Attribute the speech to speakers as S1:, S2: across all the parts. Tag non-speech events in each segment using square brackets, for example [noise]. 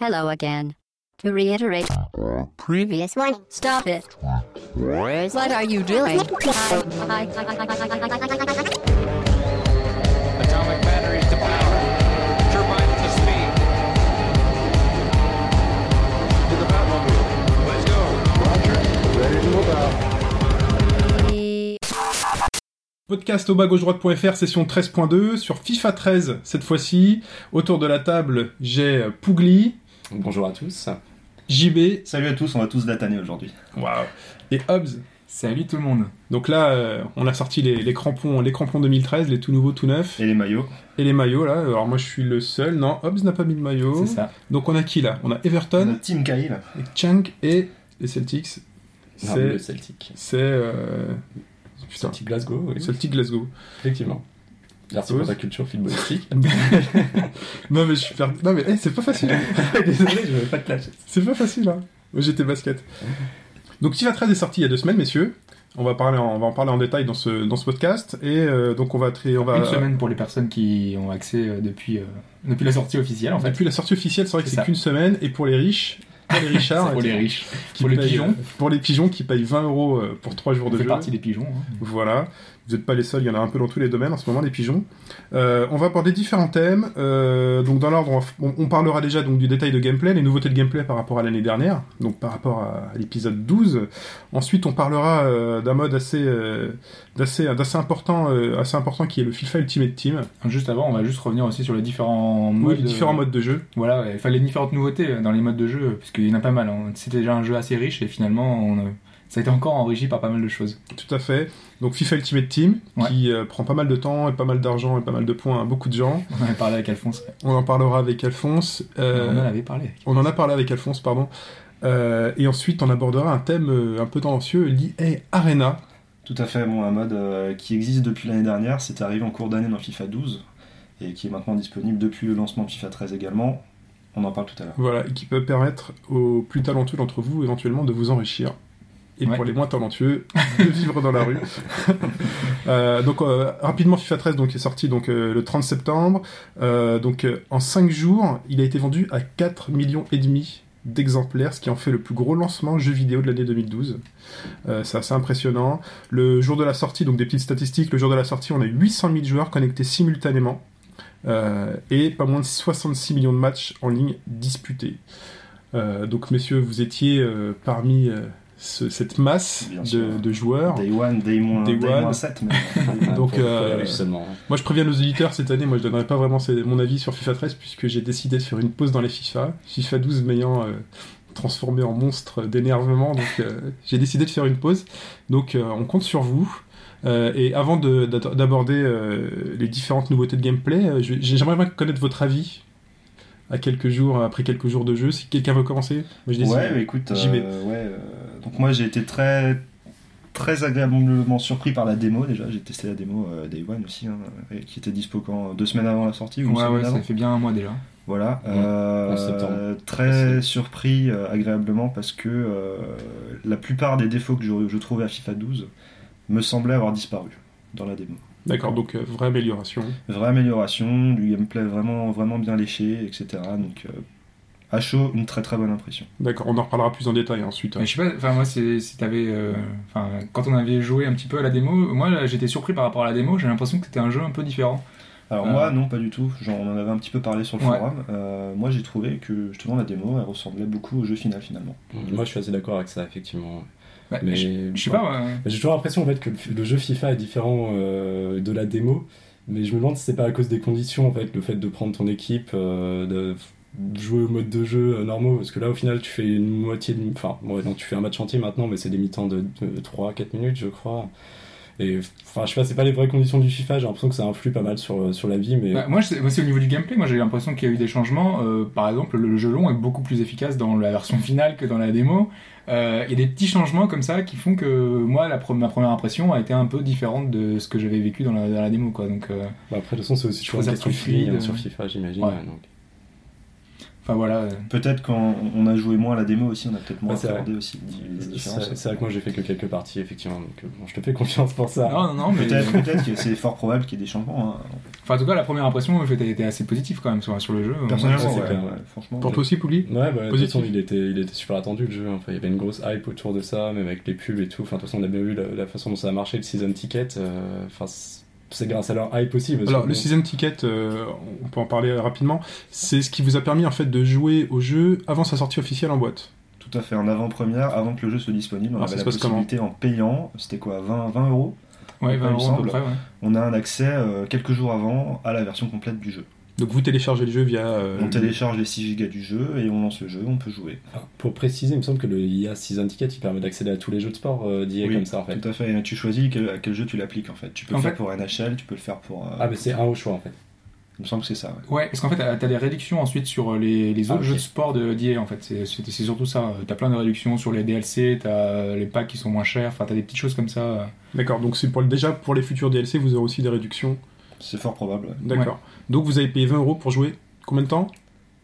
S1: Hello again. To reiterate, previous one, stop it. What are you doing?
S2: Atomic batteries to power. Turbines to speed. To the Batmobile. Let's go.
S3: Podcast au bas gauche droite.fr session 13.2 sur FIFA 13 cette fois-ci. Autour de la table, j'ai euh, Pougli,
S4: Bonjour à tous.
S3: JB
S5: Salut à tous, on va tous dataner aujourd'hui.
S3: Waouh. et Hobbs. Salut tout le monde. Donc là, euh, on a sorti les, les crampons, les crampons 2013, les tout nouveaux, tout neufs,
S5: Et les maillots,
S3: et les maillots là. Alors moi, je suis le seul. Non, Hobbs n'a pas mis de maillot.
S4: C'est ça.
S3: Donc on a qui là On a
S5: le
S3: Everton,
S5: Team Kyle,
S3: Chang et les Celtics.
S4: Non, le
S3: C'est,
S4: Celtic.
S3: c'est, euh, putain,
S4: Celtic Glasgow, oui.
S3: Celtic Glasgow.
S4: Effectivement. Merci
S3: Oui.
S4: pour ta culture footballistique.
S3: Non mais je suis perdu. Non mais eh, c'est pas facile.
S4: Désolé, je ne veux pas
S3: [laughs]
S4: te lâcher.
S3: C'est pas facile, hein. Moi, J'étais basket. Donc FIFA 13 est sorti il y a deux semaines, messieurs. On va, parler en, on va en parler en détail dans ce, dans ce podcast. Et euh, donc, on va... tra- On va
S6: Une semaine pour les personnes qui ont accès euh, depuis, euh, depuis la sortie officielle, en fait.
S3: Depuis la sortie officielle, c'est vrai que
S6: C'est
S3: c'est
S6: ça.
S3: qu'une semaine. Et pour les riches, Ah, pour
S6: [laughs]
S3: les richards...
S6: C'est pour
S3: qui-
S6: les riches.
S3: qui
S6: pour les
S3: payent,
S6: pigeons.
S3: euh, Pour les pigeons qui payent 20 euros euh, pour trois jours
S6: On
S3: de
S6: fait
S3: jeu.
S6: partie des pigeons. hein.
S3: Voilà, vous n'êtes pas les seuls, il y en a un peu dans tous les domaines en ce moment, les pigeons. Euh, on va aborder différents thèmes. Euh, donc dans l'ordre, on va f- on, on parlera déjà donc du détail de gameplay, les nouveautés de gameplay par rapport à l'année dernière, donc par rapport à, à l'épisode 12. Ensuite, on parlera euh, d'un mode assez, euh, d'assez, d'assez important, euh, assez important qui est le FIFA Ultimate Team,
S6: Juste avant, on va juste revenir aussi sur les différents
S3: ou
S6: modes.
S3: les différents
S6: euh,
S3: modes de jeu.
S6: Voilà, ouais, enfin les différentes nouveautés euh, dans les modes de jeu, euh, parce qu'il y en a pas mal. hein. C'était déjà un jeu assez riche et finalement, on, euh, ça a été encore enrichi par pas mal de choses.
S3: Tout à fait. Donc FIFA Ultimate Team,
S6: Ouais.
S3: qui euh, prend pas mal de temps et pas mal d'argent et pas mal de points à beaucoup de gens.
S6: On en avait parlé avec Alphonse.
S3: On en parlera avec Alphonse. Euh,
S6: On en avait parlé.
S3: On en a parlé avec Alphonse, pardon. Euh, et ensuite, on abordera un thème euh, un peu tendancieux, l'IA Arena.
S5: tout à fait, bon, un mode euh, qui existe depuis l'année dernière, c'est arrivé en cours d'année dans FIFA 12 et qui est maintenant disponible depuis le lancement de FIFA 13 également. On en parle tout à l'heure.
S3: Voilà, et qui peut permettre aux plus talentueux d'entre vous, éventuellement, de vous enrichir. Et
S6: Ouais.
S3: pour les moins talentueux, de vivre dans la rue. Euh, donc, euh, rapidement, FIFA 13 donc, est sorti donc, euh, le 30 septembre. Euh, donc, euh, en 5 jours, il a été vendu à 4 millions et demi d'exemplaires, ce qui en fait le plus gros lancement jeu vidéo de l'année 2012. Euh, c'est assez impressionnant. Le jour de la sortie, donc des petites statistiques, le jour de la sortie, on a eu 800 000 joueurs connectés simultanément. Euh, et pas moins de 66 millions de matchs en ligne disputés. Euh, donc, messieurs, vous étiez euh, parmi euh, ce- cette masse
S5: Bien
S3: de,
S5: sûr.
S3: de joueurs.
S5: Day 1, Day, moins,
S3: Day
S5: day,
S3: one.
S5: moins 7, mais
S3: [laughs] Donc,
S4: Ah, Pour- pour
S3: euh,
S4: les riches seulement.
S3: Moi, je préviens nos éditeurs cette année, moi, je donnerai pas vraiment c'est- mon avis sur FIFA 13 puisque j'ai décidé de faire une pause dans les FIFA. FIFA 12 m'ayant euh, transformé en monstre d'énervement, donc euh, [laughs] j'ai décidé de faire une pause. Donc, euh, on compte sur vous. Euh, et avant de- d'at- d'aborder euh, les différentes nouveautés de gameplay, euh, je- j'aimerais bien connaître votre avis à quelques jours, après quelques jours de jeu. Si quelqu'un veut commencer, moi, je décide.
S5: Ouais, bah, écoute, euh,
S3: J'y vais.
S5: ouais, euh, donc moi j'ai été très très agréablement surpris par la démo déjà. J'ai testé la démo euh, Day One aussi, hein, et qui était dispo quand deux semaines avant la sortie ou une
S6: Ouais,
S5: semaine
S6: ouais,
S5: avant.
S6: ça fait bien un mois déjà.
S5: Voilà.
S4: Ouais,
S5: euh,
S4: en septembre.
S5: très surpris euh, agréablement parce que euh, la plupart des défauts que je, je trouvais à FIFA 12 me semblaient avoir disparu dans la démo.
S3: D'accord, donc euh, vraie amélioration.
S5: Vraie amélioration, du gameplay vraiment, vraiment bien léché, etc. Donc euh, à chaud, une très très bonne impression.
S3: D'accord, on en reparlera plus en détail hein, ensuite.
S6: Mais je sais pas, enfin moi c'est- si t'avais, euh, enfin quand on avait joué un petit peu à la démo, moi là, j'étais surpris par rapport à la démo. J'ai l'impression que c'était un jeu un peu différent.
S5: Alors
S6: Euh.
S5: moi non pas du tout, Genre, on en avait un petit peu parlé sur le
S6: Ouais.
S5: forum. Euh, moi j'ai trouvé que justement la démo elle ressemblait beaucoup au jeu final finalement.
S4: Moi, je suis assez d'accord avec ça, effectivement.
S6: Ouais,
S4: Mais
S6: Bah, je, je sais pas. euh, ouais.
S4: J'ai toujours l'impression en fait que le- le jeu FIFA est différent euh, de la démo, mais je me demande si c'est pas à cause des conditions en fait, le fait de prendre ton équipe, euh, de f- jouer au mode de jeu euh, normaux, parce que là au final tu fais une moitié, de... enfin ouais, non, tu fais un match entier maintenant, mais c'est des mi-temps de, 3-4 minutes je crois. Et enfin je sais pas, c'est pas les vraies conditions du FIFA, j'ai l'impression que ça influe pas mal sur, euh, sur la vie, mais
S6: Bah, moi, je sais- moi, c'est au niveau du gameplay. Moi, j'ai l'impression qu'il y a eu des changements. Euh, par exemple, le jeu long est beaucoup plus efficace dans la version finale que dans la démo. Euh, Il y a des petits changements comme ça qui font que moi, la pre- ma première impression a été un peu différente de ce que j'avais vécu dans la, dans la démo, quoi. Donc, euh,
S4: bah, après de toute façon c'est aussi
S6: Je
S4: toujours une
S6: trouve ça
S4: question
S6: euh,
S4: de
S6: plus fluide,
S4: feeling hein,
S6: euh.
S4: sur FIFA j'imagine.
S6: Ouais.
S4: ouais, donc.
S6: Enfin voilà. euh,
S5: Peut-être quand on a joué moins à la démo aussi, on a peut-être moins
S4: Ouais, c'est vrai.
S5: regardé aussi les différences.
S4: C'est c'est vrai que moi j'ai fait que quelques parties, effectivement, donc euh, bon, je te fais confiance pour ça.
S6: Non, non, non, mais.
S5: Ah, Peut-être peut-être que c'est fort probable qu'il y ait des changements. hein.
S6: Enfin, en tout cas, la première impression, en fait, elle était assez positive quand même sur, sur le jeu.
S5: Personnellement,
S4: c'est
S5: ouais,
S4: clair,
S5: ouais,
S4: ouais.
S5: franchement.
S3: Pour toi aussi, Pouli
S4: Ouais, bah, de toute
S3: Positif.
S4: façon, il était, il était super attendu le jeu. hein. Enfin, il y avait une grosse hype autour de ça, même avec les pubs et tout. Enfin, de toute façon, on a bien vu la, la façon dont ça a marché, le season ticket. euh, Enfin, c'est- c'est grâce à leur hype aussi. parce
S3: Alors,
S4: que
S3: le
S4: bon,
S3: season ticket, euh, on peut en parler rapidement. C'est ce qui vous a permis en fait de jouer au jeu avant sa sortie officielle en boîte.
S5: Tout à fait, en avant-première, avant que le jeu soit disponible, on
S3: Alors, ça
S5: avait
S3: se
S5: la
S3: passe comment
S5: possibilité en payant, c'était quoi, 20, 20 euros
S6: Ouais, 20
S5: il me
S6: euros à peu
S5: semble.
S6: près, ouais.
S5: On a un accès euh, quelques jours avant à la version complète du jeu.
S3: Donc vous téléchargez le jeu via. euh,
S5: On
S3: le-
S5: télécharge les 6 gigas du jeu et on lance le jeu, on peut jouer.
S4: enfin, Pour préciser, il me semble que le IA season ticket, il permet d'accéder à tous les jeux de sport euh, d'IA
S5: Oui,
S4: comme ça, en fait.
S5: Tout à fait, et là, tu choisis quel- à quel jeu tu l'appliques en fait. Tu peux
S6: En
S5: le faire
S6: fait-
S5: pour NHL, tu peux le faire pour. euh,
S4: Ah, mais c'est un au choix, en fait.
S3: Mmh.
S5: Il me semble que c'est ça, ouais.
S6: Ouais, parce qu'en fait, t'as t'as des réductions ensuite sur euh, les, les
S4: Ah,
S6: autres
S4: ok.
S6: jeux de sport de d'IA, en fait. C'est c'est- c'est surtout ça. Euh, T'as plein de réductions sur les DLC, t'as les packs qui sont moins chers, enfin, t'as des petites choses comme ça. euh.
S3: D'accord. Donc c'est pour le- déjà pour les futurs DLC, vous aurez aussi des réductions.
S5: C'est fort probable. ouais.
S3: D'accord. Donc vous avez payé 20 euros pour jouer. Combien de temps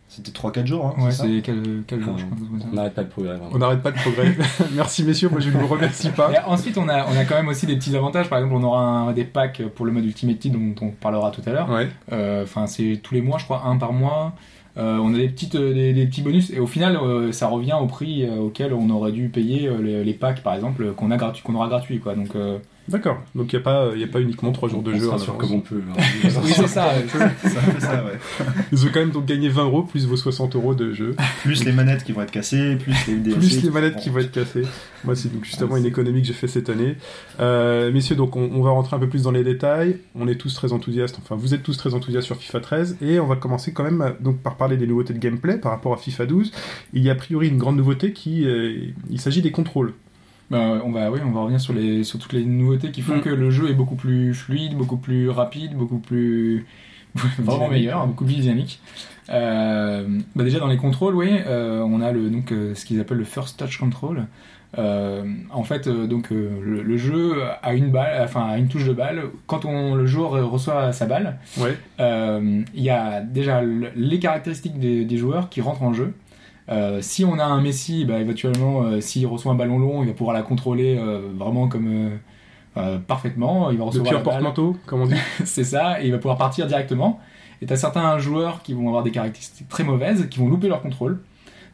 S5: C'était 3-4 jours, hein,
S6: Ouais,
S5: c'est ça
S6: c'est quel, quel jeu,
S4: Ah,
S6: je pense. comme ça.
S4: On n'arrête pas de progrès, vraiment.
S3: On n'arrête pas de
S4: [laughs]
S3: progrès. [laughs] Merci messieurs, moi je ne vous remercie pas.
S6: Et ensuite, on a, on a quand même aussi des petits avantages. Par exemple, on aura un- des packs pour le mode Ultimate Team dont on parlera tout à l'heure.
S3: Ouais.
S6: Euh, Enfin, c'est tous les mois, je crois, un par mois. Euh, on a des, petites, euh, des, des petits bonus et au final, euh, ça revient au prix euh, auquel on aurait dû payer euh, les, les packs, par exemple, euh, qu'on a gratu- qu'on aura gratuit. Quoi. Donc, euh,
S3: D'accord. Donc il n'y a pas, il a pas uniquement 3 jours de
S4: On
S3: jeu.
S4: sera
S3: en
S4: sûr
S3: avance.
S4: comme
S3: [laughs]
S4: on peut. hein.
S6: oui, c'est ça.
S5: [laughs] C'est un peu ça, ouais.
S3: Ils ont quand même donc gagné 20 euros plus vos 60 euros de jeu,
S5: Plus les manettes qui vont être cassées, plus les DLC.
S3: plus les manettes qui vont être cassées. Moi, c'est donc justement une économie que j'ai fait cette année. Euh, messieurs, donc on, on va rentrer un peu plus dans les détails. On est tous très enthousiastes. Enfin, vous êtes tous très enthousiastes sur FIFA 13 et on va commencer quand même euh, donc par parler des nouveautés de gameplay par rapport à FIFA 12. Il y a a priori une grande nouveauté qui, euh, il s'agit des contrôles.
S6: Ben, on va, oui, on va revenir sur, les, sur toutes les nouveautés qui font
S3: Mm.
S6: que le jeu est beaucoup plus fluide, beaucoup plus rapide, beaucoup plus. [laughs] vraiment
S4: Dynamique.
S6: meilleur, beaucoup plus dynamique. Euh, bah déjà dans les contrôles, oui, euh, on a le, donc, euh, ce qu'ils appellent le first touch control. Euh, en fait, euh, donc, euh, le, le jeu a une balle, enfin a une touche de balle. Quand on, le joueur reçoit sa balle,
S3: Ouais.
S6: euh, il y a déjà le- les caractéristiques des, des joueurs qui rentrent en jeu. Euh, si on a un Messi, bah, éventuellement, euh, s'il reçoit un ballon long, il va pouvoir la contrôler euh, vraiment comme euh, euh, parfaitement. Il va
S3: Le
S6: recevoir
S3: pire
S6: la balle,
S3: porte-manteau, comme on dit.
S6: [laughs] c'est ça, et il va pouvoir partir directement. Et t'as certains joueurs qui vont avoir des caractéristiques très mauvaises, qui vont louper leur contrôle.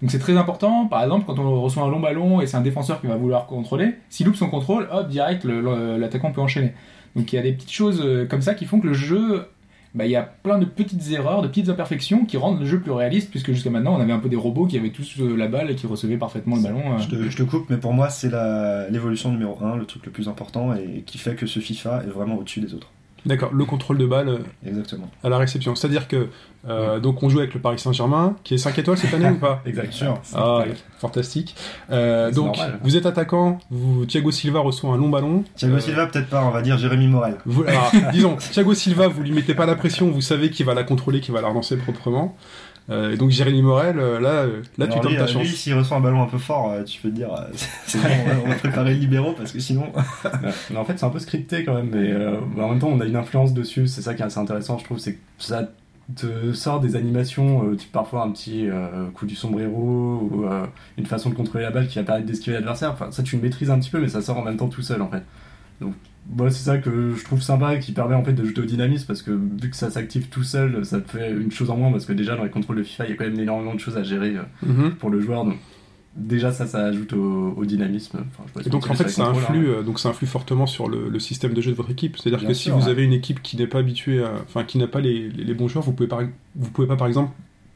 S6: Donc c'est très important. Par exemple, quand on reçoit un long ballon et c'est un défenseur qui va vouloir contrôler, s'il loupe son contrôle, hop, direct, le- le- l'attaquant peut enchaîner. Donc il y a des petites choses euh, comme ça qui font que le jeu, bah, il y a plein de petites erreurs, de petites imperfections qui rendent le jeu plus réaliste, puisque jusqu'à maintenant on avait un peu des robots qui avaient tous euh, la balle et qui recevaient parfaitement le ballon. euh.
S5: Je te, je te coupe, mais pour moi, c'est la- l'évolution numéro 1, le truc le plus important et qui fait que ce FIFA est vraiment au-dessus des autres.
S3: D'accord. Le contrôle de balle euh,
S5: Exactement.
S3: à la réception. C'est-à-dire que euh, donc on joue avec le Paris Saint-Germain qui est 5 étoiles cette année ou pas
S5: Exact. Sûr.
S3: Ah, fantastique. Euh,
S4: C'est
S3: donc,
S4: normal.
S3: vous êtes attaquant, vous, Thiago Silva reçoit un long ballon.
S5: Thiago
S3: Euh,
S5: Silva, peut-être pas, on va dire Jérémy Morel.
S3: vous- alors, disons, Thiago Silva, vous lui mettez pas la pression, vous savez qu'il va la contrôler, qu'il va la relancer proprement. Euh, et donc, Jérémy Morel, euh, là, euh, là tu
S5: Alors
S3: tentes
S5: lui,
S3: ta
S5: euh,
S3: chance.
S5: lui, s'il reçoit un ballon un peu fort, euh, tu peux te dire, euh, [laughs] c'est bon, on va- on va préparer les libéraux parce que sinon, [laughs]
S4: Ouais. Mais en fait, c'est un peu scripté quand même, mais euh, bah, en même temps, on a une influence dessus. C'est ça qui est assez intéressant, je trouve. C'est que ça te sort des animations, euh, type parfois un petit euh, coup du sombrero ou euh, une façon de contrôler la balle qui va permettre d'esquiver l'adversaire. Enfin, ça, tu le maîtrises un petit peu, mais ça sort en même temps tout seul en fait. Donc, moi, c'est ça que je trouve sympa et qui permet en fait de jeter au dynamisme parce que vu que ça s'active tout seul, ça te fait une chose en moins parce que déjà dans les contrôles de FIFA, il y a quand même énormément de choses à gérer euh,
S3: Mhm.
S4: pour le joueur. Donc, déjà, ça, ça ajoute au, au dynamisme. Enfin, je sais pas si
S3: Et donc,
S4: on
S3: en
S4: dit
S3: fait,
S4: ça
S3: ça
S4: avec contrôle, hein.
S3: influe, euh, donc ça influe fortement sur le, le système de jeu de votre équipe. C'est-à-dire
S4: Bien
S3: que
S4: sûr,
S3: si vous
S4: ouais.
S3: avez une équipe qui n'est pas habituée, à- enfin, qui n'a pas les, les- les bons joueurs, vous pouvez pas, vous pouvez pas, par exemple,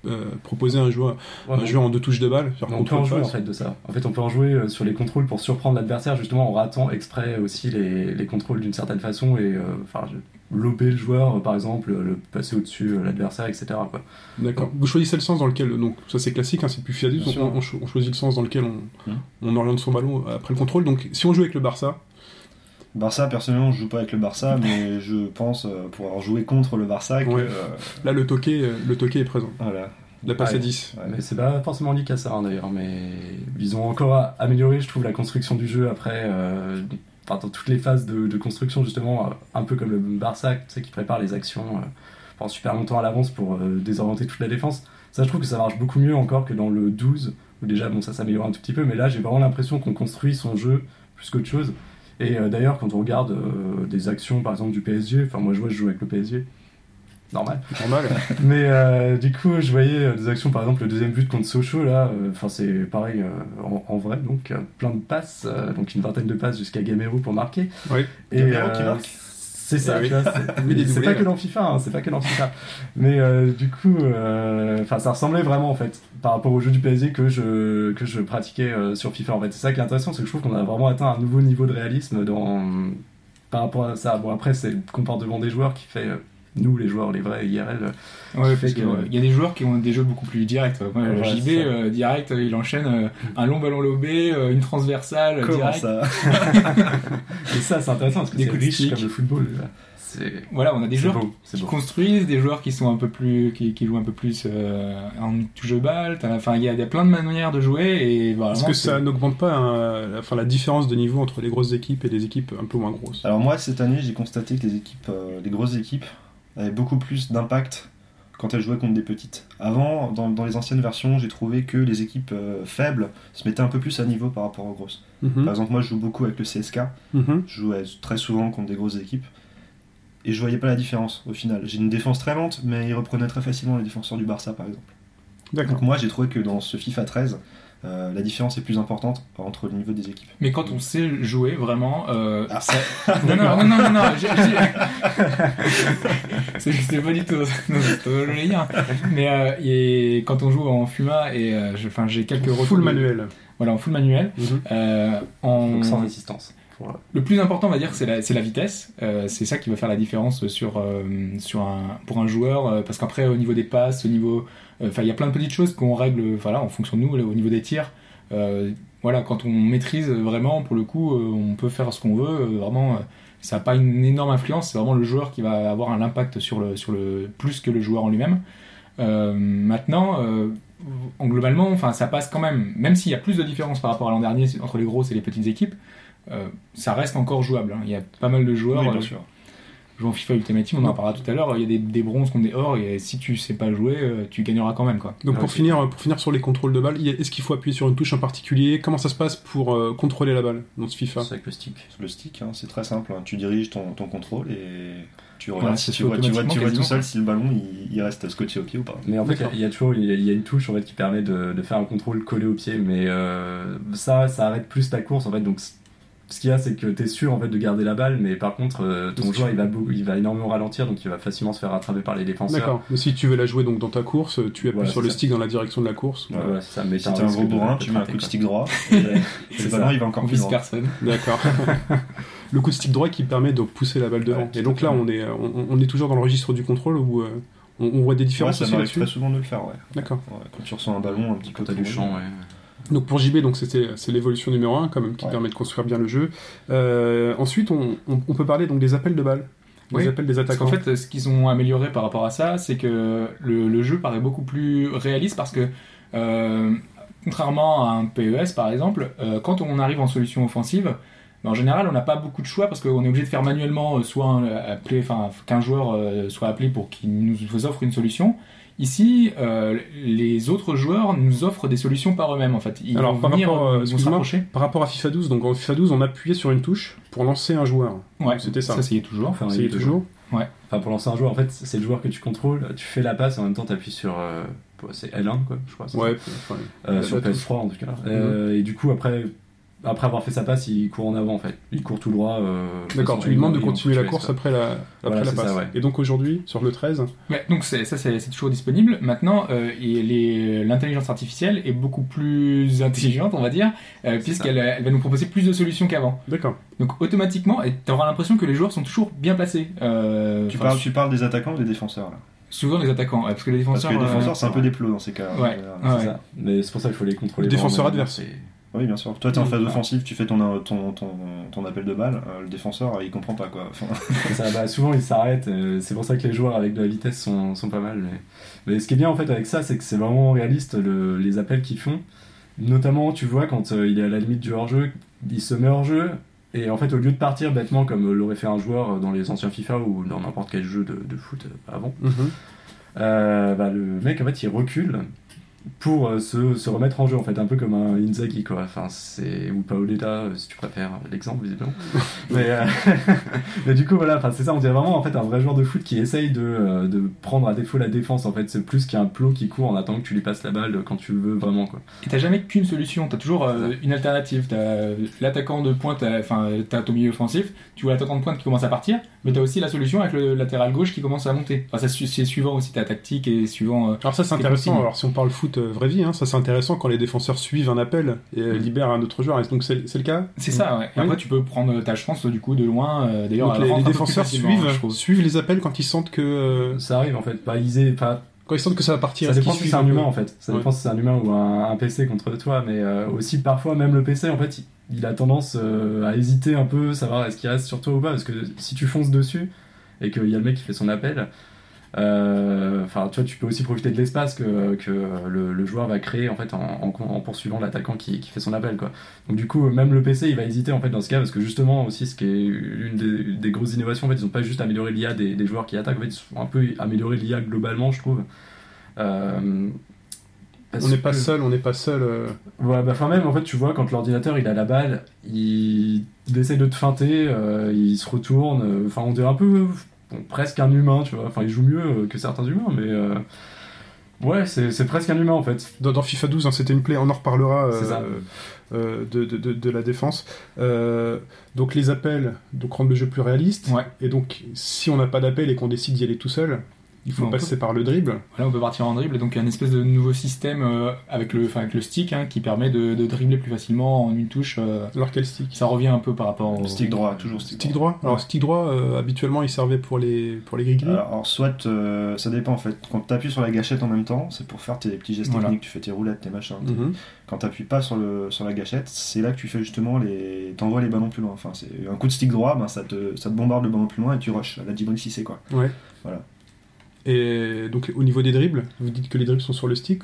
S3: euh, proposer un joueur,
S4: Ouais,
S3: un
S4: donc,
S3: joueur en deux touches de balle, sur
S4: Mais on peut en
S3: contrôle
S4: jouer en
S3: passe.
S4: fait de ça. En fait, on peut en jouer euh, sur les contrôles pour surprendre l'adversaire justement en ratant exprès aussi les, les contrôles d'une certaine façon et euh, enfin je- lober le joueur euh, par exemple, euh, le passer au-dessus euh, l'adversaire, etc. Quoi.
S3: D'accord. Vous choisissez le sens dans lequel, donc ça c'est classique, hein, c'est depuis FIFA 12,
S5: Bien
S3: donc
S5: sûr.
S3: on, on cho- on choisit le sens dans lequel on,
S4: Mmh.
S5: Mhm.
S3: on oriente son ballon euh, après le contrôle. Donc si on joue avec le Barça,
S5: Barça, personnellement, je joue pas avec le Barça, mais je pense, euh, pour avoir joué contre le Barça, que
S3: Ouais.
S5: euh,
S3: là le toqué, euh, le toqué est présent.
S5: voilà.
S3: La passe
S4: Ouais.
S3: à 10.
S5: Ouais.
S4: Mais c'est pas forcément lié qu'à ça hein, d'ailleurs, mais ils ont encore a- amélioré je trouve la construction du jeu après. euh, enfin, dans toutes les phases de, de construction justement, euh, un peu comme le Barça, tu sais, qui prépare les actions. euh, enfin, super longtemps à l'avance pour euh, désorienter toute la défense. Ça, je trouve que ça marche beaucoup mieux encore que dans le 12, où déjà, bon, ça s'améliore un tout petit peu, mais là, j'ai vraiment l'impression qu'on construit son jeu plus qu'autre chose. Et euh, d'ailleurs, quand on regarde euh, des actions, par exemple, du PSG, enfin, moi, je vois, je joue avec le PSG. Normal.
S3: [laughs] Normal.
S4: Mais euh, du coup, je voyais euh, des actions, par exemple le deuxième but contre Sochaux, là, euh, enfin c'est pareil euh, en, en vrai, donc euh, plein de passes, euh, donc une vingtaine de passes jusqu'à Gamero pour marquer.
S3: Oui.
S4: Et
S5: Gamero qui
S4: euh,
S5: marque.
S4: c'est ça,
S3: Eh [laughs] oui.
S4: tu vois, c'est-
S3: Mais des
S4: c'est
S3: doublés,
S4: pas
S3: ouais.
S4: que dans FIFA, hein, c'est pas que dans FIFA. Mais euh, du coup, euh, enfin ça ressemblait vraiment en fait par rapport au jeu du PSG que je que je pratiquais euh, sur FIFA. En fait, c'est ça qui est intéressant, c'est que je trouve qu'on a vraiment atteint un nouveau niveau de réalisme dans par rapport à ça. Bon après, c'est le comportement des joueurs qui fait euh, nous les joueurs, les vrais IRL. euh,
S6: Ouais,
S4: Fait
S6: parce que,
S4: que-
S6: euh, il y a des joueurs qui ont des jeux beaucoup plus directs. Moi,
S4: Ouais,
S6: JB,
S4: c'est ça.
S6: euh, direct, euh, il enchaîne euh, un long ballon lobé, euh, une transversale,
S5: Comment
S6: direct.
S5: ça
S4: Et ça, c'est intéressant parce que
S6: Des
S4: c'est
S6: coups de
S4: riche
S6: stick.
S4: comme le football. euh. C'est
S6: Voilà, on a des
S4: c'est
S6: joueurs
S4: beau, c'est
S6: qui
S4: beau.
S6: construisent, des joueurs qui sont un peu plus, qui, qui jouent un peu plus euh, en touche de balle. T'as- Enfin, il y, a- il y a plein de manières de jouer et voilà.
S3: Est-ce que ça n'augmente pas hein, enfin, la différence de niveau entre les grosses équipes et les équipes un peu moins grosses
S5: Alors moi, cette année, j'ai constaté que les équipes, euh, les grosses équipes, avaient beaucoup plus d'impact quand elles jouaient contre des petites. Avant, dans, dans les anciennes versions, j'ai trouvé que les équipes euh, faibles se mettaient un peu plus à niveau par rapport aux grosses. Par
S3: Mhm,
S5: exemple, moi, je joue beaucoup avec le CSK.
S3: mhm.
S5: Je jouais très souvent contre des grosses équipes. Et je voyais pas la différence au final. J'ai une défense très lente, mais ils reprenaient très facilement les défenseurs du Barça par exemple.
S3: D'accord.
S5: Donc moi j'ai trouvé que dans ce FIFA 13, euh, la différence est plus importante entre le niveau des équipes.
S6: Mais quand on sait jouer vraiment, euh,
S5: Ah,
S6: Non, non, non, non, non, non, j'ai- [laughs] j'ai- c'est c'est pas du tout dans- dans ce que je voulais dire. Mais euh, et quand on joue en FUMA, et euh, je- enfin, j'ai quelques retours.
S3: Full
S6: de-
S3: manuel.
S6: Voilà, en full manuel.
S3: Mhm.
S6: euh, en-
S4: Donc sans résistance. Pour, euh,
S6: Le plus important, on va dire, c'est la, c'est la vitesse. Euh, c'est ça qui va faire la différence sur, euh, sur un, pour un joueur. euh, parce qu'après, au niveau des passes, au niveau. euh, Enfin, il y a plein de petites choses qu'on règle voilà, en fonction de nous, au niveau des tirs. Euh, voilà, quand on maîtrise vraiment, pour le coup, euh, on peut faire ce qu'on veut. euh, vraiment, euh, ça n'a pas une énorme influence. C'est vraiment le joueur qui va avoir un impact sur le, sur le plus que le joueur en lui-même. Euh, maintenant, euh, en- globalement, enfin, ça passe quand même. Même s'il y a plus de différence par rapport à l'an dernier entre les grosses et les petites équipes, euh, ça reste encore jouable. hein. Il y a pas mal de joueurs.
S5: oui,
S6: euh,
S5: bien sûr.
S6: jouant FIFA Ultimate Team, on en parlera tout à l'heure. Il y a des, des bronzes contre des ors et si tu sais pas jouer, euh, tu gagneras quand même quoi.
S3: Donc
S6: Ah,
S3: pour
S6: c'est-
S3: finir, pour finir sur les contrôles de balle, y a- est-ce qu'il faut appuyer sur une touche en particulier Comment ça se passe pour euh, contrôler la balle dans ce FIFA
S4: avec le stick.
S5: Sur le stick, hein, c'est très simple. hein. Tu diriges ton, ton contrôle et tu regardes
S6: Ouais,
S5: si
S6: ça
S5: tu
S6: se
S5: vois,
S6: fait
S5: tu vois, tu vois tout
S6: automatiquement,
S5: seul si le ballon il, il reste scotché au pied ou pas.
S4: Mais en fait, il y a-
S3: D'accord.
S4: il y, a toujours il y a- il y a une touche en fait, qui permet de, de faire un contrôle collé au pied, mais euh, ça, ça arrête plus ta course. En fait, donc, c- ce qu'il y a, c'est que tu es sûr en fait, de garder la balle, mais par contre, euh, ton
S3: Parce
S4: joueur, il va, beaucoup- il va énormément ralentir, donc il va facilement se faire rattraper par les défenseurs.
S3: D'accord. Mais si tu veux la jouer donc dans ta course, tu appuies
S4: Voilà,
S3: sur
S4: c'est
S3: le
S4: ça.
S3: stick dans la direction de la course.
S4: Ouais, voilà, c'est ça, mais
S5: Si
S4: t'as
S5: t'es un
S4: risque
S5: gros
S4: de-
S5: bourrin,
S4: de
S5: tu
S4: te
S5: mets un
S4: rater,
S5: coup de
S4: quoi.
S5: stick droit et
S4: C'est
S5: le
S4: ça.
S5: ballon il va
S6: On
S5: encore plus
S6: vise
S5: loin.
S6: personne.
S3: D'accord. [laughs] le coup de stick droit qui permet de pousser la balle devant.
S5: Ouais,
S3: Et donc là, on est, euh, on, on est toujours dans le registre du contrôle où euh, on, on voit des
S5: Ouais,
S3: différences
S5: ça
S3: aussi
S5: m'arrive
S3: là-dessus.
S5: très souvent de le faire, ouais.
S3: D'accord.
S5: Ouais, Quand tu reçois un ballon un petit peu
S4: Quand t'as du
S5: tourné,
S4: champ, ouais.
S3: Donc pour JB, donc c'était c'est l'évolution numéro un quand même qui
S5: Ouais.
S3: permet de construire bien le jeu. Euh, ensuite, on, on- on peut parler donc des appels de balles, des
S6: Oui.
S3: appels des
S6: Parce
S3: attaquants.
S6: qu'en fait, ce qu'ils ont amélioré par rapport à ça, c'est que le, le jeu paraît beaucoup plus réaliste parce que, euh, contrairement à un PES par exemple, euh, quand on arrive en solution offensive, ben, en général, on n'a pas beaucoup de choix parce qu'on est obligé de faire manuellement euh, soit un- appeler, enfin, qu'un joueur euh, soit appelé pour qu'il nous offre une solution. Ici, euh, les autres joueurs nous offrent des solutions par eux-mêmes en fait. Ils
S3: Alors,
S6: vont
S3: par
S6: venir,
S3: rapport, euh,
S6: ils vont se
S3: excuse-moi,
S6: rapprocher.
S3: Par rapport à FIFA 12, donc en FIFA 12, on appuyait sur une touche pour lancer un joueur.
S6: Ouais,
S3: c'était ça.
S6: Ça, c'est toujours.
S4: Enfin,
S3: C'est
S4: il-
S3: toujours.
S4: Enfin, pour lancer un joueur, en fait, c'est le joueur que tu contrôles, tu fais la passe et en même temps, tu appuies sur. euh, c'est L1, quoi, je crois. c'est ça
S3: Ouais. enfin,
S4: Euh,
S3: La-
S4: sur
S3: la touche.
S4: PS3, en tout cas. Euh, Et du coup, après, après avoir fait sa passe, il court en avant, en fait. Il court tout droit. euh,
S3: D'accord.
S4: façon
S3: Tu lui demandes de
S4: énorme,
S3: continuer
S4: il
S3: la
S4: en
S3: course
S4: fait,
S3: après la après
S4: Voilà,
S3: la
S4: c'est
S3: passe.
S4: ça, ouais.
S3: Et donc aujourd'hui, sur le 13,
S6: Ouais, donc c'est- ça, c'est c'est toujours disponible. Maintenant, euh, et les- l'intelligence artificielle est beaucoup plus intelligente, on va dire, euh, puisqu'elle euh, elle va nous proposer plus de solutions qu'avant.
S3: d'accord.
S6: Donc automatiquement, et t'auras l'impression que les joueurs sont toujours bien placés. Euh,
S5: Tu
S6: enfin,
S5: parles,
S6: sou-
S5: tu parles des attaquants ou des défenseurs là
S6: souvent les attaquants, ouais, parce que les
S5: Parce que
S6: défenseurs.
S5: les
S6: euh,
S5: défenseurs c'est un peu des plots dans ces Euh, cas.
S6: Ouais.
S4: C'est
S6: Ouais.
S4: ça. Mais c'est pour ça qu'il faut les contrôler.
S3: Le défenseur
S4: vraiment.
S3: adverse.
S4: C'est-
S5: Oui, bien sûr. Toi, t'es en phase
S6: Ouais.
S5: offensive, tu fais ton, ton, ton, ton appel de balle. euh, le défenseur, il comprend pas quoi. Enfin,
S4: c'est [laughs] ça. Bah, souvent, ils s'arrêtent. euh, C'est pour ça que les joueurs avec de la vitesse sont, sont pas mal. Mais... mais ce qui est bien, en fait, avec ça, c'est que c'est vraiment réaliste le- les appels qu'ils font. Notamment, tu vois, quand euh, il est à la limite du hors-jeu, il se met hors-jeu. Et en fait, au lieu de partir bêtement comme l'aurait fait un joueur dans les anciens FIFA ou dans n'importe quel jeu de, de foot avant,
S3: Mhm.
S4: euh, bah, le mec en fait il recule pour euh, se, se remettre en jeu en fait un peu comme un Inzaghi quoi enfin c'est ou Paoletta euh, si tu préfères l'exemple visiblement mais, euh, [laughs] mais du coup voilà enfin c'est ça on dirait vraiment en fait un vrai joueur de foot qui essaye de, euh, de prendre à défaut la défense en fait c'est plus qu'un plot qui court en attendant que tu lui passes la balle quand tu le veux vraiment quoi
S6: Et t'as jamais qu'une solution, t'as toujours euh, une alternative. T'as euh, l'attaquant de pointe, euh, enfin euh, t'as ton milieu offensif, tu vois l'attaquant de pointe qui commence à partir, mais t'as aussi la solution avec le latéral gauche qui commence à monter. Enfin, ça, su- c'est suivant aussi ta tactique et suivant. euh,
S3: Alors ça c'est
S6: C'est
S3: intéressant,
S6: possible.
S3: alors si on parle foot euh, vraie vie, hein, ça c'est intéressant quand les défenseurs suivent un appel et
S6: Mm.
S3: euh, libèrent un autre joueur, et donc c'est c'est le cas
S6: C'est ça, ouais. Et après, tu peux prendre ta chance du coup de loin. euh, D'ailleurs,
S3: Donc,
S6: elle
S3: les, les
S6: rentre un peu plus
S3: défenseurs
S6: facilement, hein, je
S3: suivent,
S6: trouve.
S3: suivent les appels quand ils sentent que euh,
S4: ça arrive en fait pas isé pas
S3: quand ils sentent que ça va partir.
S4: ça
S3: est-ce
S4: dépend
S3: qu'ils
S4: si c'est un
S3: suivent
S4: humain en fait ça
S3: euh, Ouais.
S4: dépend si c'est un humain ou un, un PC contre toi mais euh, aussi parfois même le PC en fait il, il a tendance euh, à hésiter un peu savoir est-ce qu'il reste sur toi ou pas parce que si tu fonces dessus et qu'il y a le mec qui fait son appel euh, enfin tu vois tu peux aussi profiter de l'espace que, que le, le joueur va créer en fait en, en- en poursuivant l'attaquant qui, qui fait son appel quoi donc du coup même le PC il va hésiter en fait dans ce cas parce que justement aussi ce qui est une des, une des grosses innovations en fait ils ont pas juste amélioré l'IA des, des joueurs qui attaquent en fait ils ont un peu amélioré l'IA globalement je trouve euh, parce
S3: On n'est pas
S4: que-
S3: seul, on n'est pas seul. euh,
S4: Ouais, bah, enfin, même, en fait, tu vois, quand l'ordinateur il a la balle, il, il essaie de te feinter, euh, il se retourne, euh, enfin, on dirait un peu bon, presque un humain, tu vois, enfin, il joue mieux euh, que certains humains, mais euh, ouais, c'est c'est presque un humain en fait.
S3: Dans, dans FIFA 12, hein, c'était une plaie, on en reparlera euh,
S4: C'est ça.
S3: euh, de, de- de- de la défense. Euh, donc les appels donc rendent le jeu plus réaliste.
S6: Ouais.
S3: Et donc si on n'a pas d'appel et qu'on décide d'y aller tout seul, il faut
S6: Non,
S3: passer par le dribble.
S6: Voilà, on peut partir en dribble. Donc, il y a une espèce de nouveau système euh, avec, le, enfin, avec le stick hein, qui permet de, de dribbler plus facilement en une touche. euh,
S3: Alors quel stick
S6: ça revient un peu par rapport au.
S5: Stick droit, toujours stick,
S3: Stick droit. Alors stick droit, euh, habituellement, il servait pour les pour les gris
S5: Alors, alors, soit euh, ça dépend en fait. Quand t'appuies sur la gâchette en même temps, c'est pour faire tes petits gestes
S6: Voilà.
S5: techniques, tu fais tes roulades, tes machins.
S3: Mm. Mhm.
S5: Quand t'appuies pas sur, le, sur la gâchette, c'est là que tu fais justement les. T'envoies les ballons plus loin. Enfin, c'est un coup de stick droit, ben, ça, te, ça te bombarde le ballon plus loin et tu rushes. à La Dibon c'est quoi.
S3: Et donc au niveau des dribbles, vous dites que les dribbles sont sur le stick.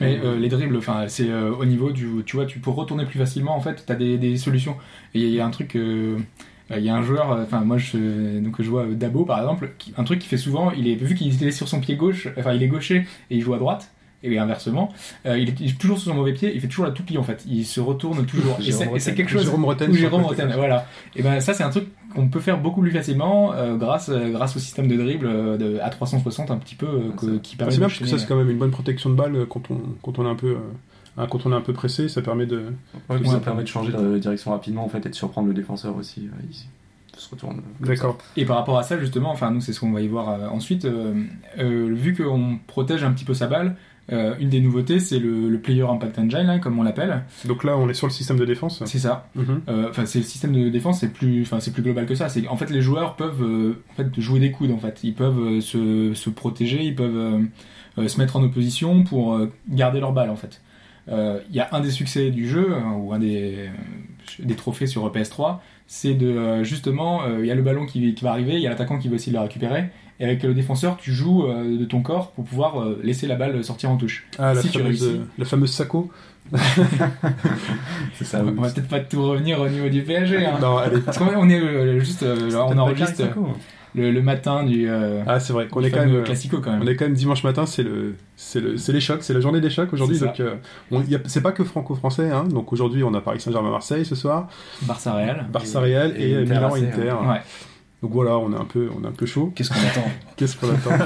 S6: Mais euh, les dribbles, enfin, c'est euh, au niveau du, tu vois, tu pour retourner plus facilement, en fait, t'as des, des solutions. Et il y a un truc, euh, euh, il y a un joueur, euh, enfin, moi, je, donc je vois euh, Dabo par exemple, qui- un truc qu'il fait souvent, il est vu qu'il est sur son pied gauche, enfin, il est gaucher et il joue à droite. Et inversement, euh, il, est, il est toujours sur son mauvais pied, il fait toujours la toupie en fait, il se retourne toujours. et c'est- et c'est quelque chose.
S3: Jérôme Rotten.
S6: Ou
S3: sur le
S6: Jérôme
S3: côté.
S6: Rotten, voilà. Et ben ça c'est un truc qu'on peut faire beaucoup plus facilement euh, grâce euh, grâce au système de dribble euh, de, à 360 un petit peu euh, que- qui permet.
S3: C'est bien
S6: de
S3: parce que ça
S6: chaîner, euh,
S3: c'est quand même une bonne protection de balle euh, quand on quand on est un peu euh, hein, quand on est un peu pressé, ça permet de
S4: Ouais, puis
S6: Ouais.
S4: ça permet de changer de direction rapidement en fait et de surprendre le défenseur aussi. euh, il se retourne. comme ça.
S3: D'accord.
S6: Et par rapport à ça, justement, enfin, nous, c'est ce qu'on va y voir euh, ensuite. euh, euh, vu qu'on protège un petit peu sa balle, euh, une des nouveautés, c'est le, le Player Impact Engine, hein, comme on l'appelle.
S3: Donc là, on est sur le système de défense.
S6: C'est ça.
S3: Mhm.
S6: Euh, Enfin, c'est le système de défense, c'est plus, enfin, c'est plus global que ça. C'est en fait, les joueurs peuvent euh, en fait jouer des coudes. En fait, ils peuvent euh, se, se protéger, ils peuvent euh, euh, se mettre en opposition pour euh, garder leur balle, en fait. Euh, Il y a un des succès du jeu, hein, ou un des, euh, des trophées sur PS3, c'est de euh, justement, euh, il y a le ballon qui, qui va arriver, il y a l'attaquant qui va essayer de le récupérer, et avec le défenseur, tu joues euh, de ton corps pour pouvoir euh, laisser la balle sortir en touche.
S3: Ah, la,
S6: Si tu
S3: fameuse,
S6: réussis.
S3: la fameuse Sacco.
S4: C'est ça.
S6: on
S4: oui.
S6: va peut-être pas tout revenir au niveau du
S4: [laughs]
S6: PSG. Hein.
S3: Non,
S6: [laughs]
S3: elle est-
S6: Parce qu'on est- on est euh, juste, euh, on
S4: Peut-être
S6: enregistre
S4: pas hein. Carrasco.
S6: le, le matin du. euh,
S3: Ah, c'est vrai qu'on
S6: du
S3: est quand
S6: fameux
S3: même.
S6: classico quand
S3: On
S6: même.
S3: est quand même dimanche matin, c'est le, c'est le, c'est les chocs, c'est la journée des chocs aujourd'hui.
S6: C'est ça.
S3: Donc, euh, on- y a- c'est pas que franco-français. Hein, donc aujourd'hui, on a Paris Saint-Germain-Marseille ce soir,
S6: Barça Real.
S3: Barça Real et,
S4: et Inter AC,
S3: Milan-Inter.
S4: hein.
S6: Ouais.
S3: Donc voilà, on est un peu, on est un peu chaud. [laughs]
S5: Qu'est-ce qu'on attend
S3: Qu'est-ce qu'on attend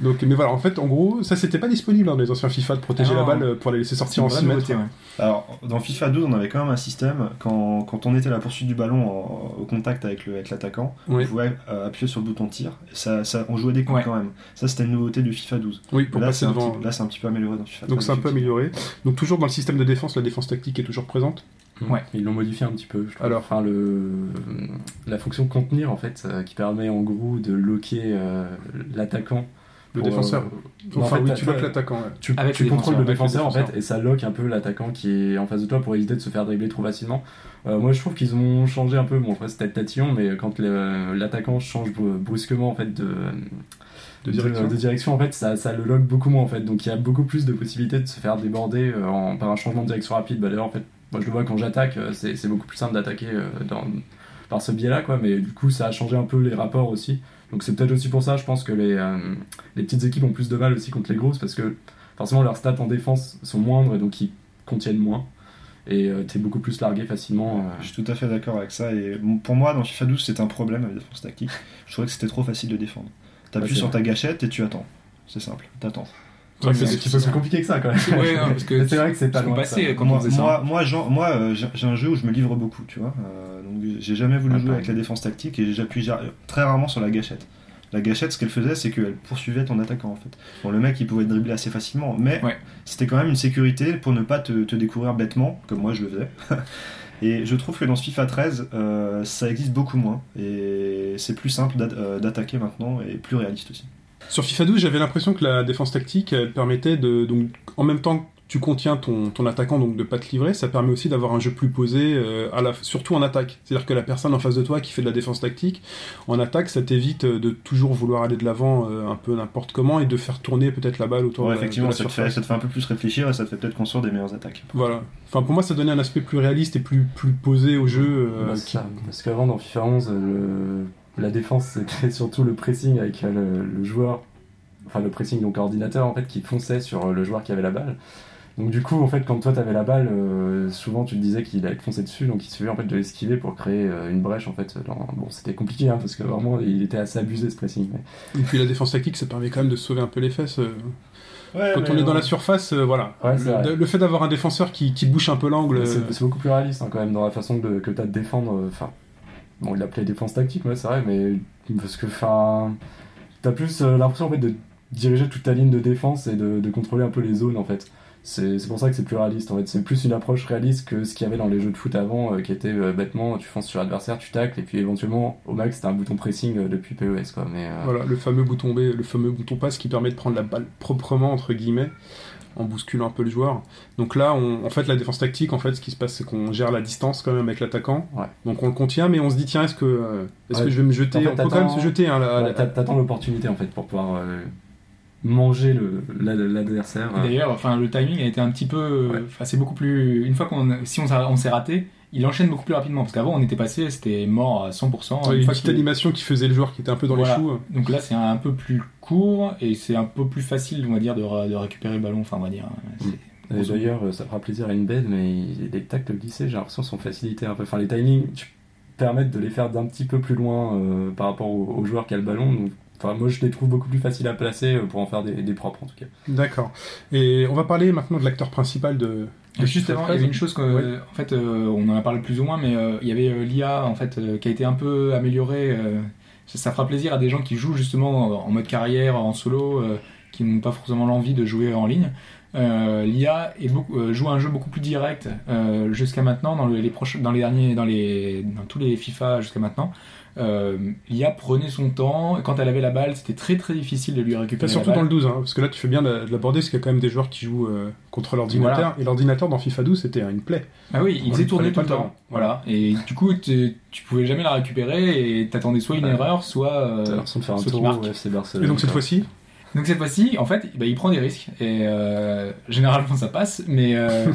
S3: Donc, mais voilà, en fait, en gros, ça c'était pas disponible hein, dans les anciens FIFA de protéger
S6: Ah non.
S3: la balle pour la laisser
S6: C'est
S3: sortir en
S6: une vraie
S3: 6 mètres.
S6: nouveauté, ouais.
S5: Alors, dans FIFA 12, on avait quand même un système, quand, quand on était à la poursuite du ballon en- au contact avec le- avec l'attaquant,
S3: Oui.
S5: on pouvait euh, appuyer sur le bouton tir, et ça, ça, on jouait des coups
S6: Ouais.
S5: quand même. Ça, c'était une nouveauté de FIFA 12.
S3: Oui, pour
S5: là,
S3: passer
S5: c'est un,
S3: devant.
S5: petit- là, c'est un petit peu amélioré dans FIFA
S3: Donc c'est un peu
S5: effectivement.
S3: amélioré. Donc toujours dans le système de défense, la défense tactique est toujours présente.
S6: Ouais.
S4: Ils l'ont modifié un petit peu. Je trouve.
S3: Alors.
S4: enfin, le, euh, la fonction contenir en fait, euh, qui permet en gros de loquer euh, l'attaquant.
S3: Le
S4: pour,
S3: défenseur.
S4: euh, en
S3: Enfin
S4: fait,
S3: oui,
S4: t'as-
S3: tu bloques
S4: t'as-
S3: l'attaquant. ouais.
S4: Tu,
S6: Avec
S4: tu
S6: le
S4: contrôles le
S3: défenseur,
S4: défenseur,
S3: avec le
S4: en fait et ça loque un peu l'attaquant qui est en face de toi pour éviter de se faire dribbler trop facilement. Euh, moi je trouve qu'ils ont changé un peu, bon après c'était tatillon, mais quand le- l'attaquant change br- brusquement en fait de,
S3: De direction.
S4: de direction, en fait ça, ça le loque beaucoup moins en fait. Donc il y a beaucoup plus de possibilités de se faire déborder euh, en- par un changement de direction rapide. Bah, D'ailleurs en fait Moi, je le vois quand j'attaque, euh, c'est c'est beaucoup plus simple d'attaquer euh, dans- par ce biais-là, quoi. Mais du coup, ça a changé un peu les rapports aussi. Donc, c'est peut-être aussi pour ça, je pense que les, euh, les petites équipes ont plus de mal aussi contre les grosses parce que forcément leurs stats en défense sont moindres et donc ils contiennent moins. Et euh, t'es beaucoup plus largué facilement. euh.
S5: Je suis tout à fait d'accord avec ça. Et bon, pour moi, dans FIFA 12, c'est un problème avec la défense tactique. Je trouvais que c'était trop facile de défendre. T'appuies
S4: Ouais, c'est
S5: sur ta gâchette et tu attends. C'est simple, t'attends.
S4: C'est vrai que c'est un petit peu plus compliqué que ça, quand même.
S6: Ouais, non, parce
S4: [laughs]
S6: que
S4: c'est vrai que c'est pas
S6: Parce qu'on
S4: loin. de ça.
S6: passait quand on
S3: euh,
S5: Moi,
S6: faisait ça.
S5: moi, moi, Jean- moi, euh, j'ai j'ai un jeu où je me livre beaucoup, tu vois. Euh, donc j'ai jamais voulu
S4: Ah,
S5: jouer
S4: pareil.
S5: avec la défense tactique et j'appuie jar- très rarement sur la gâchette. La gâchette, ce qu'elle faisait, c'est qu'elle poursuivait ton attaquant en fait. Bon, le mec, il pouvait te dribbler assez facilement, mais
S6: Ouais.
S5: c'était quand même une sécurité pour ne pas te, te découvrir bêtement, comme moi je le faisais. [laughs] et je trouve que dans ce FIFA 13, euh, ça existe beaucoup moins et c'est plus simple d'atta- euh, d'attaquer maintenant et plus réaliste aussi.
S3: Sur FIFA 12, j'avais l'impression que la défense tactique elle permettait de donc en même temps que tu contiens ton, ton attaquant donc de pas te livrer, ça permet aussi d'avoir un jeu plus posé euh, à la surtout en attaque. C'est-à-dire que la personne en face de toi qui fait de la défense tactique, en attaque, ça t'évite euh, de toujours vouloir aller de l'avant euh, un peu n'importe comment et de faire tourner peut-être la balle autour
S5: Ouais,
S3: de, la-
S5: effectivement,
S3: euh, de la
S5: ça te, fait,
S3: surface.
S5: ça te fait un peu plus réfléchir et ça te fait peut-être construire des meilleures attaques.
S3: Voilà. Enfin pour moi ça donnait un aspect plus réaliste et plus plus posé au jeu. euh,
S4: Bah,
S3: qui-
S4: ça, Parce qu'avant, dans FIFA 11, euh, le- la défense, [laughs] c'était surtout le pressing avec euh, le, le joueur, enfin le pressing, donc ordinateur, en fait, qui fonçait sur euh, le joueur qui avait la balle. Donc, du coup, en fait, quand toi, t'avais la balle, euh, souvent, tu te disais qu'il allait te foncer dessus, donc il suffisait, en fait, de l'esquiver pour créer euh, une brèche, en fait. dans- Bon, c'était compliqué, hein, parce que vraiment, il était assez abusé, ce pressing. mais-
S3: Et puis la défense tactique ça permet quand même de sauver un peu les fesses. euh.
S5: Ouais,
S3: Quand
S5: mais
S3: on est dans
S5: on-
S3: la surface, euh, voilà.
S4: Ouais, c'est vrai.
S3: le, le fait d'avoir un défenseur qui, qui bouche un peu l'angle. euh,
S4: C'est c'est beaucoup plus réaliste hein, quand même dans la façon de- que t'as de défendre. euh, Enfin, bon, il l'appelait défense tactique, ouais, c'est vrai, mais parce que enfin, t'as plus euh, l'impression en fait de diriger toute ta ligne de défense et de, de contrôler un peu les zones en fait. C'est c'est pour ça que c'est plus réaliste en fait. C'est plus une approche réaliste que ce qu'il y avait dans les jeux de foot avant, euh, qui était euh, bêtement tu fonces sur l'adversaire, tu tacles et puis éventuellement au max t'as un bouton pressing euh, depuis PES quoi. Mais euh,
S3: Ah. Voilà, le fameux bouton B, le fameux bouton passe qui permet de prendre la balle proprement, entre guillemets, en bousculant un peu le joueur. Donc là, on- en fait, la défense tactique, en fait, ce qui se passe, c'est qu'on gère la distance quand même avec l'attaquant.
S4: Ouais.
S3: Donc on le contient, mais on se dit, tiens, est-ce que, euh, est-ce
S4: Ouais.
S3: que je vais me jeter
S4: En
S3: On
S4: fait,
S3: peut quand même
S4: t'attends-
S3: se jeter. Hein, là,
S4: voilà,
S3: là-
S4: t'a- t'attends l'opportunité en fait pour pouvoir euh, manger le- la- l'adversaire. euh.
S6: D'ailleurs, enfin, le timing a été un petit peu.
S4: Ouais.
S6: Enfin, c'est beaucoup plus. Une fois qu'on, si on, s'a- on s'est raté, il enchaîne beaucoup plus rapidement. Parce qu'avant, on était passé, c'était mort à 100%.
S3: Ouais,
S6: Une
S3: une
S6: fois
S3: petite
S6: qu'il-
S3: animation qui faisait le joueur qui était un peu dans
S6: Voilà.
S3: les choux.
S6: Donc là, c'est un peu plus court et c'est un peu plus facile, on va dire, de, ra- de récupérer le ballon. Enfin, on va dire. hein, c'est-
S3: Mm.
S4: Et D'ailleurs, euh, ça fera plaisir à une bête, mais il- les tacles glissés, j'ai l'impression, sont facilités un peu. Enfin, les timings tu- permettent de les faire d'un petit peu plus loin euh, par rapport au, au joueur qui a le ballon. Donc, enfin, moi, je les trouve beaucoup plus faciles à placer euh, pour en faire des, des propres, en tout cas.
S3: D'accord. Et on va parler maintenant de l'acteur principal de.
S6: Et Juste avant, il y avait une chose que,
S3: Ouais.
S6: en fait, euh, on en a parlé plus ou moins, mais euh, il y avait euh, l'IA en fait euh, qui a été un peu améliorée. euh, ça, ça fera plaisir à des gens qui jouent justement euh, en mode carrière, en solo, euh, qui n'ont pas forcément l'envie de jouer en ligne. Euh, L'IA est beaucoup- euh, joue un jeu beaucoup plus direct euh, jusqu'à maintenant dans le- les proches, dans les derniers, dans les, dans tous les FIFA jusqu'à maintenant. Euh, L'IA prenait son temps. Quand elle avait la balle, c'était très très difficile de lui
S3: Enfin,
S6: récupérer.
S3: surtout
S6: la
S3: dans
S6: balle.
S3: le 12, hein, parce que là tu fais bien de de l'aborder, parce qu'il y a quand même des joueurs qui jouent euh, contre l'ordinateur,
S6: Voilà.
S3: et l'ordinateur dans FIFA 12 c'était une plaie.
S6: Ah oui, il
S3: On
S6: faisait
S3: lui prenait
S6: tourner tout
S3: pas
S6: le
S3: le
S6: temps.
S3: temps.
S6: Voilà. Et du coup, tu tu pouvais jamais la récupérer et t'attendais soit une
S4: Ouais.
S6: erreur, soit. euh,
S4: T'as l'impression de faire un
S6: ceux qui
S4: tour
S6: marquent.
S4: au FC
S6: Euh,
S4: Barcelone.
S3: Et donc cette
S4: quoi.
S3: fois-ci,
S6: Donc cette fois-ci, en fait, bah, il prend des risques. Et euh, généralement, ça passe. Mais, euh,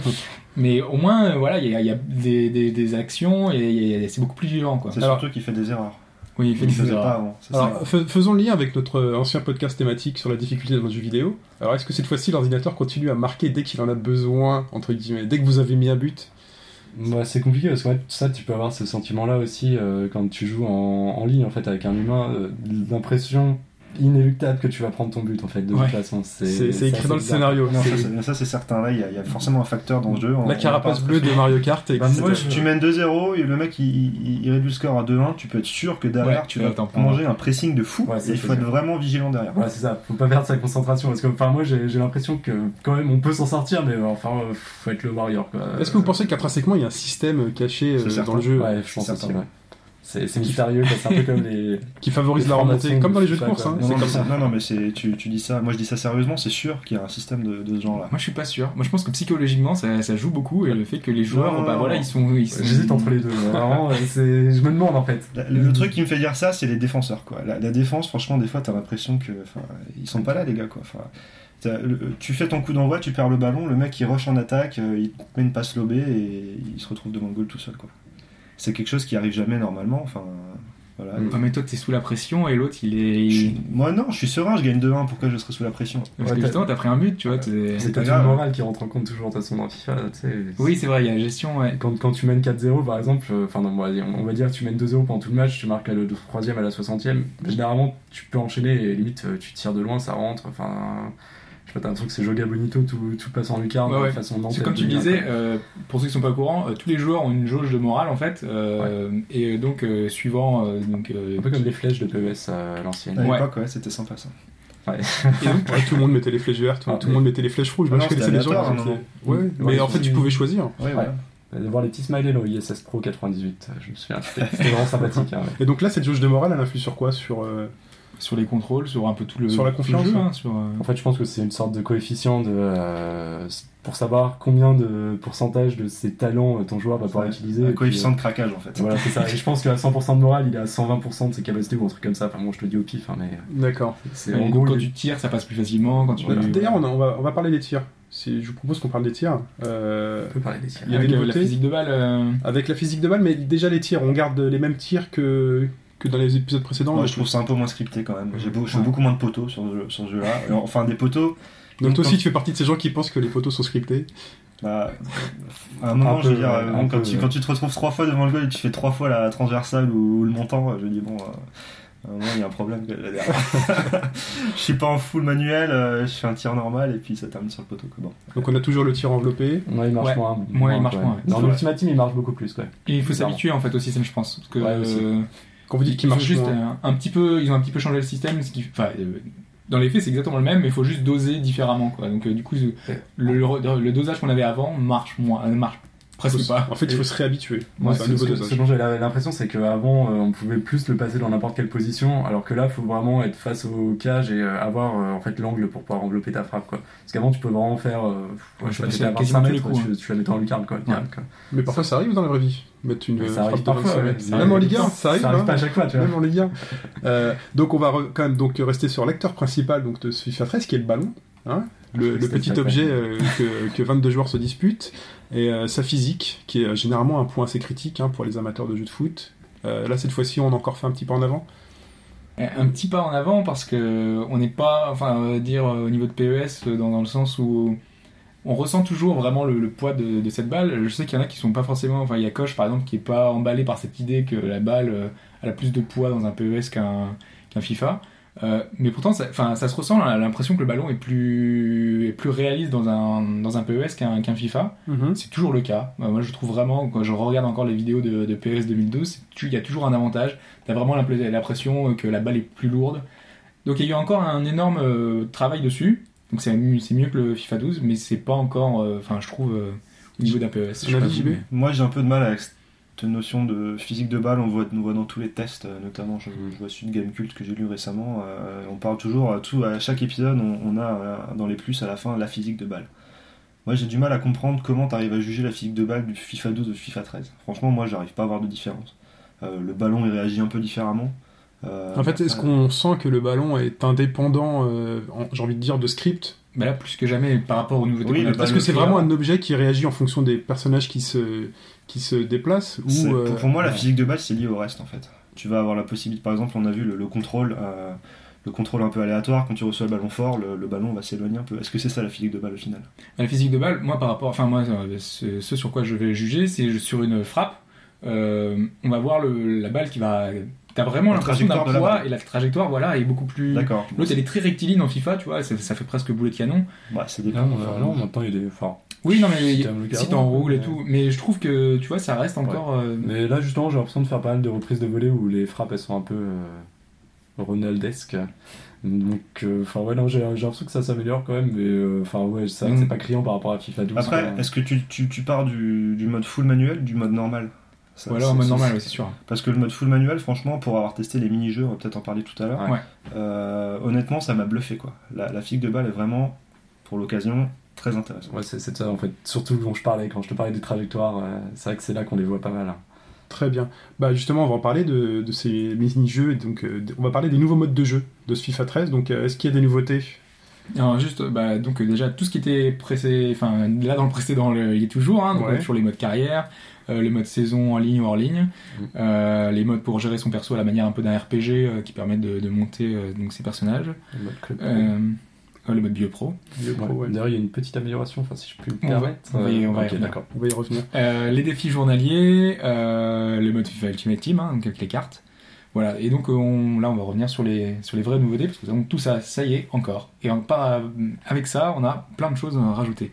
S6: mais au moins, euh, voilà, il y a, il y a des, des- des actions et il y a- c'est beaucoup plus vivant, quoi.
S5: C'est
S3: Alors-
S5: surtout qu'il fait des erreurs.
S6: Oui, il fait
S5: Il
S6: des
S5: faisait pas
S6: erreurs.
S5: avant. c'est ça.
S3: Alors, fais- faisons le lien avec notre euh, ancien podcast thématique sur la difficulté dans un jeu vidéo. Alors, est-ce que cette fois-ci, l'ordinateur continue à marquer dès qu'il en a besoin, entre guillemets, dès que vous avez mis un but
S4: Bah, c'est compliqué parce que ouais, ça, tu peux avoir ce sentiment-là aussi euh, quand tu joues en, en ligne en fait avec un humain, euh, l'impression inéluctable que tu vas prendre ton but en fait de
S6: Ouais.
S4: toute façon.
S3: C'est c'est écrit
S4: assez
S3: dans le
S4: bizarre.
S3: scénario.
S5: Non, ça,
S3: C'est
S5: c'est- ça, c'est certain. Là, il y, a- il y a forcément un facteur dans le jeu. On-
S3: la
S5: on
S3: carapace
S5: parle-
S3: bleue de Mario Kart. Et...
S4: Bah, moi,
S5: C'est- Tu mènes 2-0 et le mec il, il- il réduit le score à 2-1. Tu peux être sûr que derrière
S6: Ouais,
S5: tu
S6: euh,
S5: vas
S6: t'en prends.
S5: manger un pressing de fou.
S4: Ouais,
S5: et
S4: ça,
S5: il
S4: c'est
S5: faut être
S4: sûr.
S5: vraiment vigilant derrière.
S4: Voilà, c'est ça, faut pas perdre sa concentration parce que enfin moi j'ai j'ai l'impression que quand même on peut s'en sortir mais euh, enfin euh, faut être le warrior quoi.
S3: Est-ce que vous pensez qu'intrinsèquement, il y a un système caché euh,
S5: C'est certain.
S3: dans le jeu
S4: Ouais, je pense
S5: C'est
S4: aussi,
S5: certain.
S4: ouais. C'est c'est mystérieux, quoi, c'est un peu comme les.
S3: Qui favorise
S4: Les
S3: la remontée,
S4: formations
S3: comme dans les jeux de
S4: de
S3: course.
S4: FIFA,
S3: hein, C'est
S5: Non, non,
S3: comme
S5: mais
S3: ça.
S5: c'est- non, non, mais c'est- tu, tu dis ça, moi je dis ça sérieusement, c'est sûr qu'il y a un système de, de ce genre-là.
S6: Moi, je suis pas sûr. Moi, je pense que psychologiquement, ça, ça joue beaucoup et le fait que les joueurs,
S5: Non, non,
S6: bah
S5: non,
S6: voilà,
S5: non.
S6: ils sont. Ils sont-
S4: [laughs] J'hésite entre les deux. mais Vraiment, euh, c'est- je me demande en fait.
S5: Le, le truc qui me fait dire ça, c'est les défenseurs. Quoi. La, la défense, franchement, des fois, t'as l'impression que enfin, ils sont pas là, les gars. Quoi. Enfin, t'as- le- euh, tu fais ton coup d'envoi, tu perds le ballon, le mec il rush en attaque, euh, il te met une passe lobée et il se retrouve devant le goal tout seul. Quoi. C'est quelque chose qui arrive jamais normalement. Enfin, voilà.
S6: Ouais, mais toi, t'es sous la pression et l'autre, il est.
S5: Je suis- Moi non, je suis serein, je gagne 2-1, pourquoi je serais sous la pression
S6: Parce
S4: Ouais,
S6: que
S4: t'as-
S6: justement, t'as pris un but, tu vois. t'es-
S4: C'est
S5: pas
S4: pas tout le
S5: grave.
S4: moral qui rentre en compte toujours de toute façon dans FIFA. tu sais.
S6: Oui, c'est vrai, il y a la gestion, ouais.
S4: Quand, quand tu mènes 4-0, par exemple, euh, enfin non, on va dire- on va dire que tu mènes 2-0 pendant tout le match, tu marques le 3ème à la 60ème. Généralement, tu peux enchaîner et limite euh, tu tires de loin, ça rentre. Enfin, je sais pas, t'as l'impression que c'est Joga Bonito, tout, tout passe en lucarne
S6: Ouais, ouais.
S4: de façon
S6: C'est
S4: dentelle,
S6: comme tu
S4: bien,
S6: disais,
S4: quoi.
S6: euh, pour ceux qui sont pas au courant, euh, tous les joueurs ont une jauge de morale en fait, euh, et donc euh, suivant, euh, donc, euh,
S4: Un peu comme les flèches de PES euh, à l'ancienne.
S5: À
S6: Ouais.
S5: l'époque, ouais, c'était sympa ça.
S3: Ouais, tout le monde mettait les flèches vertes, tout,
S4: Ah,
S3: tout le
S4: mais-
S3: monde mettait les flèches rouges.
S5: Ah
S3: Moi, je
S5: non,
S3: connaissais
S5: c'était
S3: des gens
S5: aléatoire,
S3: qui
S5: non,
S3: étaient- Ouais,
S4: Ouais,
S3: mais
S4: ouais,
S3: en fait, tu
S4: c'est-
S3: pouvais choisir.
S5: Ouais, voilà.
S4: De voir les petits smileys dans ISS Pro 98, je me souviens, c'était c'était vraiment sympathique. hein, ouais.
S3: Et donc là, cette jauge de morale, elle influe sur quoi Sur euh,
S6: sur les contrôles, sur un peu tout le
S3: Sur la
S6: tout le
S3: confiance,
S6: jeu,
S3: ouais.
S6: hein, sur, euh,
S4: En fait, je pense que c'est une sorte de coefficient de, euh, pour savoir combien de pourcentage de ses talents euh, ton joueur va pouvoir
S5: Ouais,
S4: utiliser.
S5: Un
S4: Et puis,
S5: coefficient de craquage en fait.
S4: euh, voilà, c'est ça. Et je pense qu'à 100% de morale, il est à 120% de ses capacités ou un truc comme ça. Enfin, bon, je te dis au pif, hein, mais
S3: D'accord.
S4: c'est
S6: et
S4: en gros.
S6: quand
S4: il-
S6: tu tires, ça passe plus facilement. Quand tu
S4: Voilà.
S6: euh,
S3: D'ailleurs, on, a- on va, on va parler des tirs. Si je vous propose qu'on parle des tirs. Euh,
S4: On peut parler des tirs.
S6: il y a
S3: Avec
S6: des
S3: la
S6: la
S3: beauté.
S6: physique de balle. euh,
S3: avec la physique de balle, mais déjà les tirs, on garde les mêmes tirs que, que dans les épisodes précédents.
S5: Moi,
S3: donc-
S5: je trouve ça un peu moins scripté quand même. J'ai beau- je fais
S6: Ouais.
S5: beaucoup moins de poteaux sur ce, sur ce jeu-là. Alors, Enfin, des poteaux,
S3: donc toi
S5: quand-
S3: aussi, tu fais partie de ces gens qui pensent que les photos sont scriptées.
S5: bah, à un moment,
S4: Un
S5: je veux
S4: peu,
S5: dire,
S4: ouais,
S5: euh,
S4: un
S5: quand,
S4: peu,
S5: tu,
S4: ouais.
S5: quand tu te retrouves trois fois devant le goal et tu fais trois fois la transversale ou, ou le montant, je dis, bon, euh, à un moment, il y a un problème. quoi. [laughs] je suis pas en full manuel, euh, je fais un tir normal et puis ça termine sur le poteau. quoi. Bon.
S3: Donc on a toujours le tir enveloppé.
S4: Moi, il marche
S6: Ouais.
S4: moins.
S6: Moi, il marche
S4: ouais.
S6: moins, ouais.
S4: Dans
S5: C'est
S4: l'Ultimate Team, il marche beaucoup plus, quoi.
S6: Et il faut
S4: Clairement.
S6: s'habituer en fait aussi, ça je pense. Parce que,
S4: Ouais, aussi.
S6: euh,
S3: Quand vous dites qu'il
S6: Ils ont
S3: marche
S6: juste euh,
S3: moins.
S6: un, un petit peu, ils ont un petit peu changé le système. Ce qui, enfin, euh, dans les faits, c'est exactement le même, mais il faut juste doser différemment. Quoi. Donc, euh, du coup, le, le- le dosage qu'on avait avant marche moins, euh, marche
S3: Faut
S6: presque
S3: se-
S6: pas.
S3: En fait, il faut se réhabituer.
S6: Ouais,
S3: c'est un
S4: ce,
S3: nouveau
S4: ce-
S3: dosage.
S4: ce dont j'ai la- l'impression, c'est qu'avant, euh, on pouvait plus le passer dans n'importe quelle position, alors que là, faut vraiment être face au cage et euh, avoir euh, en fait l'angle pour pouvoir envelopper ta frappe. Quoi. Parce qu'avant, tu peux vraiment faire. euh,
S6: Ouais, je
S4: sais pas,
S6: pense
S4: t'étais à
S6: à quasiment
S4: 25
S6: tous les
S4: mètres, tu,
S6: coups,
S4: tu la mettais en lucarne. Quoi, direct, quoi.
S3: Mais parfois, ça arrive dans la vraie vie. Mettre une euh,
S4: ça arrive
S3: frappe de 25
S4: parfois. ouais,
S3: mètres.
S4: ça
S3: Même en
S4: arrive.
S3: Ligue 1, ça arrive. hein.
S4: pas à chaque fois, tu
S3: [laughs]
S4: vois.
S3: Même en Ligue 1. Euh, donc on va re- quand même donc rester sur l'acteur principal donc de ce FIFA 13 qui est le ballon, hein, le, le
S4: C'était
S3: petit
S4: ça,
S3: objet
S4: ouais.
S3: euh, que, que 22 joueurs se disputent et euh, sa physique qui est euh, généralement un point assez critique hein, pour les amateurs de jeux de foot. Euh, là cette fois-ci on a encore fait un petit pas en avant.
S6: Un un petit pas en avant parce que on n'est pas, enfin, on va dire euh, au niveau de PES, euh, dans, dans le sens où on ressent toujours vraiment le, le poids de, de cette balle. Je sais qu'il y en a qui sont pas forcément, enfin, il y a Koch par exemple qui est pas emballé par cette idée que la balle euh, elle a plus de poids dans un PES qu'un qu'un FIFA. Euh, mais pourtant, ça, enfin, ça se ressent, on a l'impression que le ballon est plus, est plus réaliste dans un, dans un PES qu'un qu'un FIFA.
S5: Mm-hmm.
S6: C'est toujours le cas. Euh, Moi, je trouve vraiment, quand je regarde encore les vidéos de, de PES 2012, c'est tu- il y a toujours un avantage. T'as vraiment l'imp- l'impression que la balle est plus lourde. Donc, il y a eu encore un énorme euh, travail dessus. Donc, c'est mieux c'est mieux que le FIFA 12, mais c'est pas encore, euh, enfin, je trouve, euh, au niveau d'un PES.
S3: Ton avis, JB
S5: Moi, j'ai un peu de mal avec cette notion de physique de balle. On voit, on voit dans tous les tests, euh, notamment, je,
S3: Mm.
S5: je vois celui de Game Cult que j'ai lu récemment. euh, on parle toujours, à, tout, à chaque épisode, on, on a euh, dans les plus à la fin la physique de balle. Moi, j'ai du mal à comprendre comment t'arrives à juger la physique de balle du FIFA 12 ou du FIFA 13. Franchement, moi, j'arrive pas à voir de différence. Euh, le ballon, il réagit un peu différemment. Euh,
S3: En fait est-ce
S5: euh,
S3: qu'on sent que le ballon est indépendant euh, en- j'ai envie de dire de script
S6: Bah là, plus que jamais, par rapport au niveau
S5: Oui,
S6: qu'on a-
S5: le
S3: Est-ce
S5: ballon-
S3: que c'est vraiment un objet qui réagit en fonction des personnages qui se qui se déplacent
S5: C'est-
S3: ou
S5: pour-
S3: euh,
S5: pour moi, la
S3: ouais.
S5: physique de base, c'est lié au reste en fait. Tu vas avoir la possibilité, par exemple, on a vu le, le contrôle, euh, le contrôle un peu aléatoire. Quand tu reçois le ballon fort, le, le ballon va s'éloigner un peu. Est-ce que c'est ça la physique de balle au final
S6: La physique de balle, moi par rapport, enfin moi euh, ce, ce sur quoi je vais juger, c'est sur une frappe, euh, on va voir le, la balle qui va, t'as vraiment
S5: La
S6: l'impression d'un
S5: trajectoire de la
S6: poids
S5: balle.
S6: et la trajectoire voilà est beaucoup
S3: Mm.
S6: plus.
S5: D'accord.
S6: L'autre elle est très rectiligne en FIFA, tu vois, ça, ça fait presque boulet de canon.
S5: Bah, ça dépend.
S4: Non, euh, non, maintenant, il est. Enfin,
S6: Oui non
S4: Si
S6: mais
S4: t'as un look
S6: si
S4: avant,
S6: t'enroules et
S4: mais-
S6: tout, mais je trouve que tu vois ça reste encore. euh,
S4: Mais là, justement, j'ai l'impression de faire pas mal de reprises de volée où les frappes, elles sont un peu euh, Ronaldesques. Donc, euh, enfin, ouais, non, j'ai j'ai l'impression que ça s'améliore quand même, mais euh, enfin, ouais, c'est vrai
S6: Mm.
S4: que c'est pas criant par rapport à FIFA 12.
S5: Après,
S4: quoi.
S5: est-ce que tu, tu- tu pars du, du mode full manuel, du mode normal Ça,
S6: Ou alors en
S5: c'est-
S6: mode
S5: c'est-
S6: normal, ouais, c'est sûr.
S5: Parce que le mode full manuel, franchement, pour avoir testé les mini-jeux, on va peut-être en parler tout à l'heure,
S6: Ouais.
S5: euh, honnêtement, ça m'a bluffé quoi. La, la figue de balle est vraiment, pour l'occasion, très intéressante.
S4: Ouais, c'est c'est ça en fait, surtout dont je parlais quand je te parlais des trajectoires, euh, c'est vrai que c'est là qu'on les voit pas mal. hein.
S3: Très bien. Bah justement, on va en parler de, de ces mini-jeux. et Donc, euh, on va parler des nouveaux modes de jeu de ce FIFA 13. Donc, euh, est-ce qu'il y a des nouveautés
S6: Alors juste, bah, donc euh, déjà tout ce qui était pressé, enfin là dans le précédent, le- il est toujours, hein, donc
S3: Ouais.
S6: on a toujours les modes carrière, euh, les modes saison en ligne ou hors ligne,
S4: Mm.
S6: euh, les modes pour gérer son perso à la manière un peu d'un RPG euh, qui permettent de, de monter euh, donc ses personnages,
S4: Le mode club.
S6: euh, euh, le mode bio pro.
S3: Le pro,
S4: Ouais.
S3: ouais.
S4: D'ailleurs, il y a une petite amélioration, enfin, si je puis me
S6: On va-
S4: permettre.
S6: on va y-
S4: Euh,
S6: on va y
S4: ok,
S6: revenir.
S4: d'accord.
S3: On va y revenir.
S6: Euh, les défis journaliers, euh, le mode FIFA Ultimate Team, hein, donc avec les cartes. Voilà, et donc euh, on- là on va revenir sur les, sur les vraies nouveautés, parce que donc, tout ça, ça y est, encore. Et en, par- avec ça, on a plein de choses à rajouter.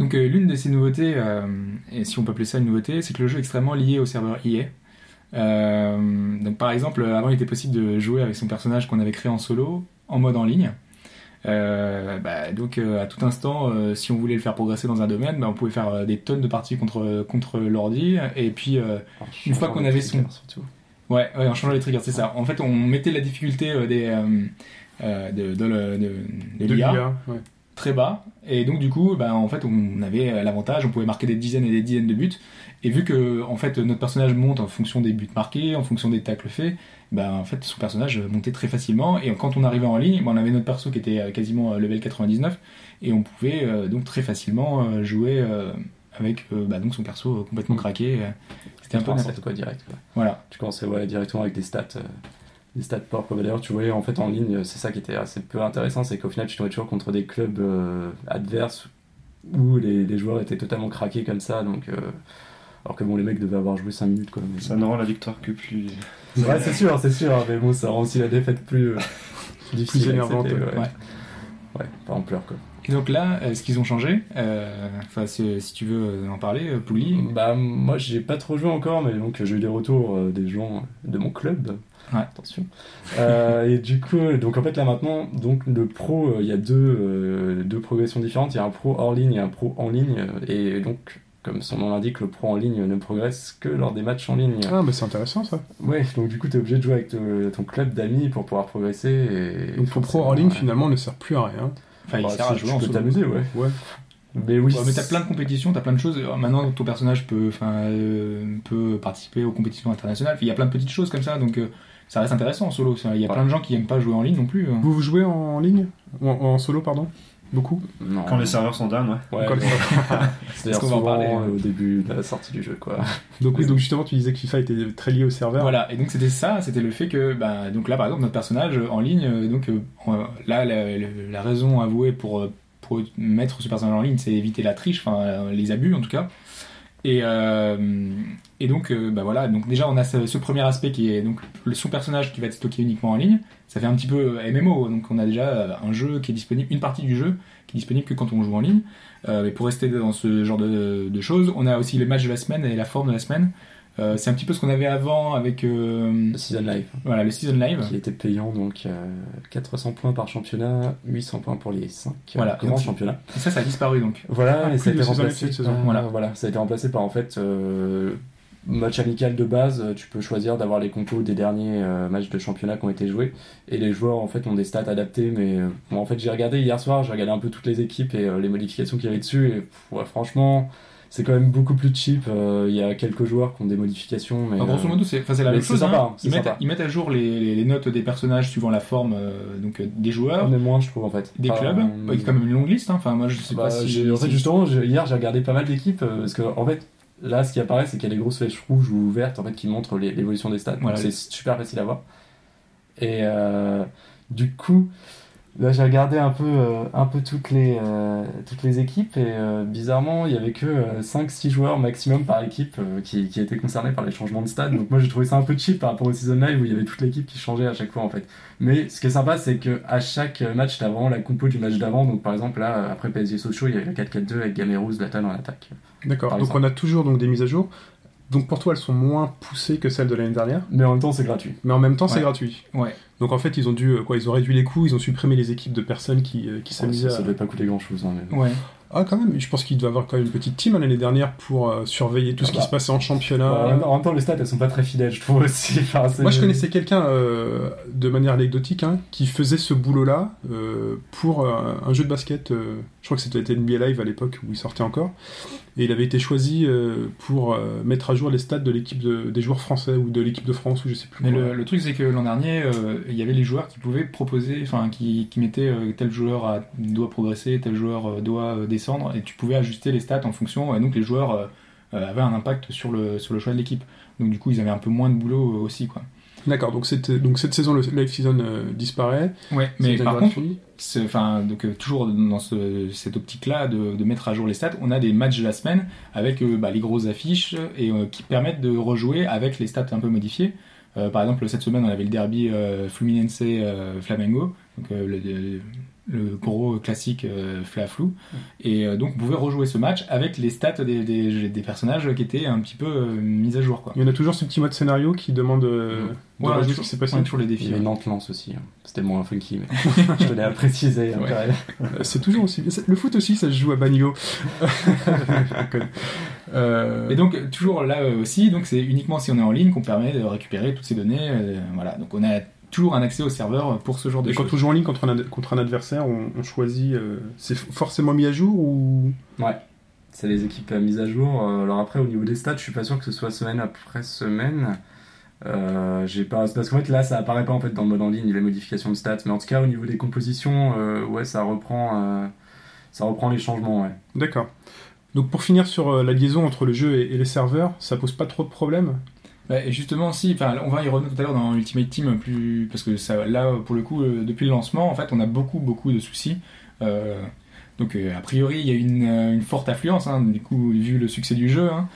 S6: Donc euh, l'une de ces nouveautés, euh, et si on peut appeler ça une nouveauté, c'est que le jeu est extrêmement lié au serveur EA. Euh, donc par exemple, avant il était possible de jouer avec son personnage qu'on avait créé en solo, en mode en ligne. Euh, bah, donc euh, à tout instant, euh, si on voulait le faire progresser dans un domaine, bah, on pouvait faire euh, des tonnes de parties contre, contre l'ordi. Et puis, euh, Une fois qu'on avait son-
S4: Surtout.
S6: ouais, ouais, en changeant les triggers, c'est ça. En fait, on mettait la difficulté euh, des, euh, euh, de, de le- de- de
S3: De
S6: l'IA
S3: l'IA, ouais.
S6: très bas. Et donc, du coup, bah, en fait, on avait euh, l'avantage, on pouvait marquer des dizaines et des dizaines de buts. Et vu que, en fait, notre personnage monte en fonction des buts marqués, en fonction des tacles faits, bah, en fait, son personnage euh, montait très facilement. Et quand on arrivait en ligne, bah, on avait notre perso qui était euh, quasiment euh, level 99. Et on pouvait euh, donc très facilement euh, jouer euh, avec euh, bah, donc son perso euh, complètement craqué. euh. C'était un peu n'importe
S4: n'importe quoi direct. quoi.
S6: Voilà.
S4: Tu commençais ouais, directement avec des stats. euh, des stats propres. Bah, D'ailleurs, tu voyais en fait en ligne, c'est ça qui était assez peu intéressant, c'est qu'au final, tu tombais toujours contre des clubs euh, adverses où les, les joueurs étaient totalement craqués comme ça. Donc, euh, alors que bon, les mecs devaient avoir joué 5 minutes. Quoi, mais-
S5: Ça ne rend la victoire que plus.
S4: Ouais, c'est sûr, c'est sûr, hein, mais bon, ça rend aussi la défaite plus, euh, difficile. à
S3: énervante,
S4: accepter,
S6: ouais.
S4: ouais. Ouais, pas en pleurs quoi.
S6: Et donc là, euh, ce qu'ils ont changé, euh, enfin c'est- si tu veux euh, en parler, euh, Pouli,
S4: Bah, moi j'ai pas trop joué encore, mais donc j'ai eu des retours euh, des gens de mon club.
S6: Ouais.
S4: Attention. Euh, et du coup, donc en fait là maintenant, donc le pro, euh, il y a deux, euh, deux progressions différentes. Il y a un pro hors ligne et un pro en ligne. euh, Et donc, comme son nom l'indique, le pro en ligne ne progresse que lors des matchs en ligne.
S3: Ah, mais c'est intéressant ça.
S4: Ouais, donc du coup, t'es obligé de jouer avec te- ton club d'amis pour pouvoir progresser. Et
S3: Donc, ton pro en ligne,
S4: Ouais.
S3: finalement, ne sert plus à rien.
S6: enfin il
S4: Bah,
S6: sert à
S4: si,
S6: jouer
S4: tu
S6: en
S4: peux
S6: solo.
S4: t'amuser, ouais.
S3: Ouais.
S4: Mais oui,
S6: Ouais, mais t'as plein de compétitions, t'as plein de choses. Alors, Maintenant, ton personnage peut, enfin, euh, peut participer aux compétitions internationales. Il y a plein de petites choses comme ça, donc euh, ça reste intéressant en solo. Ça. Il y a
S4: Ouais.
S6: plein de gens qui aiment pas jouer en ligne non plus. hein.
S3: Vous, vous jouez en ligne Ou en, en solo, pardon Beaucoup
S4: Non.
S5: Quand les serveurs sont down, ouais.
S4: Ouais,
S3: Quand les-
S4: bon, C'est-à-dire
S6: Parce qu'on va en
S4: souvent,
S6: parler,
S4: euh, au début de la sortie du jeu, quoi.
S3: Donc, oui, donc justement, tu disais que FIFA était très lié au serveur.
S6: Voilà, et donc c'était ça, c'était le fait que, bah, donc là par exemple, notre personnage euh, en ligne, euh, donc euh, euh, là la, la- la raison avouée pour, euh, pour mettre ce personnage en ligne, c'est éviter la triche, enfin euh, les abus en tout cas. Et, euh, et donc, euh, bah voilà, donc déjà on a ce, ce premier aspect qui est donc le- son personnage qui va être stocké uniquement en ligne. Ça fait un petit peu euh, MMO, donc on a déjà euh, un jeu qui est disponible, une partie du jeu qui est disponible que quand on joue en ligne. Euh, mais pour rester dans ce genre de, de choses, on a aussi les matchs de la semaine et la forme de la semaine. Euh, c'est un petit peu ce qu'on avait avant avec euh,
S4: Le Season Live,
S6: voilà, le Season Live.
S4: qui était payant, donc euh, 400 points par championnat, 800 points pour les 5
S6: Voilà,
S4: grands
S6: donc-
S4: championnats.
S6: Et ça, ça a disparu donc.
S4: Voilà,
S3: Ah,
S4: et
S3: plus
S4: ça a
S3: de
S4: été
S3: Season Live
S4: remplacé
S3: cette
S4: par,
S3: saison.
S4: voilà. voilà, ça a été remplacé par en fait euh, match amical de base. euh, Tu peux choisir d'avoir les compos des derniers euh, matchs de championnat qui ont été joués, et les joueurs en fait ont des stats adaptées. Mais euh, bon, en fait, j'ai regardé hier soir, j'ai regardé un peu toutes les équipes et euh, les modifications qu'il y avait dessus, et pff, ouais, franchement. C'est quand même beaucoup plus cheap. euh, Il y a quelques joueurs qui ont des modifications, mais
S6: Enfin, Ah, grosso
S4: euh,
S6: modo, c'est enfin, c'est la
S4: mais
S6: même
S4: c'est
S6: chose.
S4: sympa,
S6: hein.
S4: hein, c'est
S6: Ils, mettent,
S4: sympa.
S6: ils mettent à jour les, les- les notes des personnages suivant la forme euh, donc, euh, des joueurs,
S4: on est moins, je trouve en fait.
S6: des
S4: Enfin,
S6: clubs.
S4: euh,
S6: Ouais, Il y a quand même une longue liste. hein. Enfin, moi, je sais
S4: Bah,
S6: pas si.
S4: j'ai- en fait,
S6: si-
S4: justement, j'ai- hier j'ai regardé pas mal d'équipes euh, parce que en fait, là, ce qui apparaît, c'est qu'il y a des grosses flèches rouges ou vertes en fait qui montrent les- l'évolution des stats. Donc,
S6: Voilà.
S4: C'est super facile à voir. Et euh, du coup, là, j'ai regardé un peu, euh, un peu toutes les, euh, toutes les équipes et euh, bizarrement, il y avait que 5-6 joueurs maximum par équipe euh, qui, qui étaient concernés par les changements de stade. Donc moi, j'ai trouvé ça un peu cheap par rapport au season live où il y avait toute l'équipe qui changeait à chaque fois en fait. Mais ce qui est sympa, c'est que à chaque euh, match, t'as vraiment la compo du match d'avant. Donc par exemple, là, euh, après PSG Sochaux, il y avait le 4-4-2 avec Gamero, Zlatan en attaque.
S3: D'accord.
S4: Par
S3: Donc, on
S4: exemple.
S3: a toujours donc, des mises à jour. Donc, pour toi, elles sont moins poussées que celles de l'année dernière.
S4: Mais en même temps, c'est gratuit.
S3: Mais en même temps, c'est
S6: Ouais.
S3: gratuit.
S6: Ouais.
S3: Donc en fait, ils ont dû euh, quoi Ils ont réduit les coûts, ils ont supprimé les équipes de personnes qui, euh, qui
S4: ça,
S3: s'amusaient.
S4: ça
S3: à...
S4: devait pas coûter grand chose. mais...
S6: Ouais.
S3: Ah quand même, je pense qu'il doit avoir quand même une petite team hein, l'année dernière pour euh, surveiller tout
S4: Ah
S3: ce
S4: bah.
S3: qui se passait en championnat.
S4: En même temps- en même temps, les stats elles sont pas très fidèles, je trouve aussi. [laughs] Enfin, c'est-
S3: Moi, je connaissais quelqu'un euh, de manière anecdotique hein, qui faisait ce boulot-là euh, pour euh, un jeu de basket. euh, je crois que c'était NBA Live à l'époque où il sortait encore. Et il avait été choisi euh, pour euh, mettre à jour les stats de l'équipe de- des joueurs français ou de l'équipe de France ou je sais plus.
S6: Mais
S3: quoi.
S6: le, le truc, c'est que l'an dernier, euh, il y avait les joueurs qui pouvaient proposer, enfin, qui, qui mettaient euh, tel joueur à- doit progresser, tel joueur euh, doit euh, descendre, et tu pouvais ajuster les stats en fonction, et donc les joueurs euh, euh, avaient un impact sur le, sur le choix de l'équipe. Donc du coup, ils avaient un peu moins de boulot euh, aussi, quoi.
S3: D'accord. Donc cette donc cette saison, le live season euh, disparaît.
S6: Ouais, mais
S3: C'est
S6: par
S3: gratuit.
S6: contre, c'est- enfin, donc euh, toujours dans ce- cette optique-là de, de mettre à jour les stats, on a des matchs de la semaine avec euh, bah, les grosses affiches et euh, qui permettent de rejouer avec les stats un peu modifiées. Euh, par exemple, cette semaine, on avait le derby euh, Fluminense euh, Flamengo, donc euh, le, le gros classique euh, Fla-Flou, et euh, donc on pouvait rejouer ce match avec les stats des, des- des personnages qui étaient un petit peu euh, mis à jour, quoi.
S3: il y en a toujours ce petit mode scénario qui demande euh, de
S6: Ouais, on a
S3: rajouter
S6: toujours-
S3: ce qui s'est passé.
S6: on a toujours les
S4: Il
S6: défis.
S4: y avait Nantes-Lance aussi. hein. C'était moins funky, [laughs] mais je tenais à le préciser. hein,
S6: Ouais.
S4: quand même.
S3: Euh, C'est toujours aussi. c'est- Le foot aussi, ça se joue à bas niveau. Je déconne. [laughs] Euh,
S6: Et donc toujours là euh, aussi, donc c'est uniquement si on est en ligne qu'on permet de récupérer toutes ces données. euh, voilà, donc on a toujours un accès au serveur pour ce genre de
S3: Et quand
S6: choses.
S3: on joue en ligne contre un, ad- contre un adversaire, on, on choisit. euh, c'est f- forcément mis à jour ou.
S4: C'est les équipes à mise à jour. Euh, Alors après, au niveau des stats, je suis pas sûr que ce soit semaine après semaine. Euh, j'ai pas... c'est Parce qu'en fait, là, ça apparaît pas en fait, dans le mode en ligne, les modifications de stats. Mais en tout cas, au niveau des compositions, euh, ouais, ça reprend, euh, ça reprend les changements. Ouais.
S3: D'accord. Donc pour finir sur euh, la liaison entre le jeu et, et les serveurs, ça pose pas trop de problèmes
S6: Ouais, Bah, et justement si, enfin on va y revenir tout à l'heure dans Ultimate Team plus parce que ça, là pour le coup euh, depuis le lancement en fait on a beaucoup beaucoup de soucis. Euh, donc euh, a priori il y a une, euh, une forte affluence hein, du coup vu le succès du jeu. hein.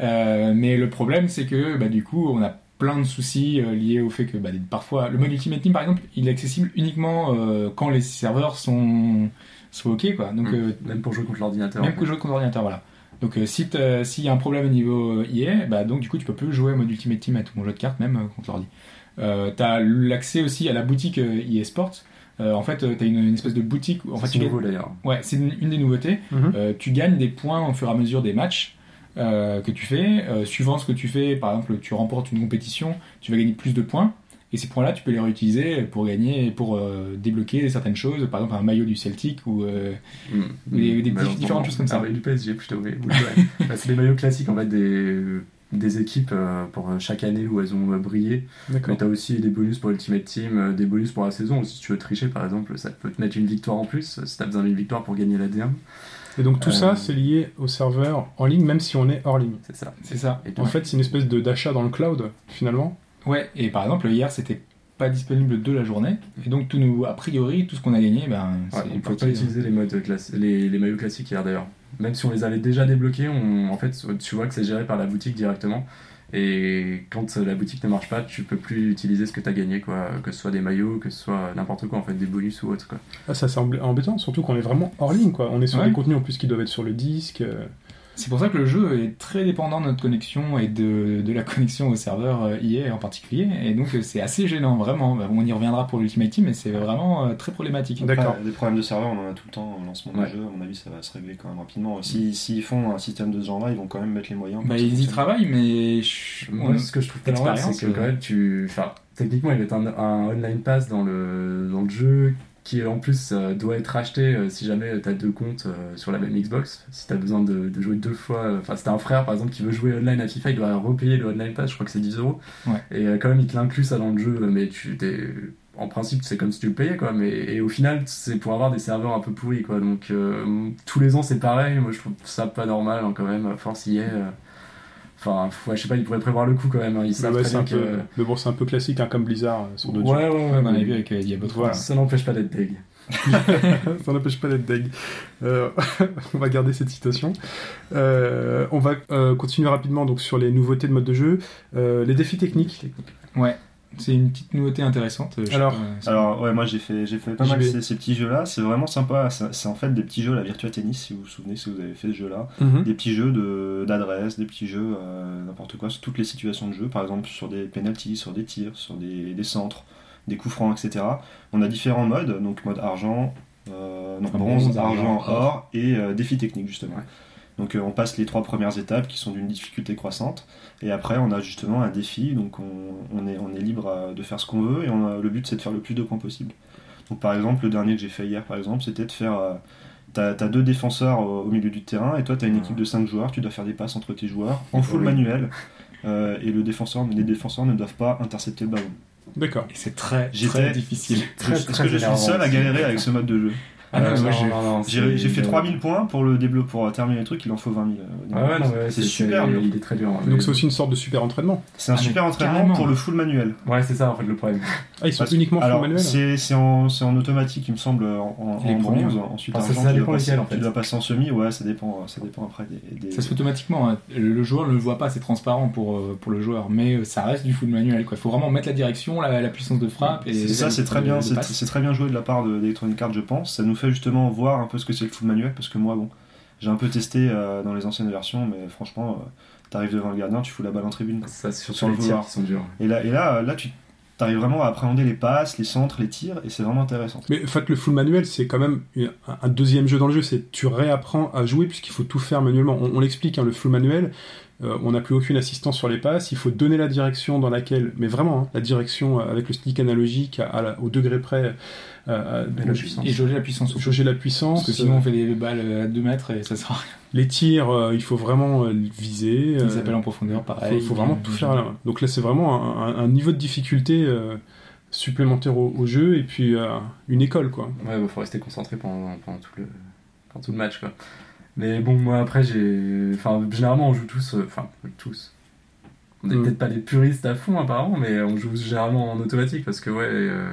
S6: Euh, mais le problème c'est que bah, du coup on a plein de soucis euh, liés au fait que bah, des- parfois le mode Ultimate Team par exemple il est accessible uniquement euh, quand les serveurs sont sont ok quoi. Donc
S4: Mm.
S6: euh,
S4: Même pour jouer contre l'ordinateur.
S6: même
S4: en fait.
S6: que jouer contre ordinateur, voilà. Donc euh, si t'as- s'il y a un problème au niveau euh, IA, bah donc du coup tu peux plus jouer à mode Ultimate Team à tout mon jeu de cartes, même euh, contre l'ordi. Euh, t'as l'accès aussi à la boutique euh, EA Sports. Euh, en fait, euh, t'as une, une espèce de boutique. où, En fait,
S4: C'est
S6: tu gagnes-
S4: nouveau d'ailleurs.
S6: Ouais, c'est une, une des nouveautés.
S3: Mhm.
S6: Euh, tu gagnes des points au fur et à mesure des matchs euh, que tu fais. Euh, suivant ce que tu fais, par exemple, tu remportes une compétition, tu vas gagner plus de points. Et ces points-là, tu peux les réutiliser pour gagner, pour euh, débloquer certaines choses, par exemple un maillot du Celtic ou euh,
S4: Mm.
S6: Des- des
S4: Mm.
S6: diff- différentes choses comme ça.
S4: Ah oui, du PSG plutôt. Oui. Oui,
S6: [laughs]
S4: ouais. Bah, c'est des maillots classiques en fait des, des équipes euh, pour chaque année où elles ont euh, brillé. Mais
S3: D'accord.
S4: t'as aussi des bonus pour Ultimate Team, euh, des bonus pour la saison. Si tu veux tricher par exemple, ça peut te mettre une victoire en plus euh, si t'as besoin d'une victoire pour gagner la D1.
S3: Et donc tout
S4: Euh,
S3: ça, c'est lié au serveur en ligne, même si on est hors ligne.
S4: C'est ça.
S6: c'est ça.
S4: Et
S3: En fait, c'est une espèce de d'achat dans le cloud finalement.
S6: Ouais, et par exemple, hier, c'était pas disponible de la journée. Et donc, tout nous, a priori, tout ce qu'on a gagné, ben, c'est
S4: Ouais, on peut
S6: parti.
S4: pas utiliser les, modes classi- les, les maillots classiques hier d'ailleurs. Même si on les avait déjà débloqués, on, en fait, tu vois que c'est géré par la boutique directement. Et quand euh, la boutique ne marche pas, tu peux plus utiliser ce que tu as gagné, quoi. Que ce soit des maillots, que ce soit n'importe quoi, en fait, des bonus ou autre, quoi.
S3: Ah, ça c'est embê- embêtant, surtout qu'on est vraiment hors ligne quoi. On est sur
S6: Ouais.
S3: des contenus en plus qui doivent être sur le disque. euh.
S6: C'est pour ça que le jeu est très dépendant de notre connexion et de, de la [laughs] connexion au serveur euh, EA en particulier. Et donc, euh, c'est assez gênant, vraiment. Ben, on y reviendra pour l'Ultimate Team, mais c'est vraiment euh, très problématique.
S3: D'accord.
S5: Après, Des problèmes de serveur, on en a tout le temps au lancement
S4: Ouais.
S5: du jeu. À mon avis, ça va se régler quand même rapidement. Si- S'ils font un système de ce genre-là, ils vont quand même mettre les moyens. pour
S6: Ben,
S5: que ça
S6: ils y
S5: fonctionne.
S6: travaillent, mais je-
S4: Moi,
S6: on-
S4: ce que je trouve pas normal,
S6: Expérience,
S4: c'est que quand même, tu. Enfin, techniquement, il va être un, un online pass dans le, dans le jeu qui, en plus, euh, doit être acheté euh, si jamais tu as deux comptes euh, sur la même Xbox. Si tu as besoin de, de jouer deux fois. euh, Enfin, si t'as un frère, par exemple, qui veut jouer online à FIFA, il doit repayer le online pass, je crois que c'est 10 euros.
S6: Ouais.
S4: Et euh, quand même, il te l'inclut ça dans le jeu, mais tu t'es. En principe, c'est comme si tu le payais, quoi. Mais et au final, c'est pour avoir des serveurs un peu pourris, quoi. Donc euh, tous les ans, c'est pareil. Moi, je trouve ça pas normal, hein, quand même. À Force y est. euh, Enfin, f- ouais, je sais pas, ils pourraient prévoir le coup quand même. hein. Ils savent
S3: Bah,
S4: très
S3: c'est un
S4: bien
S3: peu,
S4: que.
S3: Mais bon, c'est un peu classique hein, comme Blizzard euh, sur
S4: Ouais,
S3: d'autres
S4: ouais,
S6: Ouais,
S4: ouais.
S6: on a
S4: mais
S6: vu avec euh, Diablo 3.
S3: Voilà.
S4: Ça n'empêche pas d'être deg.
S3: [laughs] Ça n'empêche pas d'être deg. Euh, [laughs] on va garder cette citation. Euh, on va euh, continuer rapidement donc sur les nouveautés de mode de jeu, Euh, les défis techniques.
S6: C'est une petite nouveauté intéressante. euh, je sais
S3: Alors,
S6: pas, euh,
S5: Alors ouais moi j'ai fait j'ai fait pas mal
S3: JB.
S5: ces, ces petits jeux là c'est vraiment sympa c'est c'est en fait des petits jeux la Virtua Tennis si vous vous souvenez si vous avez fait ce jeu là des petits jeux de d'adresse des petits jeux euh, n'importe quoi sur toutes les situations de jeu par exemple sur des penalties sur des tirs sur des, des centres des coups francs, etc. On a différents modes, donc mode argent, euh, non, bronze,
S6: Bronze,
S5: argent,
S6: argent,
S5: or, et euh, défi technique, justement.
S6: Ouais.
S5: Donc euh, on passe les trois premières étapes qui sont d'une difficulté croissante, et après on a justement un défi, donc on, on est, on est libre euh, de faire ce qu'on veut, et on a- le but c'est de faire le plus de points possible. Donc par exemple, le dernier que j'ai fait hier, par exemple, c'était de faire... euh, T'as t'as deux défenseurs au, au milieu du terrain et toi t'as une équipe de 5 joueurs, tu dois faire des passes entre tes joueurs en full
S6: Oui.
S5: manuel euh, et le défenseur, les défenseurs ne doivent pas intercepter le ballon.
S3: D'accord.
S6: Et c'est très,
S5: J'étais- Euh,
S6: très difficile.
S4: Très,
S5: Est-ce
S4: très
S5: que je suis le
S4: énervant.
S5: seul à galérer avec ce mode de jeu
S6: Ah non,
S4: euh,
S6: moi, j'ai-
S5: J'ai j'ai fait
S3: euh,
S5: 3000 points pour le déblo pour euh, terminer le truc, il en faut 20 000. euh, au début.
S4: Ah ouais, non, ouais,
S5: c'est super dur.
S4: Il est très dur. hein.
S3: Donc c'est aussi une sorte de super entraînement.
S5: C'est un
S6: Ah, mais
S5: super entraînement
S6: carrément.
S5: pour le full manuel.
S4: Ouais, c'est ça en fait le problème.
S3: Ah, ils sont
S5: Parce-
S3: uniquement full
S5: Alors,
S3: manuel
S5: C'est c'est en, c'est en automatique, il me semble, en, en-
S4: Les
S5: en
S4: premiers,
S5: bronze, ensuite
S4: Enfin, ça-
S5: argent,
S4: ça
S5: tu dois
S4: dépend
S5: passer-
S4: lesquels, en fait.
S5: Tu dois passer en semi, ouais, ça dépend, euh, ça dépend après des. des-
S6: Ça se fait automatiquement. hein. Le le joueur ne le voit pas, c'est transparent pour, euh, pour le joueur, mais euh, ça reste du foot manuel. Il faut vraiment mettre la direction, la, la puissance de frappe. Et
S5: C'est ça, c'est très
S6: Ah, le-
S5: bien,
S6: le
S5: c'est
S6: passe.
S5: c'est très bien joué de la part de- d'Electronic Arts, je pense. Ça nous fait justement voir un peu ce que c'est le full manuel, parce que moi, bon, j'ai un peu testé euh, dans les anciennes versions, mais franchement, euh, t'arrives devant le gardien, tu fous la balle en tribune.
S4: Ça, surtout
S5: Sur le
S4: les tirs
S5: vouloir.
S4: qui sont durs.
S5: Et là, et là, là, tu arrives vraiment à appréhender les passes, les centres, les tirs, et c'est vraiment intéressant.
S3: Mais en fait, le full manuel, c'est quand même une- un un deuxième jeu dans le jeu. C'est tu réapprends à jouer puisqu'il faut tout faire manuellement. On, on l'explique, hein, le full manuel, euh, on n'a plus aucune assistance sur les passes. Il faut donner la direction dans laquelle, mais vraiment, hein, la direction euh, avec le stick analogique à- à la- au degré près, euh, à-
S4: Et la puissance.
S6: Et jauger la puissance. au-
S3: jauger la
S6: Parce
S3: puissance. euh,
S6: que sinon, on fait des balles euh, à 2 mètres et ça sera rien.
S3: Les tirs, euh, il faut vraiment euh, viser.
S6: Ils
S3: euh,
S6: appellent en profondeur, pareil.
S3: Il faut, vraiment tout faire à la main. Donc là, c'est vraiment un, un- un niveau de difficulté euh, supplémentaire au, au jeu et puis euh, une école, quoi.
S4: Ouais, bah, faut rester concentré pendant, pendant tout le, pendant tout le match, quoi. Mais bon, moi, après, j'ai... Enfin, généralement, on joue tous... euh, Enfin, tous. On n'est
S3: Mm.
S4: peut-être pas des puristes à fond, apparemment, mais on joue généralement en automatique, parce que, ouais, euh,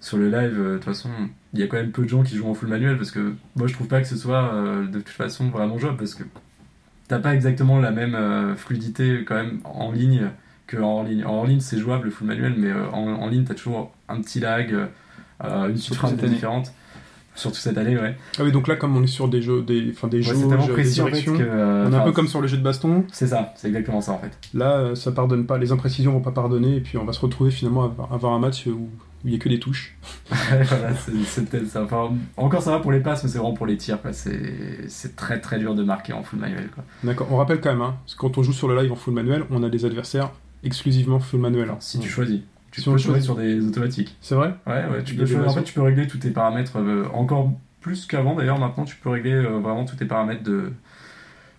S4: sur le live, euh, de toute façon, il y a quand même peu de gens qui jouent en full manuel, parce que moi, je trouve pas que ce soit, euh, de toute façon, vraiment jouable, parce que t'as pas exactement la même euh, fluidité, quand même, en ligne que en ligne. En ligne, c'est jouable, le full manuel, mais euh, en, en ligne, t'as toujours un petit lag, euh, une
S6: Surtout
S4: surface
S6: cette année.
S4: différente. Surtout cette année, ouais.
S3: Ah oui, donc là, comme on est sur des jeux, des, enfin, des
S4: Ouais,
S3: jeux,
S4: c'est tellement
S3: des
S4: précis en fait que.
S3: directions,
S4: euh,
S3: on est un
S4: enfin,
S3: peu comme sur le jeu de baston.
S4: C'est ça, c'est exactement ça en fait. [laughs]
S3: Là, euh, ça pardonne pas, les imprécisions vont pas pardonner et puis on va se retrouver finalement à avoir- avoir un match où où il y a que des touches.
S4: voilà, c'est c'est peut-être ça. Enfin, encore ça va pour les passes, mais c'est vraiment pour les tirs. quoi. C'est c'est très très dur de marquer en full manuel. Quoi.
S3: D'accord. On rappelle quand même, hein, parce que quand on joue sur le live en full manuel, on a des adversaires exclusivement full manuel.
S4: Alors, si tu choisis, tu
S3: Si on
S4: peux
S3: le
S4: choisir
S3: choisit.
S4: sur des automatiques.
S3: C'est vrai
S4: Ouais, ouais, tu
S3: Il y
S4: peux
S3: a des
S4: choisir- En
S3: raisons.
S4: fait, tu peux régler tous tes paramètres euh, encore plus qu'avant d'ailleurs. Maintenant, tu peux régler euh, vraiment tous tes paramètres de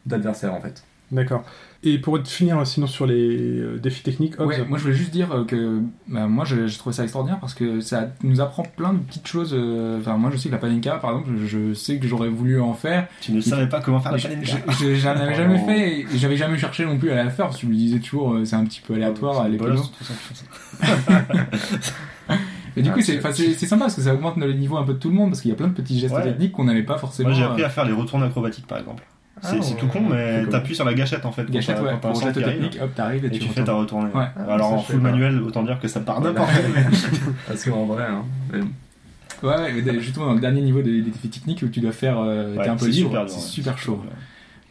S4: d'adversaire en fait.
S3: D'accord. Et pour finir, sinon sur les euh, défis techniques, Hobbs,
S6: Ouais, moi je voulais juste dire euh, que bah, moi je, je trouve ça extraordinaire parce que ça nous apprend plein de petites choses. euh, Enfin, moi je sais que la panenka par exemple, je, je sais que j'aurais voulu en faire.
S5: Tu ne savais pas comment faire Ah, la Oh.
S6: Je-
S5: panenka.
S6: je- je- J'en avais
S5: [laughs]
S6: jamais fait et j'avais jamais cherché non plus à la faire parce que je me disais toujours euh, c'est un petit peu aléatoire,
S5: Ah, C'est
S6: les
S5: bolos,
S6: pélos. [laughs]
S5: tout ça, tout ça.
S6: Et du
S4: Ah,
S6: coup, c'est
S4: c'est-
S6: enfin, c'est- c'est sympa parce que ça augmente le niveau un peu de tout le monde parce qu'il y a plein de petits gestes
S5: Ouais.
S6: techniques qu'on n'avait pas forcément.
S5: Moi j'ai
S6: euh,
S5: appris à faire les retournes acrobatiques par exemple. C'est
S6: Ah,
S5: c'est
S6: on-
S5: tout con, mais
S4: comme-
S5: t'appuies sur la gâchette en fait quand
S6: Gâchette,
S5: t'as-
S6: ouais,
S5: quand t'as un
S6: pour
S5: centre
S6: geste
S5: qui arrive,
S6: technique, hop, t'arrives et,
S5: Et tu fais
S6: retournes.
S5: ta retournée.
S6: Ouais.
S5: Alors
S4: ça,
S5: en
S4: je sais
S5: full
S4: pas.
S5: manuel, autant dire que ça part
S4: Voilà.
S5: n'importe où.
S4: Parce qu'en vrai, hein, mais bon.
S6: Ouais, ouais, mais d- justement, dans le dernier niveau des des défis techniques où tu dois faire, euh,
S5: Ouais,
S6: t'es un peu
S5: c'est
S6: libre,
S5: super dur,
S6: c'est
S5: ouais.
S6: super chaud. Ah,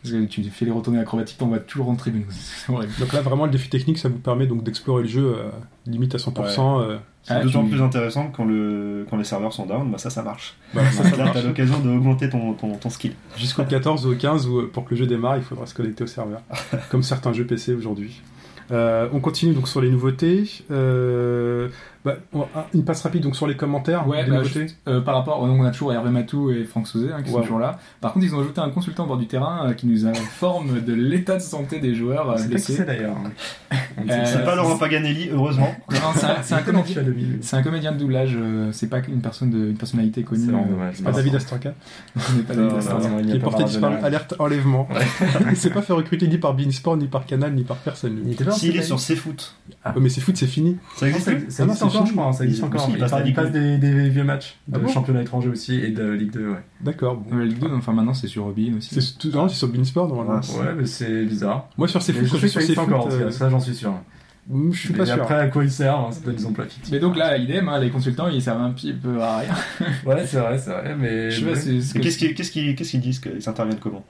S6: Parce que tu fais les retournées acrobatiques, t'envoies toujours en tribune. [laughs] C'est horrible.
S3: Donc là, vraiment, le défi technique, ça vous permet donc d'explorer le jeu euh, limite à 100%. euh,
S5: C'est
S6: Ah,
S5: d'autant
S6: tu-
S5: plus intéressant que quand, le... quand les serveurs sont down, bah ça ça marche.
S3: bah,
S4: [laughs]
S3: ça, ça
S5: Là
S3: marche.
S5: t'as l'occasion d'augmenter ton, ton, ton skill.
S3: Jusqu'au 14 ou au 15, où, euh, pour que le jeu démarre, il faudra se connecter au
S4: [laughs]
S3: serveur, comme certains jeux PC aujourd'hui. Euh, on continue donc sur les nouveautés. Euh, bah, on- ah, une passe rapide donc sur les commentaires.
S6: Ouais,
S3: des
S6: bah,
S3: nouveautés.
S6: Euh, par rapport, donc on a toujours Hervé Matou et Franck Sauzet hein, qui sont
S3: Ouais.
S6: toujours là. Par contre, ils ont ajouté un consultant au bord du terrain euh, qui nous informe de l'état de santé des joueurs euh,
S4: On sait pas qui
S6: blessés.
S4: c'est d'ailleurs. hein. On ne
S6: Euh,
S4: sait
S5: C'est pas
S6: c'est-
S5: Laurent Paganelli, heureusement.
S6: Non, c'est un- [laughs] Ah, c'est un
S4: comment
S6: comédien.
S4: tu as deviné.
S6: C'est un comédien de doublage, euh, c'est pas une personne de, une personnalité connue.
S4: C'est vraiment
S6: euh,
S4: dommage.
S3: Pas David Astrakhan,
S6: on n'est pas
S4: Non,
S6: David
S4: non,
S6: Astrakhan.
S4: non, il y a
S3: qui est
S4: pas
S3: porté
S4: Maradona.
S3: disparu, alerte enlèvement. [laughs] il s'est pas fait recruter ni par Beansport, ni par Canal, ni par personne.
S4: Il
S3: lui.
S4: était pas en
S5: S'il est
S4: Super
S5: sur foot
S4: Ah.
S3: Ouais, mais c'est foot, c'est fini.
S5: ça
S4: Non,
S5: existe
S4: ça,
S5: plus.
S4: ça
S3: Ah non,
S4: existe
S3: c'est
S4: encore,
S3: fini.
S4: je crois. hein, ça existe
S5: Ils-
S4: encore.
S5: aussi, ils
S4: Il,
S5: passent la
S4: passe, des,
S5: Ligue
S4: des vieux matchs
S3: Ah
S4: de
S3: bon
S4: championnat étranger aussi et de Ligue 2. Ouais,
S3: D'accord. bon.
S6: La Ligue 2, enfin maintenant c'est sur Robin aussi.
S3: C'est tout- non, c'est sur Beansport normalement.
S5: Ouais, c'est-
S4: ouais mais c'est bizarre.
S3: Moi sur ces
S4: Mais
S3: foot,
S4: je
S3: je
S4: sais que
S3: suis
S4: ça
S3: sur ces
S4: existe
S3: foot.
S4: encore, en tout
S3: euh,
S4: cas, ça j'en suis sûr.
S3: Je suis
S4: Mais
S3: pas sûr.
S4: après, à quoi ils servent hein, C'est peut-être des emplois fictifs.
S6: Mais donc là, idem, hein, les consultants ils servent un petit peu à rien.
S4: Ouais, c'est vrai, c'est vrai. Mais.
S6: Je sais pas, c'est ce
S5: Mais
S6: que-
S5: Qu'est-ce qu'ils qu'est-ce qu'ils- qu'est-ce qu'ils disent que- Ils interviennent comment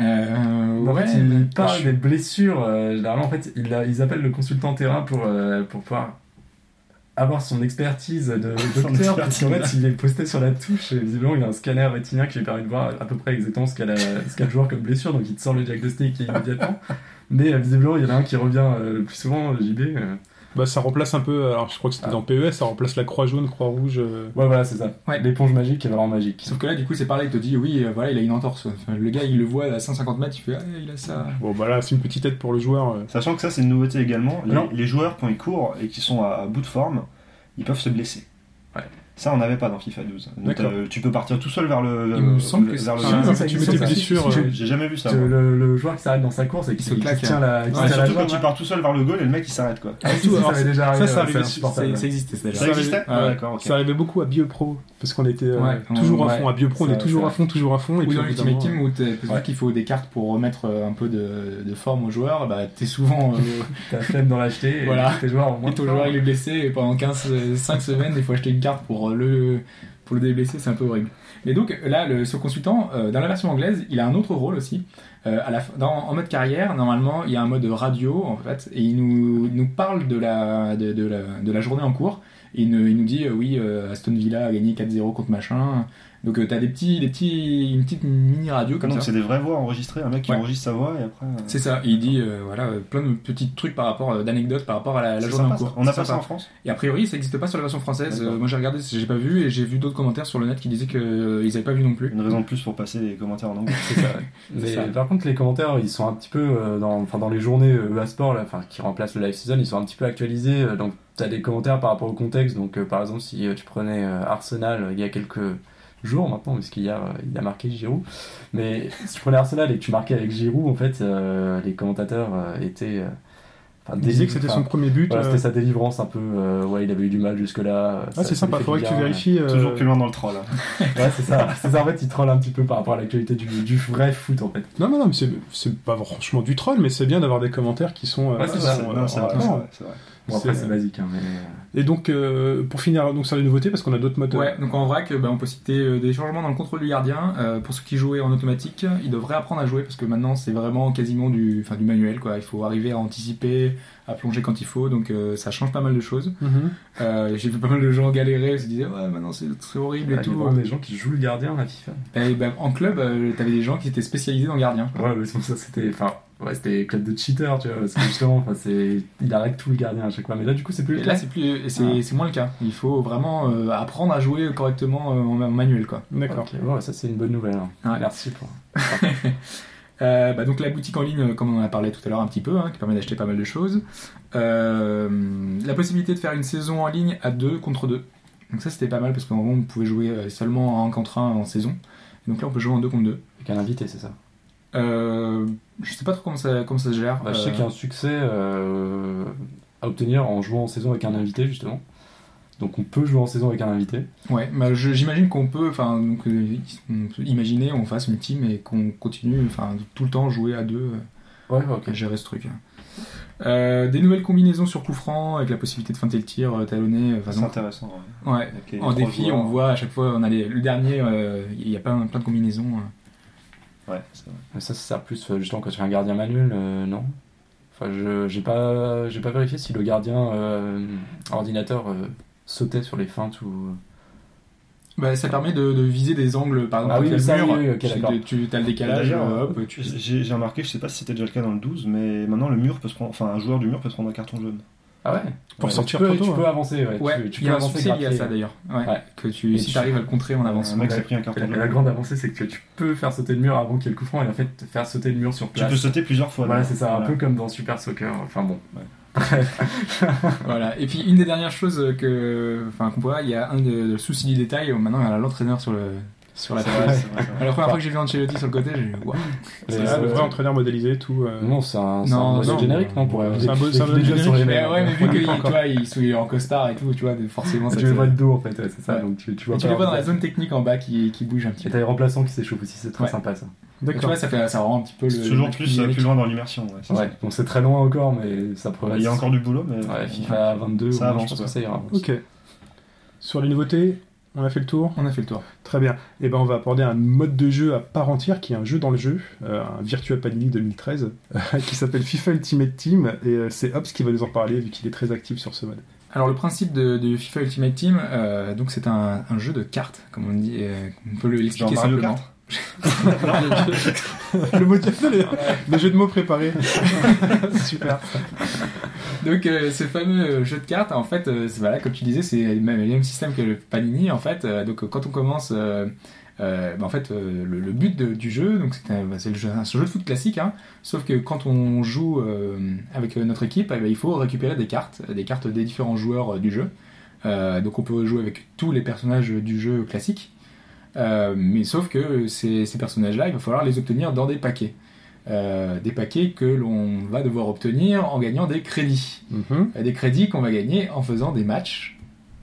S6: Euh,
S4: En
S6: ouais,
S4: fait, ils
S6: bah,
S4: parlent
S6: je-
S4: des blessures. euh, généralement, en fait, ils, ils appellent le consultant terrain pour, euh, pour pouvoir avoir son expertise de docteur, parce qu'en fait, il est posté sur la touche, et visiblement, il a un scanner rétinien qui lui permet de voir à peu près exactement ce qu'a la- ce qu'a le joueur comme blessure, donc il te sort le diagnostic immédiatement. Mais euh, visiblement, il y en a un qui revient euh, le plus souvent, euh, JB. euh.
S3: Bah, ça remplace un peu, alors je crois que c'était
S4: Ah.
S3: dans PES, ça remplace la croix jaune, croix rouge. euh,
S4: Ouais, voilà, c'est ça.
S6: Ouais.
S4: L'éponge magique est vraiment magique.
S6: Sauf que là, du coup, c'est pareil, il te dit, oui, euh, voilà, il a une entorse. Enfin, le gars, il le voit à 150 mètres, il fait, ah, il a ça.
S3: Bon, bah là, c'est une petite aide pour le joueur. euh.
S5: Sachant que ça, c'est une nouveauté également. Les,
S4: Non.
S5: les joueurs, quand ils courent et qu'ils sont à, à bout de forme, ils peuvent se blesser.
S4: Ouais.
S5: Ça, on n'avait pas dans FIFA 12. Donc,
S3: D'accord.
S5: euh, tu peux partir tout seul vers le.
S6: Il me semble que
S5: vers
S6: c'est-
S5: Euh, le-
S6: Ah,
S5: vers
S6: mais
S5: le-
S3: quand
S4: ça
S3: tu mets
S4: existe,
S3: tes
S4: ça.
S3: blessures.
S4: Si,
S3: euh,
S5: J'ai jamais vu ça.
S4: Que
S5: moi.
S4: le, le joueur qui s'arrête dans sa course et qui,
S6: Il se
S4: qui
S6: claque,
S4: tient la, qui
S6: Ouais,
S4: tient la
S5: Surtout quand
S4: jambe,
S5: tu
S4: hein.
S5: pars tout seul vers le goal et le mec il s'arrête quoi.
S4: Ah, si, si,
S3: Alors,
S4: ça m'est déjà
S3: Ça, ça
S4: arrivé,
S3: arrivait,
S4: c'est insupportable.
S6: ça, ça existait, c'est
S5: Ça
S6: déjà.
S5: existait
S6: Ah ouais.
S5: Ah, D'accord, ok.
S3: Ça arrivait beaucoup à BioPro, parce qu'on était euh,
S6: Ouais,
S3: toujours
S6: ouais,
S3: à fond. À BioPro, on
S4: ça-
S3: est toujours
S4: ça-
S3: à fond, toujours à fond. Et
S6: Ou
S3: puis,
S6: dans
S3: au bout d'un
S6: l'Ultimate
S3: moment,
S6: Team où t'es- parce que
S4: Ouais.
S6: vu qu'il faut des cartes pour remettre euh, un peu de, de forme aux joueurs, bah t'es souvent. Euh,
S4: T'as la flemme d'en acheter et
S6: Voilà.
S4: tes joueurs au moins.
S6: ton joueur il est blessé et pendant 15, euh, 5 semaines il faut acheter une carte pour euh, le, pour le déblesser, c'est un peu horrible. Mais donc là, le, ce consultant, euh, dans la version anglaise, il a un autre rôle aussi. Euh, à la, fin- dans, en mode carrière, normalement il y a un mode radio en fait et il nous, il nous parle de la, de, de la, de la journée en cours. Et Il, ne- il nous dit euh, oui, euh, Aston Villa a gagné 4-0 contre machin. Donc euh, t'as des petits, des petits, une petite mini radio comme ça.
S5: Donc c'est des vraies voix enregistrées, un mec qui
S6: Ouais.
S5: enregistre sa voix et après. euh,
S6: C'est ça, il dit euh, voilà euh, plein de petits trucs par rapport euh, d'anecdotes par rapport à la, la
S5: c'est
S6: journée
S5: sympa,
S6: en cours.
S5: ça. On a
S6: C'est
S5: pas ça
S6: sympa.
S5: en France
S6: Et a priori, ça n'existe pas sur la version française.
S5: D'accord.
S6: Euh, moi j'ai regardé, j'ai pas vu et j'ai vu d'autres commentaires sur le net qui disaient que euh, ils avaient pas vu non plus.
S5: Une raison de plus pour passer les commentaires en anglais.
S6: C'est ça.
S4: Mais
S6: Ça.
S4: par contre, les commentaires, ils sont un petit peu euh, dans, enfin, dans les journées euh, EA Sport, là, enfin, qui remplacent le live season, ils sont un petit peu actualisés. euh, donc, t'as des commentaires par rapport au contexte. Donc, euh, par exemple, si euh, tu prenais euh, Arsenal euh, il y a quelques jours maintenant, parce qu'il y a, euh, il a marqué Giroud. Mais si tu prenais Arsenal et que tu marquais avec Giroud, en fait, euh, les commentateurs euh, étaient. euh, enfin,
S3: Il disait
S4: délivre-
S3: que c'était
S4: enfin,
S3: son premier but.
S4: voilà,
S3: euh,
S4: c'était sa délivrance un peu. euh, ouais, il avait eu du mal jusque-là. euh,
S3: Ah,
S4: ça- ça
S3: c'est
S4: lui
S3: sympa,
S4: fait du
S3: faudrait que tu
S4: bien, euh.
S3: vérifies. euh,
S5: Toujours plus loin dans le troll. hein.
S4: Ouais, c'est ça. C'est ça, en fait, il troll un petit peu par rapport à l'actualité du, du vrai foot, en fait.
S3: Non, non, non, mais c'est- c'est pas franchement du troll, mais c'est bien d'avoir des commentaires qui sont. euh,
S4: Ouais, c'est
S3: qui
S4: ça.
S3: sont, euh,
S5: Non, c'est
S3: en
S5: vrai, c'est
S3: rapport.
S5: vrai, c'est vrai.
S4: Bon, après,
S3: C'est-
S4: c'est basique, hein, mais.
S3: Et donc, euh, pour finir, donc, sur les nouveautés, parce qu'on a d'autres modes.
S6: Ouais, donc en vrac, euh, bah, on peut citer euh, des changements dans le contrôle du gardien. Euh, pour ceux qui jouaient en automatique, ils devraient apprendre à jouer parce que maintenant c'est vraiment quasiment du, enfin, du manuel. Quoi. Il faut arriver à anticiper, à plonger quand il faut, donc euh, ça change pas mal de choses.
S3: Mhm.
S6: Euh, j'ai vu pas mal de gens galérer, ils se disaient ouais maintenant c'est c'est horrible et
S4: Ah, il y a
S6: tout.
S4: vraiment des gens qui jouent le gardien à FIFA.
S6: Et ben, en club, euh, t'avais des gens qui étaient spécialisés dans le gardien.
S4: Ouais, mais c'est pour ça que c'était. Enfin, ouais, c'était club de cheaters, tu vois. Parce que justement, enfin, c'est. Il arrête tout le gardien à chaque fois. Mais là, Ah. du coup, c'est plus.
S6: Et
S4: le
S6: là,
S4: cas.
S6: c'est plus, c'est, c'est moins le cas. Il faut vraiment euh, apprendre à jouer correctement euh, en, en manuel, quoi. [laughs]
S3: D'accord.
S4: Ok, ouais, ça, c'est une bonne nouvelle. hein.
S6: Ouais.
S4: Merci pour.
S6: Euh, bah, donc la boutique en ligne, euh, comme on en a parlé tout à l'heure un petit peu, hein, qui permet d'acheter pas mal de choses. Euh, la possibilité de faire une saison en ligne à 2 contre 2. Donc ça, c'était pas mal parce qu'en gros, on pouvait jouer euh, seulement en 1 contre 1 en saison. donc là, on peut jouer en 2 contre 2.
S4: Avec un invité, c'est ça.
S6: Euh, je sais pas trop comment ça, comment ça se gère.
S4: Bah, je sais
S6: Euh,
S4: qu'il y a un succès euh, à obtenir en jouant en saison avec un invité, justement. Donc, on peut jouer en saison avec un invité.
S6: Ouais, bah, je- j'imagine qu'on peut, enfin, donc, euh, on peut imaginer, on fasse une team et qu'on continue, enfin, tout le temps jouer à deux,
S4: Ouais, ok.
S6: euh, gérer ce truc. Euh, des nouvelles combinaisons sur coup franc avec la possibilité de feinter le tir, euh, talonner, euh, enfin,
S5: C'est
S6: donc,
S5: intéressant. ouais.
S6: ouais.
S5: Avec les
S6: En
S5: trois
S6: défi,
S5: joueurs.
S6: on voit à chaque fois, on a les- le dernier, euh, il y a plein, plein de combinaisons. euh.
S5: Ouais, c'est vrai.
S4: Mais ça, ça sert plus euh, justement quand tu as un gardien manuel, euh, non Enfin, je j'ai pas, j'ai pas vérifié si le gardien euh, ordinateur euh, sautait sur les feintes ou. euh,
S6: Bah, ça permet de, de viser des angles, par exemple,
S4: Ah oui,
S6: quand il y a
S4: ça,
S6: le mur,
S4: oui, oui, ok,
S6: tu-
S4: d'accord. Bah, hein.
S6: tu, as le décalage,
S5: D'ailleurs,
S6: euh, hop, tu...
S5: J'ai j'ai remarqué, je sais pas si c'était déjà le cas dans le 12, mais maintenant le mur peut se prendre, enfin un joueur du mur peut se prendre un carton jaune.
S4: Ah ouais
S3: Pour
S5: Ouais,
S4: Tu
S3: sortir hein.
S4: peux,
S3: trop
S4: tu
S3: tôt.
S4: peux avancer, ouais.
S6: Ouais,
S4: tu, tu
S6: il y
S4: peux
S6: a un
S4: avancer
S6: succès lié à
S4: gratuit.
S6: ça d'ailleurs. Ouais,
S4: Ouais.
S6: Que tu,
S4: Et
S6: si
S4: tu-
S6: t'arrives à le contrer en avance.
S5: Un mec s'est pris un carton
S4: La,
S5: jaune.
S4: la grande avancée, c'est que tu peux faire sauter le mur avant qu'il y ait le coup franc et en fait te faire sauter le mur sur
S5: Tu
S4: place.
S5: peux sauter plusieurs fois.
S4: Voilà,
S5: d'ailleurs.
S4: c'est ça, un
S5: Voilà.
S4: peu comme dans Super Soccer. Enfin bon.
S6: Voilà. Et puis une des dernières choses que, enfin, qu'on voit, il y a un de, de souci du détail. Maintenant, il y a l'entraîneur sur le sur la
S5: C'est
S6: table.
S5: vrai, c'est vrai, c'est vrai.
S6: Alors, La première fois que j'ai vu Ancelotti sur le côté, j'ai dit waouh.
S3: C'est
S4: Mais,
S3: là, le
S4: euh,
S3: vrai entraîneur modélisé, tout. euh,
S4: Non, c'est un, c'est
S6: Non,
S4: un modèle
S6: non.
S4: générique, non pour,
S3: C'est un bo- c'est un
S4: les-
S3: modèle
S4: les jeux sur les
S3: générique,
S6: Mais
S4: mêmes.
S6: ouais, mais vu
S3: On
S6: que
S3: est
S6: il-
S3: pas
S6: tu
S3: encore.
S6: vois, il, sou- il est en costard et tout, tu vois, de- forcément. ça
S4: Ah, Tu
S6: te-
S4: les vois de dos en fait, ouais, c'est ça.
S6: Ouais.
S4: Donc tu, tu vois
S6: Et tu
S4: pas
S6: les vois dans
S4: leur tête.
S6: la zone technique en bas qui, qui bouge un
S4: Et
S6: petit peu.
S4: t'as les remplaçants qui s'échauffent aussi, c'est très
S6: Ouais.
S4: sympa ça.
S6: Et tu
S3: D'accord.
S6: vois, ça fait ça rend un petit peu le.
S5: C'est toujours
S6: le-
S5: plus, euh,
S6: le-
S5: plus loin dans l'immersion. ouais, c'est
S4: Ouais, bon, c'est très loin encore, mais ça
S5: ça.
S4: progresse.
S5: Il y a encore du boulot, mais.
S4: Ouais, FIFA 22,
S5: Ça
S4: au moins,
S5: avance,
S4: je pense
S5: quoi.
S4: que ça ira.
S3: Ok. Sur les nouveautés, on a fait le tour.
S6: On a fait le tour.
S3: Très bien. Et ben on va aborder un mode de jeu à part entière qui est un jeu dans le jeu, euh, un Virtua Panini [laughs] 2013, qui s'appelle FIFA Ultimate Team. Et euh, c'est Hobbs qui va nous en parler vu qu'il est très actif sur ce mode.
S6: Alors le principe de, du FIFA Ultimate Team, euh, donc c'est un, un jeu de cartes, comme on dit, euh, on peut le- l'expliquer
S5: Mario
S6: simplement.
S3: Le mot le jeu de mots
S6: [laughs]
S3: préparé. Super.
S6: Donc euh, ce fameux euh, jeu de cartes, en fait, euh, c'est- voilà, comme tu disais, c'est le même, le même système que le Panini, en fait. Euh, donc euh, quand on commence, euh, euh, bah, en fait, euh, le, le but de- du jeu, donc c'est un, bah, c'est le jeu, un jeu de foot classique, hein, sauf que quand on joue euh, avec euh, notre équipe, eh ben, il faut récupérer des cartes, euh, des cartes des différents joueurs euh, du jeu. Euh, donc on peut jouer avec tous les personnages du jeu classique. Euh, mais sauf que ces, ces personnages-là, il va falloir les obtenir dans des paquets. Euh, des paquets que l'on va devoir obtenir en gagnant des crédits
S3: Mhm.
S6: des crédits qu'on va gagner en faisant des matchs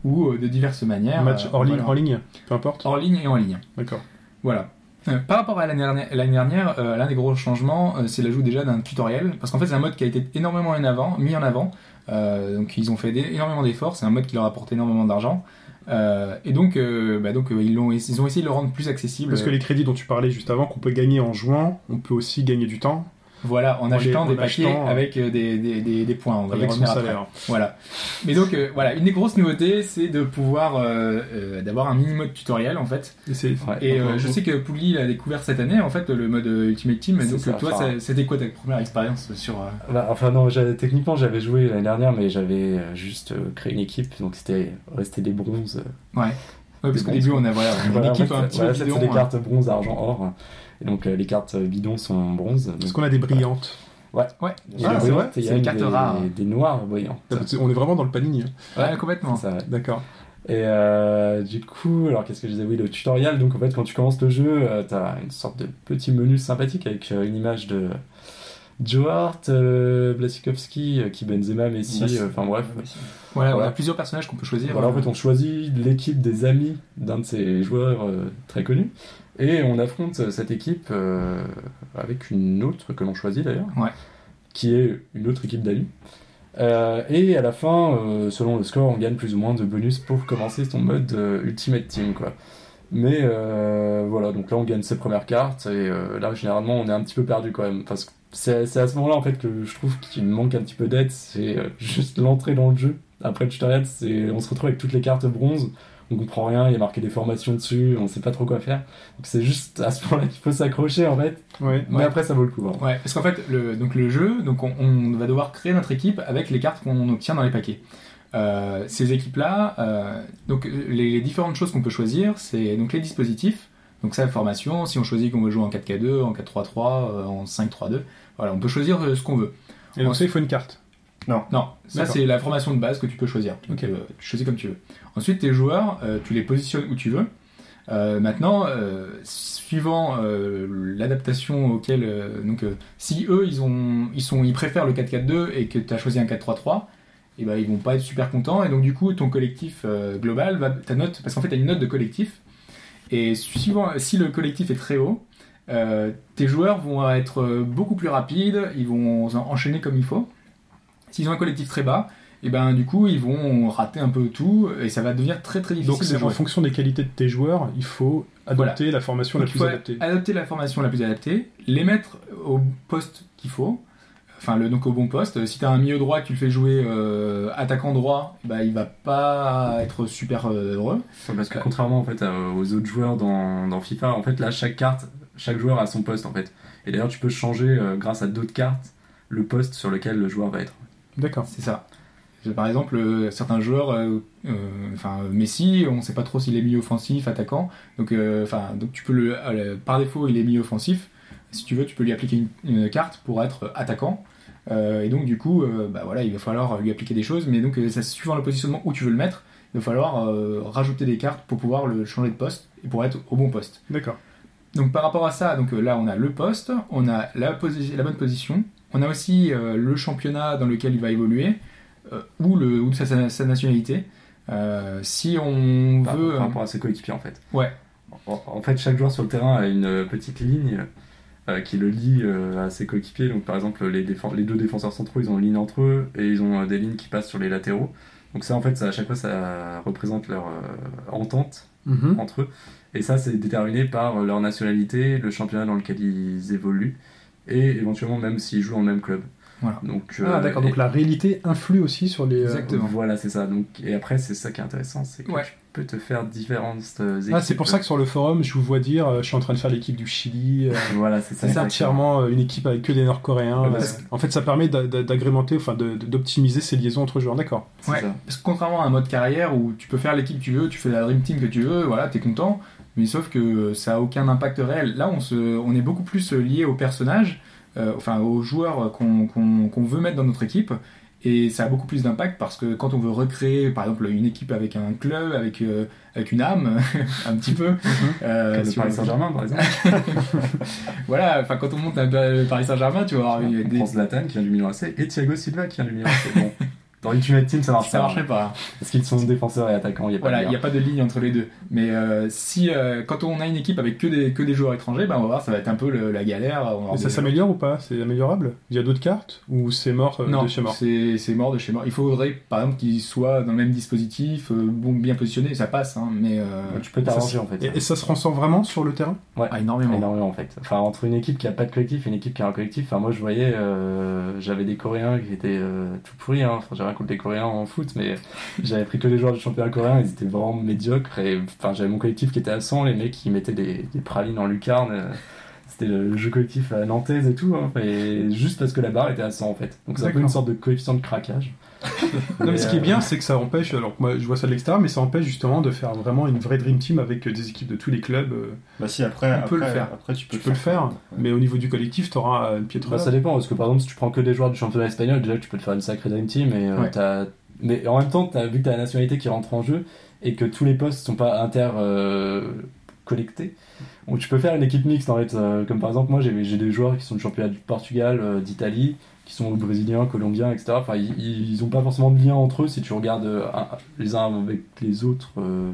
S6: ou euh, de diverses manières.
S3: Match
S6: euh,
S3: hors ligne,
S6: voilà. Oh.
S3: en ligne, peu importe.
S6: Hors ligne et en ligne.
S3: D'accord.
S6: Voilà. Euh, Par rapport à l'année dernière, l'année dernière, euh, l'un des gros changements, euh, c'est l'ajout déjà d'un tutoriel, parce qu'en fait c'est un mode qui a été énormément en avant, mis en avant, Euh, donc ils ont fait des- énormément d'efforts, c'est un mode qui leur a apporté énormément d'argent, Euh, et donc, euh, bah, donc euh, ils, l'ont- ils ont essayé de le rendre plus accessible,
S3: Parce que les crédits dont tu parlais juste avant, qu'on peut gagner en jouant, on peut aussi gagner du temps
S6: voilà, en
S3: les-
S6: achetant
S3: en
S6: des paquets
S3: achetant, euh,
S6: avec euh, des, des- des- des points, on va y
S3: avec son
S6: revenir après.
S3: salaire.
S6: Voilà. Mais donc euh, voilà, une des grosses nouveautés, c'est de pouvoir euh, euh, d'avoir un mini mode tutoriel en fait.
S3: Et c'est
S6: Et euh, je sais que Pouli l'a découvert cette année en fait le mode euh, Ultimate Team.
S4: C'est
S6: Donc
S4: ça,
S6: euh, toi,
S4: enfin-
S6: ça- c'était quoi ta première expérience sur euh,
S4: Bah, enfin non, j'avais- techniquement j'avais joué l'année dernière, mais j'avais euh, juste euh, créé une équipe, donc c'était resté des bronzes.
S6: ouais, parce
S4: C'est
S6: qu'au
S4: bon,
S6: début on a voilà, on a
S4: Voilà,
S6: une équipe
S4: en fait,
S6: un petit
S4: voilà,
S6: peu
S4: c'est
S6: bidon,
S4: des
S6: hein.
S4: cartes bronze, argent, or. Et donc euh, les cartes bidons sont bronzes.
S3: Parce
S4: Donc,
S3: qu'on a des brillantes.
S6: Ouais,
S4: il y a
S3: Ah,
S4: des
S3: c'est
S4: brillantes
S3: vrai
S4: et il y
S6: C'est
S4: a
S6: des
S4: des
S6: cartes rares.
S4: Des, noirs voyants.
S3: On est vraiment dans le hein. panini.
S6: ouais, complètement.
S3: D'accord.
S4: Et euh, du coup, alors qu'est-ce que je disais Oui, le tutoriel. Donc en fait, quand tu commences le jeu, euh, t'as une sorte de petit menu sympathique avec euh, une image de Joe Hart, euh, Blasikowski, euh, qui Benzema, Messi,
S5: Messi.
S4: euh, enfin bref.
S6: Voilà, on a
S4: Voilà.
S6: plusieurs personnages qu'on peut choisir. euh, hein.
S4: Voilà, en fait, on choisit l'équipe des amis d'un de ces joueurs euh, très connus et on affronte euh, cette équipe euh, avec une autre que l'on choisit d'ailleurs,
S6: Ouais.
S4: qui est une autre équipe d'amis. Euh, et à la fin, euh, selon le score, on gagne plus ou moins de bonus pour commencer son mode euh, Ultimate Team, quoi. Mais euh, voilà, donc là on gagne ses premières cartes et euh, là généralement on est un petit peu perdu quand même parce que c'est c'est à ce moment-là en fait que je trouve qu'il me manque un petit peu d'aide, c'est euh, [laughs] juste l'entrée dans le jeu. Après le tutoriel, c'est on se retrouve avec toutes les cartes bronze, on comprend rien, il y a marqué des formations dessus, on sait pas trop quoi faire. Donc c'est juste à ce moment-là qu'il faut s'accrocher en fait.
S3: Ouais.
S4: Mais
S6: Ouais.
S4: après ça vaut le coup. hein.
S6: Ouais, parce qu'en fait, le, donc le jeu, donc on, on va devoir créer notre équipe avec les cartes qu'on obtient dans les paquets. Euh, ces équipes-là, euh, donc les, les différentes choses qu'on peut choisir, c'est donc les dispositifs. Donc ça, la formation, si on choisit qu'on veut jouer en 4K2, en 4-3-3, euh, en 5-3-2, voilà, on peut choisir euh, ce qu'on veut.
S3: Et donc ça, il faut une carte.
S6: Non, ça
S3: D'accord.
S6: c'est la formation de base que tu peux choisir. Donc,
S3: Ok.
S6: euh, tu choisis comme tu veux. Ensuite, tes joueurs, euh, tu les positionnes où tu veux. Euh, maintenant, euh, suivant euh, l'adaptation auquel. euh, donc, euh, si eux, ils, ont, ils, sont, ils préfèrent le 4-4-2 et que tu as choisi un 4-3-3, et ben, ils vont pas être super contents. Et donc, du coup, ton collectif euh, global, va, ta note, parce qu'en fait, tu as une note de collectif. Et suivant, si le collectif est très haut, euh, tes joueurs vont être euh, beaucoup plus rapides, ils vont en- enchaîner comme il faut. S'ils ont un collectif très bas, et ben du coup ils vont rater un peu tout et ça va devenir très très difficile
S3: Donc
S6: de
S3: c'est en
S6: jouer.
S3: fonction des qualités de tes joueurs, il faut adopter la formation la
S6: Donc, il
S3: plus
S6: faut
S3: adaptée.
S6: adapter la formation la plus adaptée, les mettre au poste qu'il faut, enfin le, donc au bon poste. Si tu as un milieu droit, tu le fais jouer euh, attaquant droit, bah, il va pas être super euh, heureux.
S4: Ouais, parce que contrairement en fait à- aux autres joueurs dans, dans FIFA, en fait là chaque carte, chaque joueur a son poste en fait. Et d'ailleurs tu peux changer euh, grâce à d'autres cartes le poste sur lequel le joueur va être.
S3: D'accord.
S6: C'est ça. Je- Par exemple, euh, certains joueurs, euh, euh, enfin Messi, on ne sait pas trop s'il est milieu offensif, attaquant. Donc, euh, enfin, donc tu peux le, euh, par défaut, il est milieu offensif. Si tu veux, tu peux lui appliquer une, une carte pour être attaquant. Euh, et donc du coup, euh, bah voilà, il va falloir lui appliquer des choses. Mais donc, euh, ça, suivant le positionnement où tu veux le mettre, il va falloir euh, rajouter des cartes pour pouvoir le changer de poste et pour être au bon poste.
S3: D'accord.
S6: Donc par rapport à ça, donc euh, là on a le poste, on a la, posi- la bonne position, on a aussi euh, le championnat dans lequel il va évoluer euh, ou le ou sa, sa- sa nationalité. Euh, si on
S4: Par,
S6: veut,
S4: par rapport à ses coéquipiers en fait.
S6: Ouais.
S4: En, en fait chaque joueur sur le terrain a une euh, petite ligne euh, qui le lie euh, à ses coéquipiers. Donc par exemple les, défen- les deux défenseurs centraux ils ont une ligne entre eux et ils ont euh, des lignes qui passent sur les latéraux. Donc ça en fait ça, à chaque fois ça représente leur euh, entente
S3: Mhm.
S4: entre eux. Et ça, c'est déterminé par euh, leur nationalité, le championnat dans lequel ils évoluent, et éventuellement même s'ils jouent en même club.
S6: Voilà.
S4: Donc,
S3: Ah,
S4: euh,
S3: d'accord. Donc
S4: et-
S3: la réalité influe aussi sur les. euh,
S6: Exactement.
S4: Voilà, c'est ça. Donc, et après, c'est ça qui est intéressant, c'est que
S6: Ouais.
S4: tu peux te faire différentes euh, équipes.
S3: Ah, c'est pour ça que sur le forum, je vous vois dire, euh, je suis en train de faire l'équipe du Chili. euh,
S4: Voilà, c'est ça.
S3: C'est entièrement euh, une équipe avec que des Nord-Coréens.
S6: Ouais,
S3: euh,
S6: parce
S3: En fait, ça permet d'a- d'a- d'agrémenter, enfin de- de- d'optimiser ces liaisons entre joueurs. D'accord.
S4: C'est
S6: Ouais,
S4: ça.
S6: parce que contrairement à un mode carrière où tu peux faire l'équipe que tu veux, tu fais la dream team que tu veux, voilà, t'es content, mais sauf que euh, ça a aucun impact réel. Là, on, se, on est beaucoup plus euh, lié au personnage, euh, enfin aux joueurs qu'on qu'on- qu'on veut mettre dans notre équipe, et ça a beaucoup plus d'impact parce que quand on veut recréer, par exemple, une équipe avec un club, avec, euh, avec une âme, [laughs] un
S4: [laughs]
S6: petit peu, euh,
S4: Comme le
S6: si on
S4: Paris
S6: veut-
S4: Saint-Germain, par exemple.
S6: voilà, enfin quand on monte un euh, Paris Saint-Germain, tu vas avoir
S4: On
S6: une- des-
S4: prend Zlatan qui vient du Milan AC et Thiago Silva qui vient du Milan AC. Bon, dans Ultimate Team, ça marche
S6: ça
S4: pas.
S6: marcherait pas.
S4: Parce qu'ils sont défenseurs et attaquants, il n'y a pas
S6: Voilà,
S4: de
S6: il
S4: lien.
S6: n'y a pas de ligne entre les deux. Mais euh, si euh, quand on a une équipe avec que des, que des joueurs étrangers, ben, on va voir, ça va être un peu le- la galère. on va avoir
S3: Et ça
S6: des-
S3: s'améliore ou pas C'est améliorable Il y a d'autres cartes Ou c'est mort euh,
S6: non,
S3: de chez mort
S6: c'est c'est mort de chez mort. Il faudrait, par exemple, qu'ils soient dans le même dispositif, euh, bon, bien positionnés, ça passe, hein, mais euh,
S4: Donc, Tu peux t'arranger en fait.
S3: et, et ça se ressent vraiment sur le terrain
S4: Ouais.
S6: ah, énormément.
S4: énormément en fait. Enfin, entre une équipe qui a pas de collectif et une équipe qui a un collectif, enfin, moi je voyais, euh, j'avais des Coréens qui étaient euh, tout pourris, hein. enfin, j'avais un contre des Coréens en foot, mais j'avais pris que des joueurs du championnat coréen, ils étaient vraiment médiocres, et enfin, j'avais mon collectif qui était absent, les mecs qui mettaient des, des pralines en lucarne, euh, c'était le jeu collectif à nantaise et tout, hein. et juste parce que la barre était à 100 en fait. Donc c'est un peu
S3: D'accord.
S4: une sorte de coefficient de craquage.
S3: Non, mais ce qui est
S4: euh,
S3: bien, c'est que ça empêche, alors que moi je vois ça de l'extérieur, mais ça empêche justement de faire vraiment une vraie Dream Team avec euh, des équipes de tous les clubs. euh,
S5: Bah si, après,
S3: On peut
S5: après,
S3: le faire.
S5: après, tu peux,
S3: Tu peux le faire, mais au niveau du collectif, t'auras euh, une piètre.
S4: Bah, ça dépend, parce que par exemple, si tu prends que des joueurs du championnat espagnol, déjà tu peux te faire une sacrée Dream Team, et, euh,
S6: Ouais.
S4: t'as- mais en même temps, t'as, vu que tu as la nationalité qui rentre en jeu et que tous les postes sont pas interconnectés, donc tu peux faire une équipe mixte en fait. Euh, comme par exemple, moi j'ai, j'ai des joueurs qui sont du championnat du Portugal, euh, d'Italie, qui sont brésiliens, colombiens, etc. Enfin, ils ils ont pas forcément de lien entre eux si tu regardes euh, un- les uns avec les autres. euh,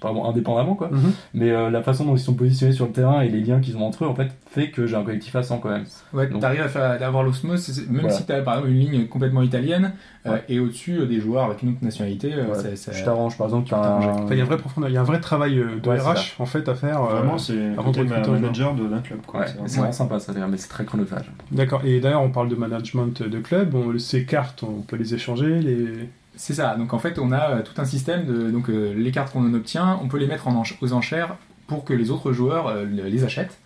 S4: Pardon, indépendamment quoi,
S3: Mhm.
S4: mais euh, la façon dont ils sont positionnés sur le terrain et les liens qu'ils ont entre eux en fait fait que j'ai un collectif à 100 quand même.
S6: Ouais,
S4: Donc-
S6: t'arrives à, faire- à avoir l'osmose, c'est- c'est- même
S4: Voilà.
S6: si t'as par exemple une ligne complètement italienne euh,
S4: Ouais.
S6: et au-dessus euh, des joueurs avec une autre nationalité, euh,
S4: Voilà.
S6: ça- ça-
S4: Tu t'arranges, par exemple, t'as
S6: t'arranges.
S4: un...
S3: Enfin, il y a un vrai profondeur, il y a un vrai travail euh, de
S4: Ouais, c'est
S3: RH en fait à faire. euh,
S5: Vraiment, c'est
S3: avant de
S5: côté ma-
S3: recruter un joueur.
S5: manager de- d'un club. Quoi.
S4: Ouais,
S5: C'est
S4: c'est
S5: vraiment-
S4: vraiment sympa ça d'ailleurs, mais c'est très chronophage.
S3: D'accord. Et d'ailleurs, on parle de management de club. On, ces cartes, on peut les échanger. Les...
S6: C'est ça. Donc en fait, on a euh, tout un système de donc euh, les cartes qu'on en obtient, on peut les mettre en ench- aux enchères pour que les autres joueurs euh, le- les achètent.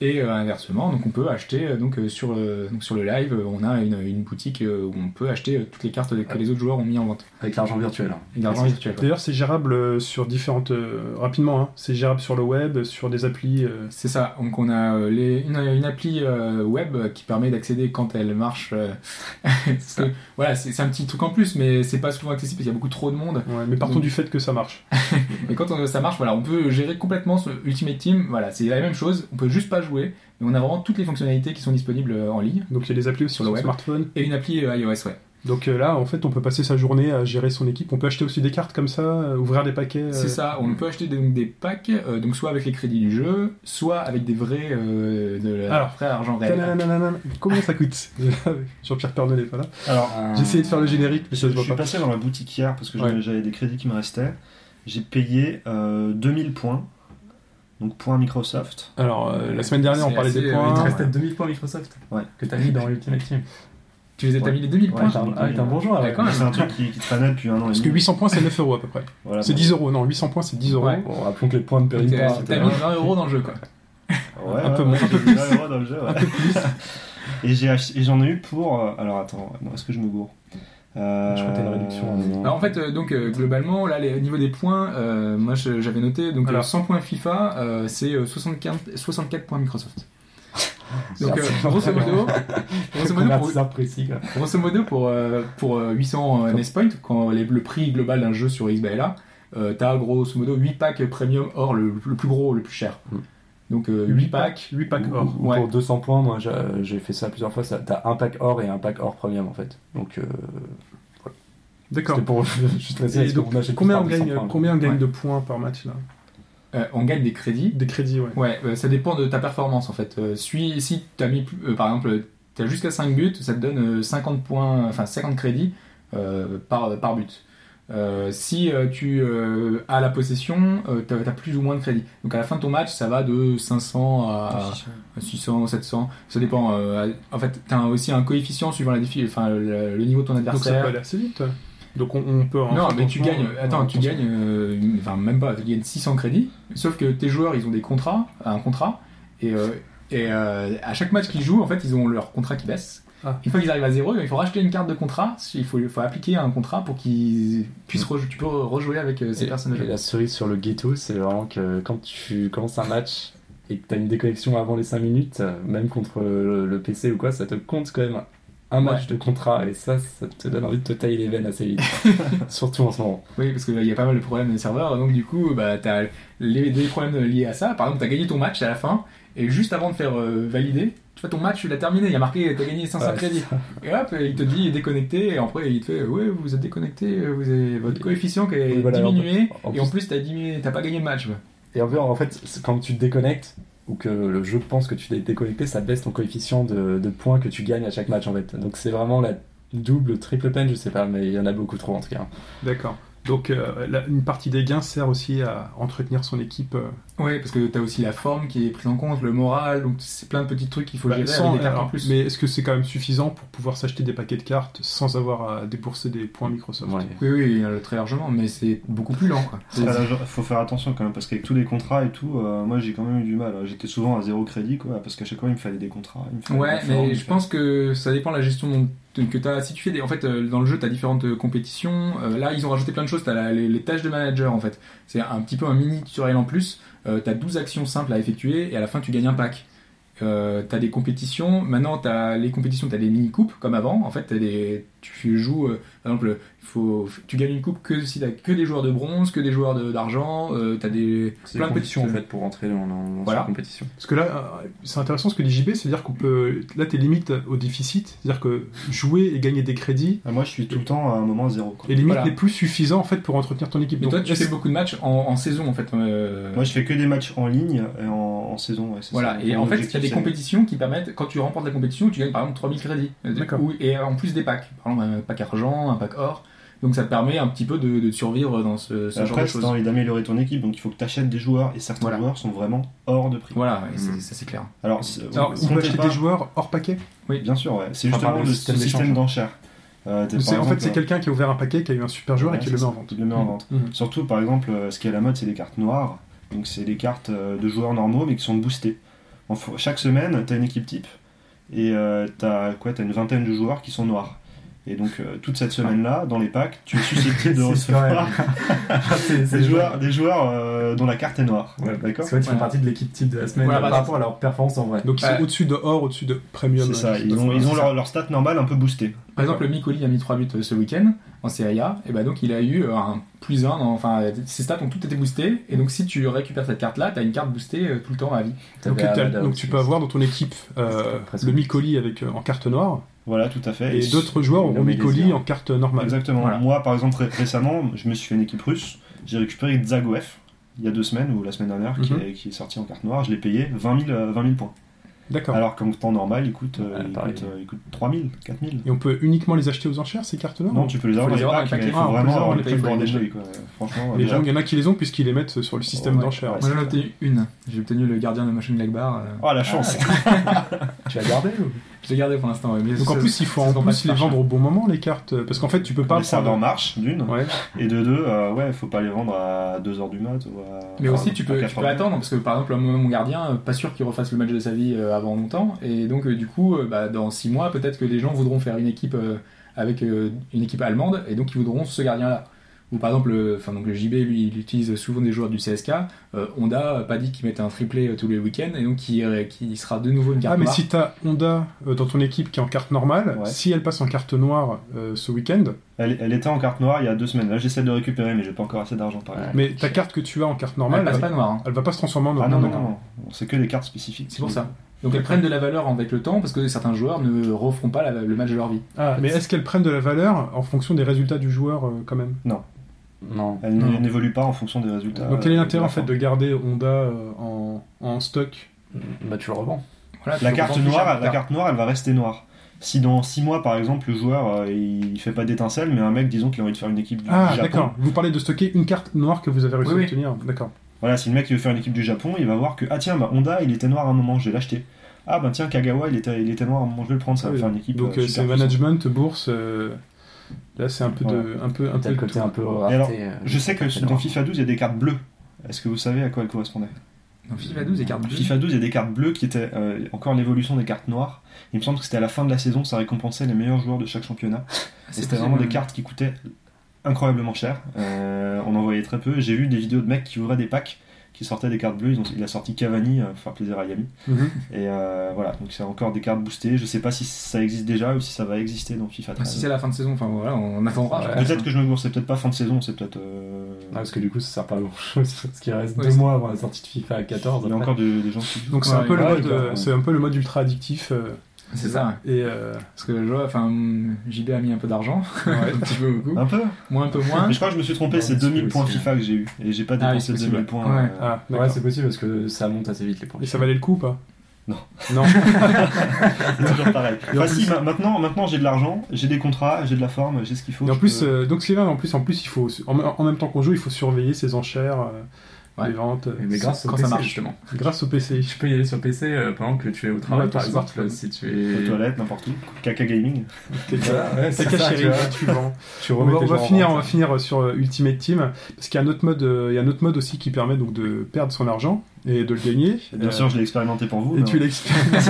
S6: Et euh, inversement, donc on peut acheter euh, donc euh, sur le donc sur le live, euh, on a une, une boutique euh, où on peut acheter euh, toutes les cartes que les autres joueurs ont mis en vente.
S4: Avec l'argent virtuel. hein.
S6: Une argent virtuel.
S3: D'ailleurs, c'est gérable euh, sur différentes. euh, rapidement, hein. c'est gérable sur le web, sur des applis. euh,
S6: C'est ça. Donc on a euh, les- une, une appli euh, web qui permet d'accéder quand elle marche. euh, [laughs] parce que, voilà, c'est c'est un petit truc en plus, mais c'est pas souvent accessible. parce qu'il y a beaucoup trop de monde.
S3: ouais, mais partons
S6: Donc-
S3: du fait que ça marche.
S6: Et quand on- ça marche, voilà, on peut gérer complètement ce Ultimate Team. Voilà, c'est la même chose. On peut juste pas jouer, mais on a vraiment toutes les fonctionnalités qui sont disponibles euh, en ligne
S3: Donc il y a des applis aussi
S6: Sur
S3: sur,
S6: le
S3: le
S6: web.
S3: smartphone.
S6: et une appli euh, iOS, ouais.
S3: Donc euh, là, en fait, on peut passer sa journée à gérer son équipe. On peut acheter aussi des cartes comme ça, euh, ouvrir des paquets. euh,
S6: C'est ça. On peut acheter des, donc des packs, euh, donc soit avec les crédits du jeu, soit avec des vrais euh, de la-
S3: Alors,
S6: vrai argent réel.
S3: Tanananana. Combien ça coûte [laughs] Jean-Pierre Pernonnet, voilà.
S5: Alors,
S3: J'ai essayé de faire le générique, mais
S5: je,
S3: ça se
S5: je
S3: voit
S5: suis
S3: pas.
S5: passé dans la boutique hier parce que
S3: Ouais.
S5: j'avais- j'avais des crédits qui me restaient. J'ai payé euh, 2000 points. Donc points Microsoft.
S3: Alors, euh, la semaine dernière, on
S6: C'est
S3: parlait
S6: assez,
S3: des
S6: euh, il
S4: Il te
S3: points.
S4: restait 2000 points Microsoft
S5: Ouais.
S4: que t'as mis dans Ultimate Team.
S6: Tu les as t'as mis les 2000
S5: Ouais,
S6: points.
S5: j'ai mis
S4: Ah, avec un bon joueur.
S6: Ouais, quand même.
S5: C'est un truc qui, qui traînait depuis un an et
S3: Parce que
S5: demi.
S3: 800 points, c'est 9 euros à peu près.
S5: Voilà.
S3: C'est 10 euros, non, 800 points, c'est 10 euros.
S6: Ah, Ouais.
S4: Bon, rappelons que les points de
S6: Donc,
S4: péril
S6: t'as- T'as mis 20 euros dans le jeu, quoi.
S5: Ouais,
S3: Un
S5: ouais,
S3: peu
S5: ouais,
S3: moins,
S5: j'ai
S3: un peu
S5: eu
S3: plus.
S5: 20 euros dans le jeu, ouais. [laughs] et j'ai acheté- et j'en ai eu pour. euh, Alors attends, non, est-ce que je me gourre Euh,
S4: Je crois que t'as une réduction.
S3: hein.
S4: euh,
S3: Bah,
S6: Alors en fait, euh, donc euh, globalement, là, les- au niveau des points, euh, moi je- j'avais noté, donc
S3: Alors.
S6: euh, 100 points FIFA, euh, c'est euh, 75 64 points Microsoft. Donc euh, grosso modo,
S4: [laughs]
S6: grosso modo, pour,
S4: convertisseur précis. quoi.
S6: grosso modo, pour, euh, pour, euh, 800 euh, NS Point, quand les- le prix global d'un jeu sur XBLA, euh, t'as grosso modo 8 packs premium or le, le plus gros, le plus cher.
S4: Mm.
S6: Donc euh, 8
S3: 8
S6: packs.
S3: packs, 8 packs or.
S4: Ou
S6: Ouais.
S4: Pour 200 points, moi j'a- j'ai fait ça plusieurs fois. ça- T'as un pack or et un pack or premium en fait. Donc euh,
S3: D'accord.
S4: c'était pour [laughs] juste
S3: Et
S4: préciser. est-ce
S3: donc,
S4: qu'on achète
S3: Combien on
S4: plus par 200
S3: gagne,
S4: points
S3: combien on gagne
S6: hein. Ouais.
S3: de points par match là
S6: Euh, on gagne des crédits.
S3: Des crédits, ouais.
S6: Ouais, euh, ça dépend de ta performance en fait. Euh, si si t'as mis, plus- euh, par exemple, t'as jusqu'à 5 buts, ça te donne euh, 50 points, enfin 50 crédits euh, par, par but. Euh, si euh, tu euh, as la possession, euh, t'as, t'as plus ou moins de crédit. Donc à la fin de ton match, ça va de 500
S3: Ah.
S6: à, à 600, 700, ça dépend. euh, à- en fait, t'as un- aussi un coefficient suivant la défi, enfin le, le niveau de ton
S3: Donc ça
S6: adversaire.
S3: peut aller assez vite. Donc on, on peut. en
S6: non,
S3: faire
S6: mais tu
S3: franchement,
S6: gagnes.
S3: hein, euh,
S6: Attends,
S3: en
S6: tu
S3: pensant.
S6: gagnes. euh, une- Enfin, même pas. Tu gagnes 600 crédits. Sauf que tes joueurs, ils ont des contrats, un contrat, et euh, et euh, à chaque match qu'ils jouent, en fait, ils ont leur contrat qui baisse.
S3: Ah.
S6: Une fois qu'ils arrivent à zéro, il faut racheter une carte de contrat. Il faut, il faut appliquer un contrat pour qu'ils puissent rejou- tu peux rejouer avec euh, ces
S7: Et-
S6: personnages.
S7: Et la cerise sur le ghetto, c'est vraiment que quand tu commences un match et que tu as une déconnexion avant les 5 minutes, euh, même contre le, le PC ou quoi, ça te compte quand même un match de contrat. Et ça, ça te donne envie de te tailler les veines assez [laughs] vite. Surtout en ce moment.
S6: Oui, parce qu'il y a pas mal de problèmes des serveurs, donc du coup, bah, t'as les, des problèmes liés à ça. Par exemple, t'as gagné ton match à la fin, et juste avant de faire euh, valider, tu vois, ton match, tu l'as terminé, il y a marqué, t'as gagné 500
S7: Ouais,
S6: crédits. Et hop, il te dit déconnecté, et après, il te fait, ouais, vous êtes déconnecté, vous avez, votre coefficient qui est
S7: Oui, voilà,
S6: diminué,
S7: en- en
S6: et en plus, t'as diminué, t'as pas gagné le match. quoi.
S7: Et en fait, en fait, c'est quand tu te déconnectes, ou que le jeu pense que tu t'es déconnecté, ça baisse ton coefficient de, de points que tu gagnes à chaque match en fait. Donc c'est vraiment la double, triple peine, je sais pas, mais il y en a beaucoup trop en tout cas.
S3: D'accord. Donc euh, la- une partie des gains sert aussi à entretenir son équipe. euh,
S6: Ouais, parce que t'as aussi la forme qui est prise en compte, le moral, donc c'est plein de petits trucs qu'il faut
S3: bah,
S6: gérer
S3: sans-
S6: avec des cartes en
S3: alors,
S6: plus.
S3: Mais est-ce que c'est quand même suffisant pour pouvoir s'acheter des paquets de cartes sans avoir à débourser des points Microsoft
S7: Ouais.
S6: Oui, oui, euh, très largement, mais c'est beaucoup plus lent, quoi.
S5: Après, là, genre, faut faire attention quand même, parce qu'avec tous les contrats et tout, euh, moi j'ai quand même eu du mal. J'étais souvent à zéro crédit, quoi, parce qu'à chaque fois il me fallait des contrats. il me fallait
S6: Ouais,
S5: des formes, il
S6: mais
S5: me
S6: je
S5: fallait-
S6: pense que ça dépend de la gestion dont- que tu as. Si tu fais des. En fait, euh, dans le jeu, tu as différentes euh, compétitions. Euh, Là, ils ont rajouté plein de choses. Tu as les, les tâches de manager, en fait. C'est un petit peu un mini tutoriel en plus. tu as 12 actions simples à effectuer et à la fin, tu gagnes un pack. Euh, t'as des compétitions, maintenant t'as les compétitions, t'as des mini-coupes comme avant, en fait t'as des, tu joues, euh, par exemple, il faut, tu gagnes une coupe que si t'as que des joueurs de bronze, que des joueurs de- d'argent, euh, t'as des, plein de petites
S7: pour entrer dans,
S6: Voilà.
S7: la compétition.
S3: Parce que là, euh, c'est intéressant ce que dit JB, c'est-à-dire qu'on peut. Là, t'es limite au déficit, c'est-à-dire que jouer et gagner des crédits
S5: Ah, moi je suis tout le temps à un moment à zéro. Quoi.
S3: est limite
S6: Voilà.
S3: n'est plus suffisant en fait pour entretenir ton équipe.
S6: Mais
S3: Donc,
S6: toi tu
S3: est-ce-
S6: fais beaucoup de matchs en, en saison en fait. euh,
S5: Moi je fais que des matchs en ligne et en, en saison. ouais, c'est
S6: Voilà,
S5: ça.
S6: et
S5: Mon
S6: en fait, il y
S5: objectif,
S6: a des
S5: c'est-
S6: compétitions qui permettent, quand tu remportes la compétition, tu gagnes par exemple 3000 crédits. Euh,
S3: D'accord.
S6: ou- Et en plus des packs, par exemple un pack argent, un pack or. Donc ça te permet un petit peu de, de survivre dans ce, ce genre
S5: Après,
S6: de
S5: c'est
S6: choses.
S5: t'as envie d'améliorer ton équipe, donc il faut que tu achètes des joueurs et certains
S6: Voilà.
S5: joueurs sont vraiment hors de prix.
S6: Voilà, et c'est-
S7: Mhm.
S6: ça c'est
S5: [laughs]
S6: clair.
S5: Alors, c'est-
S3: Alors,
S5: vous
S3: on peut
S5: comptez
S3: acheter
S5: pas-
S3: des joueurs hors paquet.
S5: Bien sûr, ouais. c'est
S7: Enfin,
S5: justement
S7: par
S5: le
S7: le
S5: système,
S7: système d'échange.
S5: d'enchères. Euh, t'as,
S3: C'est-
S5: par
S3: en fait,
S5: exemple,
S3: c'est
S5: euh,
S3: quelqu'un qui a ouvert un paquet, qui a eu un super joueur et
S5: ouais,
S3: qui
S5: c'est
S3: le met
S5: ça,
S3: en vente.
S5: qui le met en vente.
S3: Mhm.
S5: Surtout, par exemple, euh, ce qui est à la mode, c'est les cartes noires. Donc, c'est des cartes euh, de joueurs normaux, mais qui sont boostées. En f- chaque semaine, t'as une équipe type. Et euh, t'as quoi T'as une vingtaine de joueurs qui sont noirs. Et donc, euh, toute cette semaine-là, dans les packs, tu es
S6: [laughs]
S5: susceptible de
S7: C'est quand même-
S5: recevoir
S7: [laughs] c'est
S5: [laughs] des joueurs, des joueurs euh, dont la carte est noire.
S7: Ouais,
S5: D'accord
S7: Parce qu'en fait, ils font
S6: Voilà.
S7: partie de l'équipe type de la semaine
S6: Voilà,
S7: par
S6: bah,
S7: rapport à leur performance en vrai.
S3: Donc ils
S6: Ouais.
S3: sont au-dessus de or, au-dessus de premium.
S5: C'est ça,
S3: je sais
S5: ils
S3: pas
S5: ont,
S3: quoi.
S5: ils ont
S3: C'est
S5: leur, leur stat normale un peu boostée.
S6: Par exemple, le Micoli a mis 3 buts euh, ce week-end en Serie A, et ben donc il a eu euh, un plus 1, enfin ses stats ont toutes été boostées, et donc si tu récupères cette carte là, t'as une carte boostée euh, tout le temps à vie.
S3: Donc,
S7: T'avais
S3: t'as-
S7: Almada
S3: donc
S7: aussi.
S3: tu peux avoir dans ton équipe euh,
S7: C'est presque-
S3: le Micoli avec euh, en carte noire
S5: Voilà, tout à fait.
S3: et d'autres joueurs auront
S7: nommé
S3: Micoli
S7: Désir.
S3: en carte normale.
S5: Exactement.
S6: Voilà.
S5: Moi, par exemple, ré- récemment, je me suis fait une équipe russe. J'ai récupéré Zagoev il y a deux semaines ou la semaine dernière, qui,
S3: Mhm.
S5: est, qui est sorti en carte noire. Je l'ai payé 20 000, euh, 20 000 points.
S3: D'accord.
S5: Alors qu'en temps normal, il coûte, euh,
S7: Ouais,
S5: il,
S7: pareil.
S5: coûte euh, il coûte 3 000, 4 000.
S3: Et on peut uniquement les acheter aux enchères ces cartes noires
S5: Non, tu peux les avoir
S6: les
S5: dans
S6: avoir
S5: les
S6: dans
S5: packs,
S6: les
S5: mais il
S3: packs. Ah,
S5: faut
S3: on peut
S5: vraiment
S3: les avoir
S5: avoir
S3: dans
S5: le
S6: les
S5: prix
S6: packs.
S5: bordel de lui, quoi. Franchement, euh,
S3: Les
S5: déjà,
S3: gens, il y en a qui les ont puisqu'ils les mettent sur le système
S5: Ouais.
S3: d'enchères.
S6: Moi j'en ai obtenu une, j'ai obtenu le gardien de Machine Lagbar, euh,
S5: Oh la chance
S7: Tu as gardé ou
S6: je l'ai gardé pour l'instant. ouais, mais
S3: Donc en
S6: ça-
S3: plus, il faut
S6: ça
S3: en
S6: se vend
S3: plus
S6: pas
S3: les
S6: cher.
S3: vendre au bon moment les cartes parce qu'en fait, tu peux pas
S5: Le serveur marche, d'une,
S3: Ouais.
S5: et de deux, euh, ouais, faut pas les vendre à 2h du mat ou à.
S6: Mais
S5: enfin,
S6: aussi, tu
S5: à
S6: peux, tu
S5: 4
S6: peux
S5: heures du mat.
S6: attendre, parce que par exemple, moi, mon gardien, euh, pas sûr qu'il refasse le match de sa vie euh, avant longtemps, et donc euh, du coup, euh, bah, dans 6 mois, peut-être que les gens voudront faire une équipe euh, avec euh, une équipe allemande, et donc ils voudront ce gardien-là. Ou par exemple, le, enfin, donc, le JB, lui, il utilise souvent des joueurs du CSK, euh, Honda, euh, pas dit qu'il mettait un triplé euh, tous les week-ends, et donc il, euh, qu'il sera de nouveau une carte
S3: Ah, mais
S6: noire.
S3: si t'as Honda euh, dans ton équipe qui est en carte normale,
S5: Ouais.
S3: si elle passe en carte noire euh, ce week-end,
S5: Elle, elle était en carte noire il y a deux semaines. Là, j'essaie de le récupérer, mais j'ai pas encore assez d'argent par exemple.
S3: mais ta carte que tu as en carte
S6: elle
S3: normale,
S6: passe
S3: elle,
S6: pas noire. hein.
S3: va pas se transformer en noire.
S5: Ah non,
S3: Non,
S5: non,
S3: d'accord.
S5: non, non. c'est que des cartes spécifiques.
S6: C'est pour ça. Donc elles prennent de la valeur avec le temps, parce que certains joueurs ne referont pas la- le match de leur vie.
S3: Ah, mais est-ce qu'elles prennent de la valeur en fonction des résultats du joueur euh, quand même
S7: Non.
S5: Elle n-
S6: Non.
S5: n'évolue pas en fonction des résultats.
S3: Donc quel est
S5: euh,
S3: l'intérêt
S5: la
S3: en fait
S5: fin.
S3: de garder Honda euh, en, en stock
S7: Bah tu le revends.
S6: Voilà, tu
S5: La
S6: le
S5: carte
S6: revends plus cher
S5: noire,
S6: plus
S5: la
S6: tard.
S5: carte noire, elle va rester noire. Si dans 6 mois, par exemple, le joueur euh, il fait pas d'étincelle, mais un mec, disons qu'il a envie de faire une équipe du
S3: Ah,
S5: Japon.
S3: d'accord. Vous parlez de stocker une carte noire que vous avez réussi
S6: Oui,
S3: à
S6: oui.
S3: obtenir. D'accord.
S5: Voilà, si le mec il veut faire une équipe du Japon, il va voir que ah tiens, bah Honda il était noir à un moment, je vais l'acheter. Ah bah tiens, Kagawa il était, il était noir à un moment, je vais le prendre, ça va
S3: Oui.
S5: faire une équipe.
S3: Donc
S5: euh,
S3: euh,
S5: super
S3: c'est
S5: puissante.
S3: management, bourse. euh, Là, c'est un peu de, un peu, un
S7: T'as
S3: peu.
S7: le
S3: de
S7: côté
S3: tout.
S7: un peu
S5: Et
S7: raté.
S5: alors,
S7: euh,
S5: Je sais que
S7: côté
S5: dans
S7: noir.
S5: FIFA 12 il y a des cartes bleues. Est-ce que vous savez à quoi elles correspondaient
S6: Dans FIFA 12 et carte bleue.
S5: FIFA 12 il y a des cartes bleues qui étaient euh, encore l'évolution des cartes noires. Il me semble que c'était à la fin de la saison, ça récompensait les meilleurs joueurs de chaque championnat. Et c'était vraiment des cartes qui coûtaient incroyablement cher. Euh, on en voyait très peu. J'ai vu des vidéos de mecs qui ouvraient des packs, qui sortaient des cartes bleues. Ils ont- il a sorti Cavani, euh, pour faire plaisir à Yami.
S3: Mhm.
S5: Et euh, voilà, donc c'est encore des cartes boostées. Je sais pas si ça existe déjà ou si ça va exister dans FIFA
S6: Enfin, Ah, Si
S5: 13.
S6: c'est la fin de saison, enfin voilà, on attendra. je pense.
S5: peut-être que je me gourre, c'est peut-être pas fin de saison, c'est peut-être. euh,
S7: Ah, parce que du coup, ça sert pas à grand chose. [laughs] Parce qu'il reste
S6: Oui,
S7: deux
S6: c'est-
S7: mois avant la sortie de FIFA à 14.
S5: Il y a
S7: après.
S5: encore de- des gens qui.
S3: Donc c'est un
S6: Ouais,
S3: peu le
S5: ouais,
S3: mode,
S5: ouais.
S3: euh, c'est un peu le mode ultra addictif. euh,
S6: C'est ça.
S3: et euh,
S6: Parce que je vois, enfin, JB a mis un peu d'argent, [laughs] un petit peu beaucoup.
S5: Un peu
S6: Moi, un peu moins.
S5: Mais je crois que je me suis trompé,
S7: Ouais,
S5: c'est
S7: c'est
S5: 2000
S7: possible.
S5: points FIFA que j'ai eu. Et j'ai pas
S6: Ah oui,
S5: dépensé
S6: c'est possible,
S5: 2000 points.
S6: ouais.
S5: euh,
S3: ah,
S7: Ouais,
S3: d'accord.
S7: c'est possible parce que ça monte assez vite les points.
S3: Et ça valait le coup ou pas
S5: Non.
S3: Non.
S5: C'est [laughs] toujours pareil.
S3: Et en
S5: Enfin, si,
S3: plus-
S5: ma- maintenant, maintenant j'ai de l'argent, j'ai des contrats, j'ai de la forme, j'ai ce qu'il faut.
S3: Et en
S5: je
S3: plus,
S5: peux-
S3: euh, donc Sylvain, en plus, en plus, il faut en, en même temps qu'on joue, il faut surveiller ses enchères, euh,
S6: Ouais.
S3: les ventes, euh,
S7: Mais grâce au
S6: quand
S7: PC,
S6: ça marche justement.
S3: grâce au PC.
S4: [laughs]
S7: Tu peux y aller sur PC euh, pendant que tu es au travail,
S3: Ouais, ton
S7: par exemple,
S3: smartphone.
S7: si tu
S5: aux
S7: es.
S5: toilettes, n'importe où. Kaka Gaming.
S7: Voilà, ouais, c'est
S3: T'as
S7: ça,
S3: caché
S7: tu vois.
S3: tu vends.
S7: Tu
S3: On
S7: remets
S3: va, on
S7: tes
S3: va
S7: gens en
S3: finir, on
S7: vente.
S3: va finir sur euh, Ultimate Team parce qu'il y a un autre mode, euh, il y a un autre mode aussi qui permet donc de perdre son argent et de le gagner.
S5: Bien
S3: Euh,
S5: sûr, je l'ai expérimenté pour vous.
S3: Et
S5: mais-
S3: tu l'expliques.
S5: [laughs]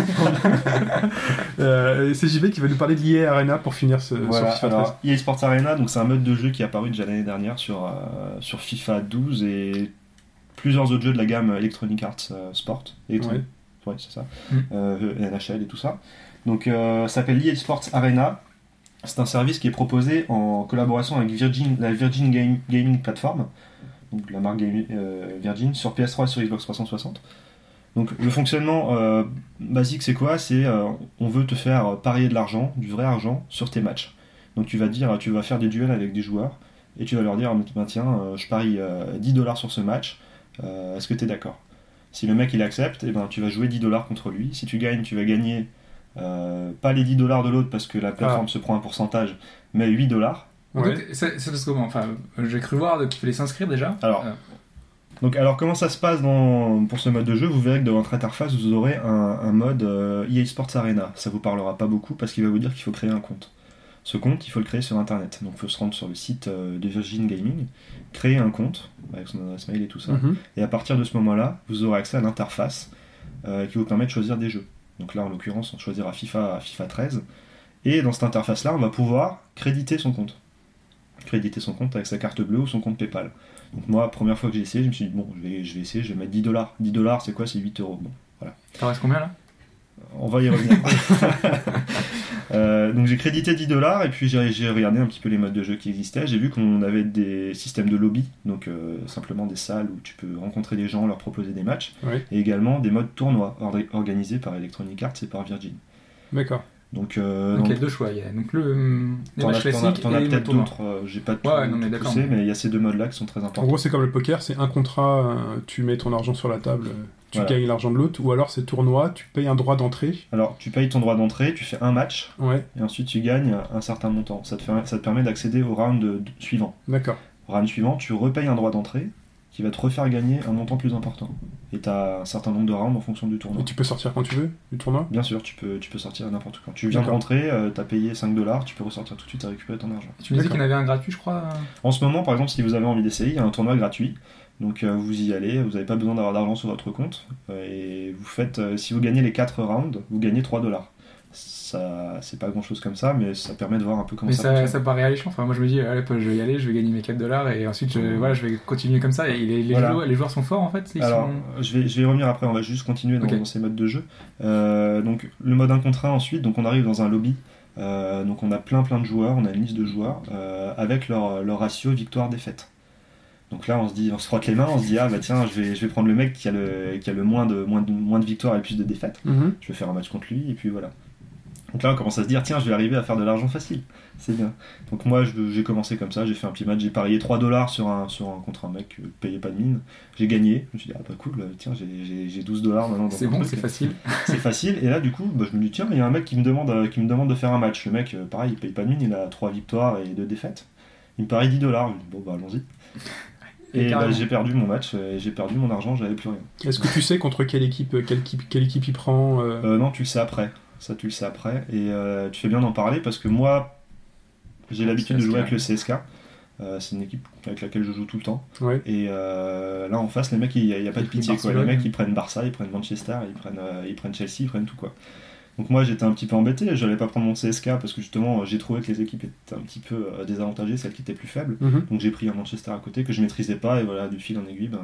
S3: euh, et c'est JB qui va nous parler de l'IA Arena pour finir ce,
S5: Voilà,
S3: sur FIFA
S5: alors,
S3: 13.
S5: EA Sports Arena, donc c'est un mode de jeu qui est apparu déjà l'année dernière sur, euh, sur FIFA 12 et plusieurs autres jeux de la gamme Electronic Arts euh, Sport. Electronic- ouais, c'est ça.
S6: Mm.
S5: Euh, NHL et tout ça. Donc euh, ça s'appelle EA Sports Arena. C'est un service qui est proposé en collaboration avec Virgin, la Virgin Game- Gaming Platform, donc la marque Game- euh, Virgin, sur PS3 et sur Xbox 360. Donc le fonctionnement euh, basique c'est quoi C'est euh, on veut te faire parier de l'argent, du vrai argent, sur tes matchs. Donc tu vas dire, tu vas faire des duels avec des joueurs et tu vas leur dire, bah, tiens, euh, je parie euh, 10 dollars sur ce match, euh, est-ce que tu es d'accord Si le mec il accepte, eh ben, tu vas jouer 10 dollars contre lui. Si tu gagnes, tu vas gagner euh, pas les 10 dollars de l'autre parce que la plateforme se prend un pourcentage, mais 8 dollars.
S6: Donc,
S3: Ouais.
S6: C'est c'est parce que, bon, enfin, j'ai cru voir qu'il fallait s'inscrire déjà.
S5: Alors,
S6: Euh,
S5: Donc alors comment ça se passe dans, pour ce mode de jeu Vous verrez que dans votre interface vous aurez un, un mode euh, EA Sports Arena. Ça vous parlera pas beaucoup parce qu'il va vous dire qu'il faut créer un compte. Ce compte, il faut le créer sur internet. Donc il faut se rendre sur le site euh, de Virgin Gaming, créer un compte avec son adresse mail et tout ça.
S3: Mhm.
S5: Et à partir de ce moment-là, vous aurez accès à l'interface euh, qui vous permet de choisir des jeux. Donc là, en l'occurrence, on choisira FIFA, FIFA 13. Et dans cette interface-là, on va pouvoir créditer son compte. Créditer son compte avec sa carte bleue ou son compte PayPal. Donc moi, première fois que j'ai essayé, je me suis dit, bon, je vais, je vais essayer, je vais mettre 10 dollars. 10 dollars, c'est quoi C'est 8 euros. Bon,
S6: T'en restes combien là
S5: on va y revenir. [laughs] Euh, donc j'ai crédité 10 dollars et puis j'ai j'ai regardé un petit peu les modes de jeu qui existaient. J'ai vu qu'on avait des systèmes de lobby, donc euh, simplement des salles où tu peux rencontrer des gens, leur proposer des matchs,
S3: Oui.
S5: et également des modes tournois or- organisés par Electronic Arts et par Virgin.
S3: D'accord.
S5: Donc, euh,
S6: Donc il y
S5: donc,
S6: a deux choix. Il y a donc le euh, les
S5: t'en as-
S6: matchs
S5: t'en as
S6: classiques
S5: t'en as
S6: et les
S5: peut-être
S6: tournois.
S5: d'autres, euh, j'ai pas tout,
S6: Ouais, non, mais
S5: tout
S6: d'accord.
S5: poussé, mais il y a ces deux modes-là qui sont très
S3: En
S5: importants.
S3: gros, c'est comme le poker, c'est un contrat, euh, tu mets ton argent sur la table, euh, tu
S5: Voilà.
S3: gagnes l'argent de l'autre, ou alors c'est tournoi, tu payes un droit d'entrée.
S5: Alors tu payes ton droit d'entrée, tu fais un match,
S3: Ouais,
S5: et ensuite tu gagnes un certain montant. Ça te, fait- ça te permet d'accéder au round euh, suivant.
S3: d'accord.
S5: Round suivant, tu repayes un droit d'entrée qui va te refaire gagner un montant plus important. Et tu as un certain nombre de rounds en fonction du tournoi.
S3: Et tu peux sortir quand tu veux du tournoi
S5: Bien sûr, tu peux, tu peux sortir n'importe quand. Tu viens de
S3: D'accord.
S5: rentrer, tu as payé 5 dollars, tu peux ressortir tout de suite et récupérer ton argent.
S6: Tu me disais
S3: D'accord.
S6: qu'il y en avait un gratuit, je crois.
S5: En ce moment, par exemple, si vous avez envie d'essayer, il y a un tournoi gratuit. Donc euh, vous y allez, vous n'avez pas besoin d'avoir d'argent sur votre compte. euh, et vous faites, euh, si vous gagnez les 4 rounds, vous gagnez 3 dollars. Ça, c'est pas grand chose comme ça, mais ça permet de voir un peu comment
S6: Mais
S5: ça,
S6: ça,
S5: fonctionne.
S6: ça paraît alléchant. Enfin, moi je me dis, allez, je vais y aller, je vais gagner mes 4 dollars et ensuite je, voilà, je vais continuer comme ça. Et les, les
S5: Mmh. Voilà.
S6: joueurs, les joueurs sont forts en fait. Ils
S5: Alors,
S6: sont-
S5: je, vais, je vais y revenir après, on va juste continuer dans,
S6: Ok.
S5: dans ces modes de jeu. Euh, donc, le mode 1 contre 1 ensuite, donc on arrive dans un lobby. Euh, donc, on a plein plein de joueurs, on a une liste de joueurs euh, avec leur, leur ratio victoire-défaite. Donc là, on se dit, on se frotte les mains, on se dit, ah bah tiens, je vais, je vais prendre le mec qui a Mhm. le, qui a le moins de, moins de, moins de victoires et le plus de défaites. Je vais faire un match contre lui, et puis voilà. Donc là, on commence à se dire, tiens, je vais arriver à faire de l'argent facile. C'est bien. Donc moi, je- j'ai commencé comme ça, j'ai fait un petit match, j'ai parié 3 dollars sur un, sur un, contre un mec euh, qui payait pas de mine. J'ai gagné. Je me suis dit, ah bah cool, euh, tiens, j'ai- j'ai j'ai 12 dollars maintenant. dans
S6: C'est
S5: mon
S6: bon,
S5: truc.
S6: c'est facile.
S5: C'est facile. Et là, du coup, bah, je me dis, tiens, mais il y a un mec qui me, demande, euh, qui me demande de faire un match. Le mec, euh, pareil, il paye pas de mine, il a 3 victoires et 2 défaites. Il me parie 10 dollars. Je me dis, bon, bah allons-y.
S6: Et
S5: Et bah,
S6: carrément.
S5: j'ai perdu mon match, euh, et j'ai perdu mon argent, j'avais plus rien.
S3: Est-ce que tu sais contre quelle équipe, euh, quelle équipe, quelle équipe il prend euh,
S5: Euh, non, tu le sais après. Ça, tu le sais après. Et euh, tu fais bien d'en parler parce que moi, j'ai l'habitude de
S6: CSKA.
S5: jouer avec le CSK. Euh, c'est une équipe avec laquelle je joue tout le temps.
S3: Ouais.
S5: Et euh, là, en face, les mecs, il n'y a, il y a pas de
S6: Ils prennent
S5: pitié. Quoi. Les
S6: Barcelone.
S5: mecs, ils prennent Barça, ils prennent Manchester, ils prennent, euh, ils prennent Chelsea, ils prennent tout. quoi. Donc moi, j'étais un petit peu embêté. Je n'allais pas prendre mon CSK parce que justement, j'ai trouvé que les équipes étaient un petit peu euh, désavantagées, celles qui étaient plus faibles.
S3: Mhm.
S5: Donc j'ai pris un Manchester à côté que je maîtrisais pas. Et voilà, du fil en aiguille, ben,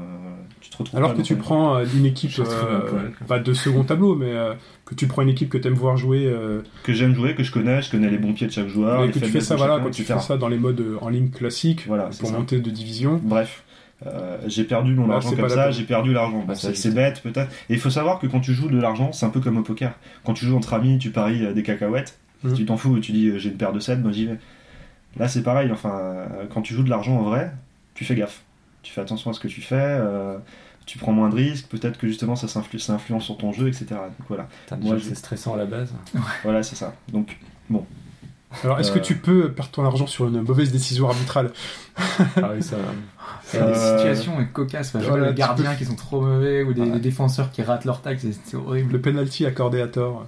S5: tu te retrouves
S3: Alors
S5: pas
S3: que
S5: dans
S3: tu
S5: ton-
S3: prends euh, une équipe,
S7: Je trouve un
S3: euh,
S7: poil, quoi.
S3: pas de second tableau, mais euh, que tu prends une équipe que t'aimes voir jouer, euh,
S5: que j'aime jouer, que je connais, je connais les bons pieds de chaque joueur,
S3: et
S5: Ah, les
S3: que tu fais
S5: faiblesses
S3: ça,
S5: de
S3: voilà,
S5: chacun,
S3: quand tu
S5: etc.
S3: fais ça dans les modes euh, en ligne classiques
S5: Voilà, c'est
S3: pour
S5: ça.
S3: monter de division.
S5: Bref, euh, j'ai perdu mon
S3: Là,
S5: argent
S3: c'est pas
S5: comme
S3: la
S5: ça,
S3: peine.
S5: j'ai perdu l'argent.
S7: Bah,
S5: c'est
S7: c'est
S5: c'est
S7: juste.
S5: bête peut-être. Et il faut savoir que quand tu joues de l'argent, c'est un peu comme au poker. Quand tu joues entre amis, tu paries euh, des cacahuètes,
S3: Mhm.
S5: tu t'en fous, tu dis euh, j'ai une paire de 7, moi j'y vais. Là c'est pareil, enfin, euh, quand tu joues de l'argent en vrai, tu fais gaffe. Tu fais attention à ce que tu fais, euh, tu prends moins de risques, peut-être que justement ça s'influe- ça influence sur ton jeu, etc. Donc voilà,
S7: Putain,
S5: Moi,
S7: déjà,
S5: je-
S7: c'est stressant à la base.
S5: voilà c'est ça. Donc
S3: Alors est-ce
S5: Euh,
S3: que tu peux perdre ton argent sur une mauvaise décision arbitrale
S7: Ah oui, ça.
S6: C'est
S5: Euh,
S6: des situations cocasses. Enfin, je vois
S3: voilà,
S6: les
S3: tu
S6: gardiens
S3: peux-
S6: qui sont trop mauvais ou des,
S7: Ouais.
S6: des défenseurs qui ratent leur tacle, c'est- c'est horrible.
S3: Le penalty accordé à tort.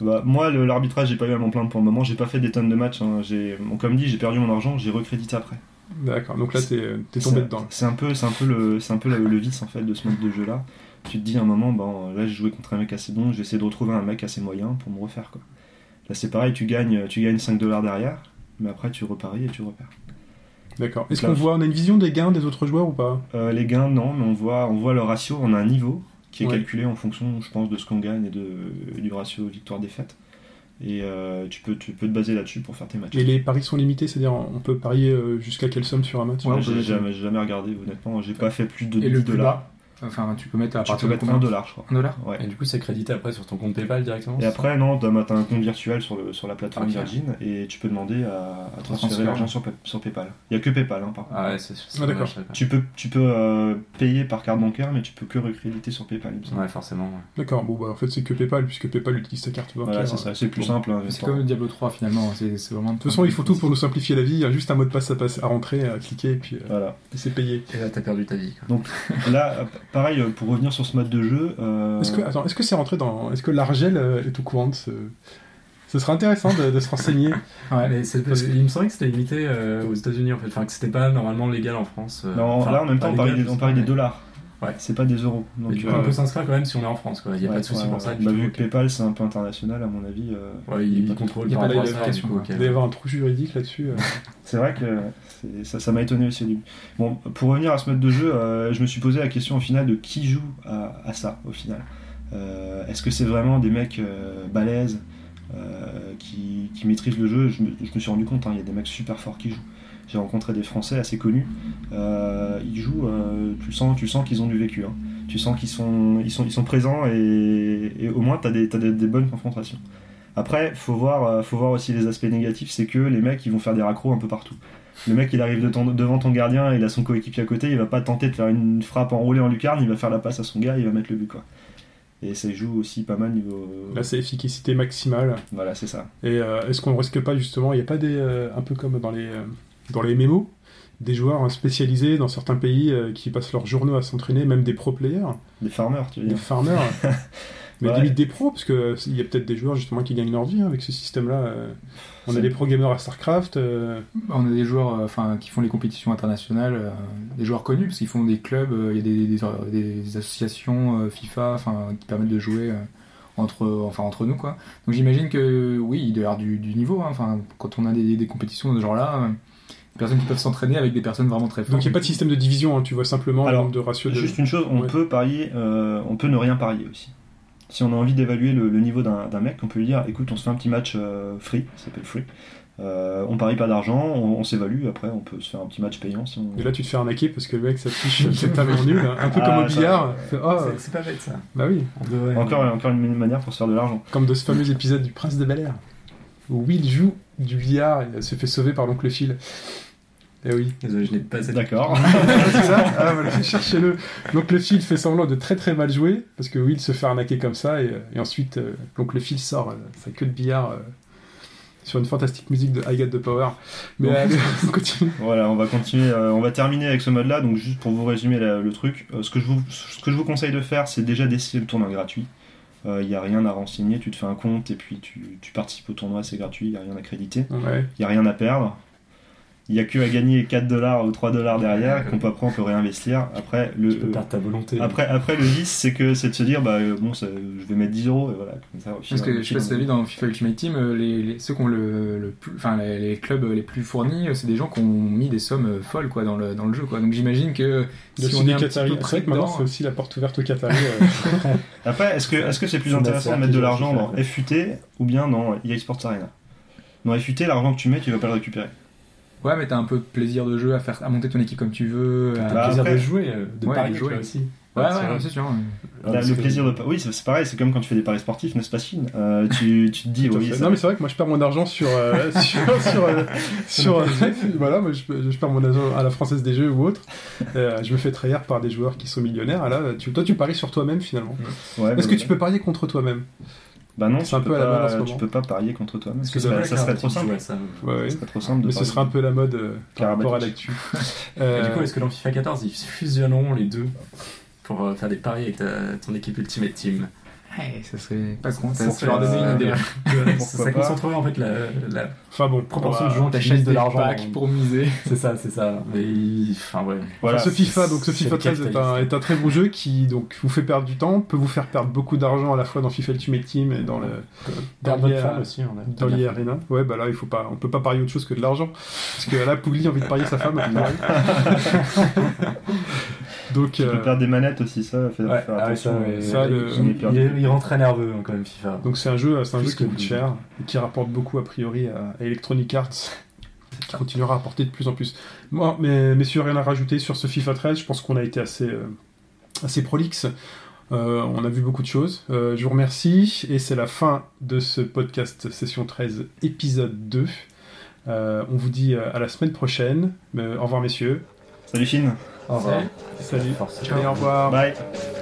S5: Bah, moi, le- l'arbitrage, j'ai pas eu à m'en plaindre pour le moment. J'ai pas fait des tonnes de matchs. hein. J'ai, bon, comme dit, j'ai perdu mon argent, j'ai recrédité après.
S3: D'accord, donc là t'es euh, t'es
S5: C'est-
S3: tombé dedans.
S5: C'est un peu, c'est un peu le, c'est un peu le, le vice en fait de ce mode de jeu là. Tu te dis à un moment, ben là, j'ai joué contre un mec assez bon. Je vais essayer de retrouver un mec assez moyen pour me refaire quoi. Là, c'est pareil. Tu gagnes, tu gagnes 5 dollars derrière, mais après tu reparies et tu repères.
S3: D'accord. Est-ce
S5: Là,
S3: qu'on
S5: je-
S3: voit, on a une vision des gains des autres joueurs ou pas
S5: Euh, les gains, non, mais on voit, on voit le ratio. On a un niveau qui est
S3: Ouais.
S5: calculé en fonction, je pense, de ce qu'on gagne et de, du ratio victoire-défaite. Et euh, tu peux, tu peux te baser là-dessus pour faire tes matchs.
S3: Et les paris sont limités, c'est-à-dire on peut parier euh, jusqu'à quelle somme sur un match
S6: Ouais,
S5: Ouais,
S6: on peut
S5: j'ai
S6: mettre-
S5: jamais, j'ai jamais regardé, honnêtement. J'ai pas fait plus de 10
S6: Et le plus
S5: dollars.
S6: bas, enfin, tu peux mettre à
S5: Tu peux
S6: partir de
S5: mettre
S6: combien
S5: 1 dollar, je crois.
S6: Un dollar
S5: Ouais.
S7: [laughs] Et du coup, c'est crédité après sur ton compte PayPal directement
S5: Et après, non, t'as t'as un compte virtuel sur, le, sur la plateforme
S7: Ah,
S6: Ok.
S5: Virgin et tu peux demander à, à transférer
S6: Transférer.
S5: l'argent sur, Pay- sur PayPal. Il y a que PayPal, hein, par contre.
S7: Ah ouais, c'est c'est
S3: Ah, d'accord.
S7: dommage, ça,
S5: Tu peux, tu peux euh, payer par carte bancaire, mais tu peux que recréditer sur PayPal, il me
S7: quoi.
S5: semble.
S7: Ouais, forcément. ouais.
S3: D'accord, bon bah en fait c'est que PayPal, puisque PayPal utilise sa carte bancaire.
S5: Voilà, c'est ça, c'est plus
S3: Bon.
S5: simple. hein,
S6: C'est
S5: mais
S6: comme le Diablo 3 finalement. C'est c'est vraiment.
S3: De toute façon, il faut tout pour nous simplifier la vie. Il y a juste un mot de passe à, passer, à rentrer, à cliquer, et puis euh,
S5: Voilà.
S3: et c'est payé.
S7: Et là, t'as perdu ta vie. quoi.
S5: Là, euh, pareil, euh, pour revenir sur ce mode de jeu. euh,
S3: Est-ce que attends, est-ce que c'est rentré dans Est-ce que l'argel euh, est au courant de ce Ce serait intéressant de, de se renseigner.
S6: Ouais,
S7: Mais c'est-
S3: Parce que-
S7: Il me semblait que c'était limité euh, aux États-Unis en fait, enfin que c'était pas normalement légal en France. euh,
S5: Non,
S7: enfin,
S5: là, en même
S7: pas
S5: temps, on parie
S7: légal,
S5: des,
S7: je
S5: on
S7: sais
S5: parle
S7: pas,
S5: des
S7: mais-
S5: dollars.
S7: Ouais.
S5: C'est pas des euros. Donc,
S7: Mais du
S5: euh,
S7: coup, on peut s'inscrire quand même si on est en France, quoi. Il n'y a
S5: ouais,
S7: pas de souci
S5: ouais,
S7: pour
S5: ouais.
S7: ça. du
S5: Bah,
S7: tout,
S5: vu
S7: ok.
S5: que PayPal, c'est un peu international, à mon avis. euh,
S7: Ouais, il, il contrôle
S6: Il y a
S7: par
S6: pas
S7: rapport à
S6: de
S7: ça, du
S6: vérification,
S7: coup.
S6: quoi.
S7: ok.
S3: Il va y avoir un trou juridique là-dessus. euh.
S5: C'est vrai que c'est- ça, ça m'a étonné aussi. au début. Bon, pour revenir à ce mode de jeu, euh, je me suis posé la question au final de qui joue à, à ça au final. Euh, Est-ce que c'est vraiment des mecs euh, balèzes euh, qui, qui maîtrisent le jeu je me, je me suis rendu compte, hein, il y a des mecs super forts qui jouent. J'ai rencontré des Français assez connus. Euh, ils jouent, euh, tu le sens, tu le sens qu'ils ont du vécu. hein. Tu sens qu'ils sont, ils sont, ils sont présents et, et au moins tu as, des, t'as des- des bonnes confrontations. Après, faut voir, euh, faut voir aussi les aspects négatifs, c'est que les mecs ils vont faire des raccros un peu partout. Le mec, il arrive de ton- devant ton gardien, il a son coéquipier à côté, il va pas tenter de faire une frappe enroulée en lucarne, il va faire la passe à son gars, il va mettre le but quoi. Et ça joue aussi pas mal niveau.
S3: Là, c'est efficacité maximale.
S5: Voilà, c'est ça.
S3: Et euh, est-ce qu'on risque pas justement Il n'y a pas des euh, un peu comme dans les euh, dans les MMO, des joueurs euh, spécialisés dans certains pays euh, qui passent leurs journaux à s'entraîner, même des pro players.
S5: Des farmers, tu veux
S3: des
S5: dire. [laughs]
S3: farmers. Mais
S5: Ouais.
S3: limite des pros, parce qu'il y a peut-être des joueurs justement qui gagnent leur vie hein, avec ce système-là. euh. On a
S5: C'est-
S3: des pro gamers à StarCraft. euh,
S6: On a des joueurs euh, enfin, qui font les compétitions internationales, euh, des joueurs connus, parce qu'ils font des clubs, euh, il y a des, des, or- des associations euh, FIFA enfin, qui permettent de jouer euh, entre, enfin, entre nous. Quoi. Donc j'imagine que oui, il doit y avoir du, du niveau. hein. Enfin, quand on a des, des compétitions de ce genre-là, euh, des personnes qui peuvent s'entraîner avec des personnes vraiment très fortes.
S3: Donc il n'y a pas de système de division, hein, tu vois simplement le
S5: Alors,
S3: nombre de ratios de.
S5: Juste une chose, on
S3: Ouais.
S5: peut parier, euh, on peut ne rien parier aussi. si on a envie d'évaluer le, le niveau d'un d'un mec, on peut lui dire écoute, on se fait un petit match euh, free, ça s'appelle free. Euh, on parie pas d'argent, on, on s'évalue, après on peut se faire un petit match payant si on.
S3: Et là, tu te fais arnaquer parce que le mec s'affiche cet avion nul, hein, un peu comme
S5: Ah,
S3: au
S5: ça-
S3: billard. Fait, oh,
S7: C'est- C'est pas bête ça.
S3: bah oui,
S7: On devrait-
S5: Encore, encore une manière pour se faire de l'argent.
S3: comme de ce fameux épisode du Prince de Bel Air où Will joue du billard et se fait sauver par l'oncle Phil. Eh oui.
S7: euh, Désolé, je n'ai pas cette.
S5: D'accord.
S3: [laughs] C'est ça Ah voilà, cherchez-le. L'oncle Phil fait semblant de très très mal jouer, parce que Will se fait arnaquer comme ça, et, euh, et ensuite euh, l'oncle Phil sort euh, sa queue de billard euh, sur une fantastique musique de I Got The Power. Mais
S5: Bon.
S3: allez, on continue.
S5: Voilà, on va continuer, euh, on va terminer avec ce mode-là. Donc, juste pour vous résumer la- le truc, euh, ce, que je vous, ce que je vous conseille de faire, c'est déjà d'essayer le tournoi gratuit. Il n'y a rien à renseigner, tu te fais un compte et puis tu, tu participes au tournoi, c'est gratuit, il n'y a rien à créditer,
S3: Ouais.
S5: il n'y a rien à perdre. Il n'y a que à gagner 4 dollars ou 3 dollars derrière, qu'on peut après on peut réinvestir. Après, le,
S7: Tu peux perdre ta volonté.
S5: après, après, le vice, c'est que c'est de se dire, bah euh, bon, ça- je vais mettre 10 euros, et voilà, comme ça, au
S6: Parce
S5: final,
S7: euh,
S6: que
S5: au
S6: je sais pas si t'as
S5: final,
S6: vu dans FIFA Ultimate Team, euh, les, les- ceux qui ont le, le plus, enfin les, les clubs les plus fournis, euh, c'est des gens qui ont mis des sommes euh, folles quoi dans le dans le jeu quoi. Donc j'imagine que
S3: Le
S6: si
S3: Sud
S6: on est
S3: des
S6: un petit
S3: Qataris.
S6: peu
S3: C'est vrai
S6: près
S3: que maintenant,
S6: dedans, hein.
S3: c'est aussi la porte ouverte aux Qataris. euh.
S5: Après, est-ce que est-ce que c'est plus
S7: C'est
S5: intéressant de
S7: une
S5: mettre de
S7: affaire
S5: l'argent
S7: qui
S5: dans
S7: doit
S5: FUT ou bien dans EA Sports Arena Dans FUT, l'argent que tu mets, tu vas pas le récupérer.
S6: ouais mais t'as un peu de plaisir de jeu à faire, à monter ton équipe comme tu veux. à-
S5: Bah,
S7: plaisir
S5: après-
S7: de jouer, euh, de
S6: Ouais,
S7: parier
S6: de
S7: tu
S6: jouer.
S7: vois, aussi.
S6: Ouais
S7: c'est
S6: ouais,
S7: vrai.
S6: ouais, c'est sûr. ouais.
S7: Ah,
S5: Là,
S7: parce
S5: le
S7: que-
S5: plaisir de pa- oui, c'est c'est pareil, c'est comme quand tu fais des paris sportifs, n'est-ce pas Chine Euh, tu, tu te dis
S3: Tout à
S5: oui,
S3: fait.
S5: ça-
S3: non mais c'est vrai que moi je perds mon argent sur euh, [laughs] sur sur, euh, sur, euh, [laughs] voilà moi, je, je perds mon argent à la française des jeux ou autre Euh, je me fais trahir par des joueurs qui sont millionnaires Ah là tu, toi tu paries sur toi-même finalement
S5: Ouais, bah
S3: est-ce que
S5: voilà.
S3: tu peux parier contre toi-même
S5: Bah non,
S3: C'est
S5: tu
S3: un
S5: peux
S3: peu à la
S5: pas-
S3: mode en ce moment.
S5: Tu peux pas parier contre toi-même.
S7: Parce que
S5: Bah, Ça, ça serait trop simple.
S7: Ouais, ça.
S3: ouais, ouais.
S5: Ça serait trop simple. de
S3: Mais ce
S5: parier.
S3: sera un peu la mode euh, par rapport à l'actu.
S7: Et
S3: Euh,
S7: du coup, est-ce que dans FIFA 14, ils fusionneront les deux pour euh, faire des paris avec ta- ton équipe Ultimate Team
S6: Ouais, ça serait pas con.
S7: Ça
S6: Ça
S7: serait-
S6: leur donner une [laughs] idée.
S7: Ça-
S5: pas.
S7: Ça concentrerait en fait la, la
S3: Enfin bon,
S7: proportion
S3: on va-
S7: de gens qui
S6: T'achètes
S7: mettent
S6: des
S7: de l'argent. hein.
S6: packs
S7: dans-
S6: pour miser.
S7: C'est ça, c'est ça. Mais ils- enfin ouais.
S5: Voilà.
S3: Enfin, ce FIFA, donc ce
S7: c'est
S3: FIFA
S7: le
S3: 13 est un,
S7: capitaliste.
S3: est un très bon jeu qui donc vous fait perdre du temps, peut vous faire perdre beaucoup d'argent à la fois dans FIFA Ultimate Team et dans le dans
S7: Dans notre
S3: l'IA-
S7: femme aussi, on a.
S3: dans l'IA Arena. Ouais, bah là il faut pas, on peut pas parier autre chose que de l'argent parce que là Pougli a envie de parier
S7: [laughs]
S3: sa femme. à tout moment. donc
S5: hein. Tu
S3: euh,
S5: peux perdre des manettes aussi, ça. Fais,
S7: Ouais,
S5: faire
S7: ah ouais,
S5: attention.
S7: ça, ouais.
S3: Ça, le-
S7: il, il- il rend très nerveux hein, quand même FIFA.
S3: donc c'est un jeu, c'est un
S7: Plus
S3: jeu qui
S7: que
S3: coûte
S7: Pougli.
S3: cher et qui rapporte beaucoup a priori à à Electronic Arts. [laughs] qui continuera à apporter de plus en plus. Moi, mais messieurs, rien à rajouter sur ce FIFA 13. Je pense qu'on a été assez, euh, assez prolixe. Euh, on a vu beaucoup de choses. Euh, je vous remercie. Et c'est la fin de ce podcast session 13, épisode 2. Euh, on vous dit euh, à la semaine prochaine. Euh, au revoir, messieurs.
S5: Salut Chine.
S7: Au revoir.
S3: Salut.
S7: Force.
S3: Et au revoir.
S5: Bye.
S3: Bye.